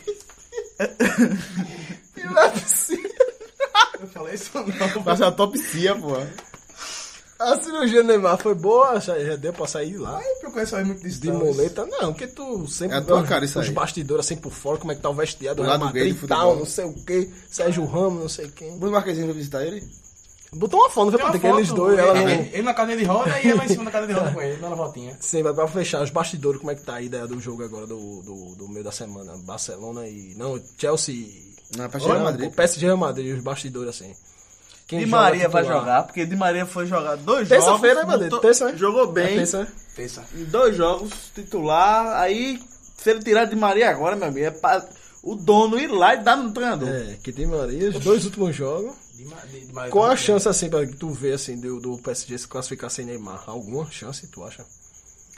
Eu
assim.
é isso não.
Vai ser autopsia, pô.
A cirurgia do Neymar foi boa, já, já deu pra sair de lá.
Ai, porque eu conheço aí muito disso.
De moleta, não, porque tu sempre
É a tua
os-
cara isso
os
aí.
bastidores assim por fora, como é que tá o vestiário
O
do Real
lado
Madrid
gay do
e tal,
futebol.
não sei o que, Sérgio Ramos, não sei quem.
Bruno Marquezine vai visitar ele?
Botou uma foto, não foi pra ter que eles dois, ela
tá
ele,
não...
ele, ele na cadeira de roda e ela em cima da cadeira de roda com ele, dando a voltinha.
Sim, mas pra fechar, os bastidores, como é que tá a ideia do jogo agora, do, do, do meio da semana? Barcelona e... Não, Chelsea e...
Não, é pra chegar no
Não,
Madrid.
PSG e Real Madrid, os bastidores assim. Quem
Di
joga
Maria vai
titular?
jogar, porque Di Maria foi jogar dois jogos.
Terça-feira, né, Madeira?
botou-
Terça, né?
Jogou
É
bem.
terça, né?
Terça.
Em dois jogos, titular. Aí, se ele tirar de Maria agora, meu amigo, é pra o dono ir lá e dar no treinador.
É, que tem Maria, os dois últimos jogos.
De, ma- de, de, Maria
Qual a
também.
chance, assim, pra tu ver, assim, do, do PSG se classificar sem Neymar? Alguma chance, tu acha?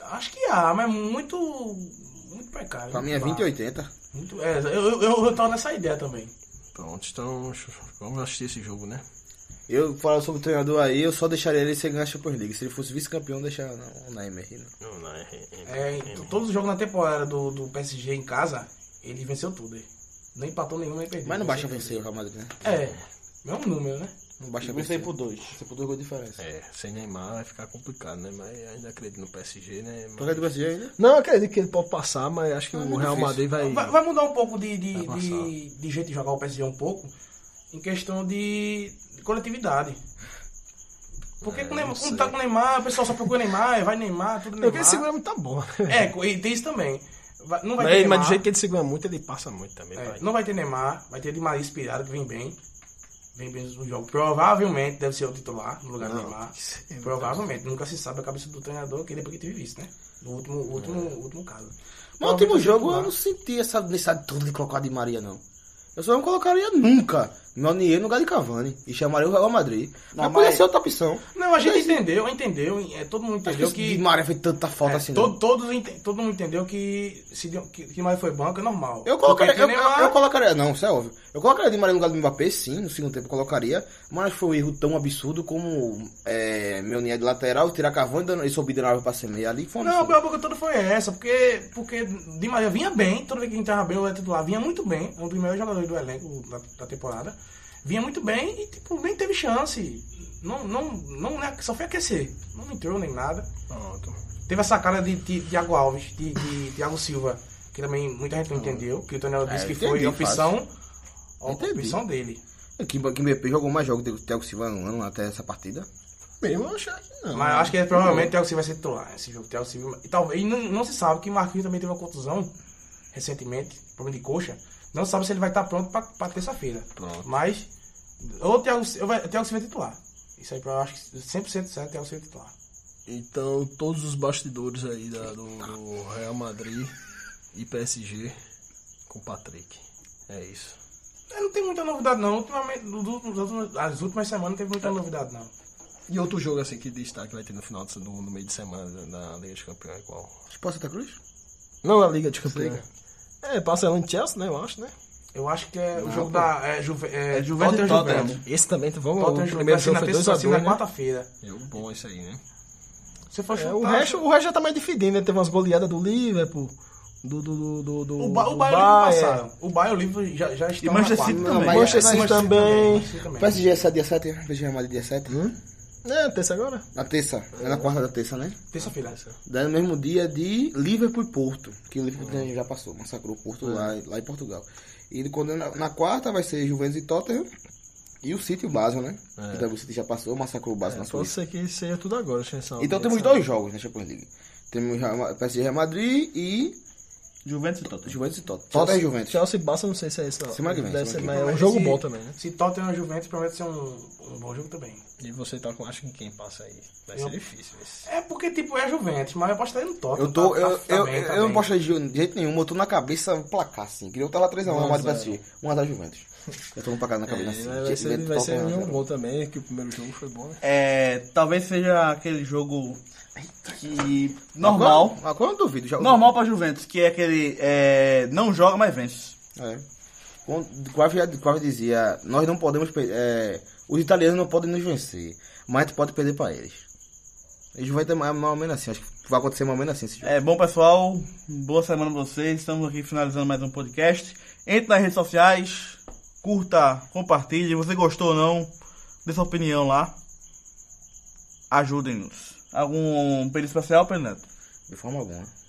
Acho que há, mas é muito. Muito precário.
Pra mim é 20 e 80.
Muito, é, eu, eu, eu, eu tô nessa ideia também.
Pronto, então vamos assistir esse jogo, né?
Eu falo sobre o treinador aí, eu só deixaria ele se ele ganhar a Champions League. Se ele fosse vice-campeão, deixar o Neymar. aí, né?
Não, não, é...
É, t- todos os jogos na temporada do, do PSG em casa, ele venceu tudo. Ele. Nem empatou nenhum, nem perdeu.
Mas não baixa vencer o Real Madrid, né?
É, mesmo número, né?
Não baixa
Eu pensei
vencer.
por dois.
Você por dois gols de diferença.
é, sem Neymar vai ficar complicado, né? Mas ainda acredito no PSG, né?
Tu acredita do PSG ainda?
Não, eu acredito que ele pode passar, mas é acho que o
muito
Real
difícil.
Madrid vai...
Vai, vai mudar um pouco de, de,
Vai
de, de jeito de jogar o PSG um pouco em questão de, de coletividade. Porque
É,
com o Neymar-
não
quando
sei.
tá com o Neymar, o pessoal só procura Neymar, vai Neymar, tudo
Porque ele
Neymar.
segura muito a bola, né?
É, co- e tem isso também. Vai- não vai
Mas, mas
ter
do
Neymar.
jeito que ele segura muito, ele passa muito também,
É,
vai.
não vai ter Neymar, vai ter de Maria inspirado que vem bem. Vem bem no jogo. Provavelmente deve ser o titular no lugar do
Não,
Neymar.
tem que ser,
então.
Provavelmente. Nunca se sabe a cabeça do treinador que depois que teve isso, né? No último, último, último
É.
caso.
No último
Provavelmente é
jogo
titular.
eu não senti essa necessidade toda de colocar de Maria, não. Eu só não colocaria nunca Nonier no lugar de Cavani e chamaria o Real Madrid.
Não,
mas podia
mas-
ser outra opção.
Não, a gente entendeu, entendeu. É, todo mundo entendeu
Acho que
é que.
Di Maria fez tanta falta
É,
assim.
todo,
não.
todos ente- todo mundo entendeu que se deu- que, que mais foi banco é normal.
Eu colocaria,
Porque
eu,
tem
eu,
Neymar,
eu colocaria, não, isso é óbvio. Eu colocaria Di Maria no lugar do Mbappé, sim, no segundo tempo eu colocaria, mas foi um erro tão absurdo como é, Meunier de lateral, tirar Cavani dando- e subir dando a árvore pra semear ali, foi um
Não, a
absurdo.
pior boca toda foi essa, porque, porque Di Maria vinha bem, toda vez que entrava bem, o era titular vinha muito bem, é um dos melhores jogadores do elenco da, da temporada. Vinha muito bem e, tipo, nem teve chance. Não, não, não, né, só foi aquecer. Não entrou nem nada.
Pronto.
Teve essa cara de Ti- Thiago Alves, de, de Thiago Silva, que também muita gente não entendeu, que o Daniel disse
eu
que
É, entendi,
foi opção,
Entendi.
opção dele.
Que que Mbappé jogou mais jogos do que o Thiago Silva no ano até essa partida.
Bem, eu acho que não.
Mas eu acho que provavelmente o Thiago Silva vai ser titular esse jogo. Thiago Silva, e talvez e não, não se sabe que Marquinhos também teve uma contusão recentemente, problema de coxa. Não sabe se ele vai estar pronto pra- pra terça-feira.
Pronto.
Mas ou o Thiago, Silva- vai- o Thiago Silva é titular. Isso aí eu acho que 100% certo o Thiago Silva é titular.
Então, todos os bastidores aí da- do, do Real Madrid e PSG com o Patrick. É isso.
É, Não tem muita novidade não. Ultimamente, nos últimos- nas últimas- as últimas semanas não teve muita novidade não.
E outro jogo assim que destaque vai ter no final de, no, no meio de semana da- da Liga dos Campeões, é qual?
Esporte Santa Cruz?
Não, a Liga dos Campeões. É, Barcelona e Chelsea, né? Eu acho, né?
Eu acho que é o jogo da é, Juve, é,
É Juventus e
Tá
Tottenham,
Tottenham.
Esse também, então, vamos
Tottenham
lá. O
Juventus,
primeiro
assim,
jogo
na
foi
terça, assim,
2x2,
na
né?
quarta-feira.
Jogo bom isso aí, né?
Se for
É,
chutar,
o, resto, o resto já tá mais dividindo, né? Teve umas goleadas do Liverpool, do... do, do, do, do
O, ba o
do
Bayern não
Bayern.
passaram. O Bayern e o Liverpool já, já estão
Manchester City também.
na quarta.
é. Mas-
Manchester City
Manchester City
também.
Manchester City também. assim
PSG é dia 7, PSG Real Madrid dia 7.
Hum?
É, terça agora?
Na terça, é na quarta da terça, né?
Terça-feira. assim.
Daí no mesmo dia de Liverpool e Porto, que o Liverpool já passou, massacrou o Porto lá, lá em Portugal. E quando, na, na quarta vai ser Juventus e Tottenham e o City e o Basel, né? Então o City já passou, massacrou o Basel na
É, Pode
Suíça.
ser que seja tudo agora, acho que essa-
Então temos dois jogos na Champions League. Temos Real Ma- PSG e Real Madrid e
Juventus e Tottenham.
Juventus e Tottenham. Tottenham e né, Juventus.
Chelsea e Barça, não sei se é isso. não.
Semana que vem,
Deve ser,
semana
mas é um
Mas
jogo
se-
bom também, né?
Se Tottenham e Juventus promete ser um, um bom jogo também.
E você tá com, acho que quem passa aí. Vai ser difícil esse.
É porque, tipo, é a Juventus, mas eu apostaria no Tottenham.
Eu tô.
Tá-
Eu,
tá- tá
eu,
bem, tá
eu não
bem.
posso de jeito nenhum, eu tô na cabeça um placar, assim. Queria eu tava 3x1 Real Madrid pra
zero.
assistir. 1x0 Juventus. Eu tô com um placar na
É,
cabeça
mas
assim.
vai ser,
Juventus,
vai ser
Tottenham,
um jogo
1x0.
bom também, que o primeiro jogo foi bom, né?
É, talvez seja aquele jogo que normal.
Agora agora eu não duvido. Já,
Normal pra Juventus, que é aquele. é, não joga, mas vence.
É. Quando- Cruyff, já, Cruyff dizia, nós não podemos per- é, os italianos não podem nos vencer, mas a gente pode perder pra eles. E Juventus é mais mais ou menos assim, acho que vai acontecer mais ou menos assim esse jogo.
É, bom pessoal, boa semana pra vocês. Estamos aqui finalizando mais um podcast. Entre nas redes sociais, curta, compartilhe. Se você gostou ou não, Dê sua opinião lá. Ajudem-nos. Algum período especial, Peneto?
De forma alguma.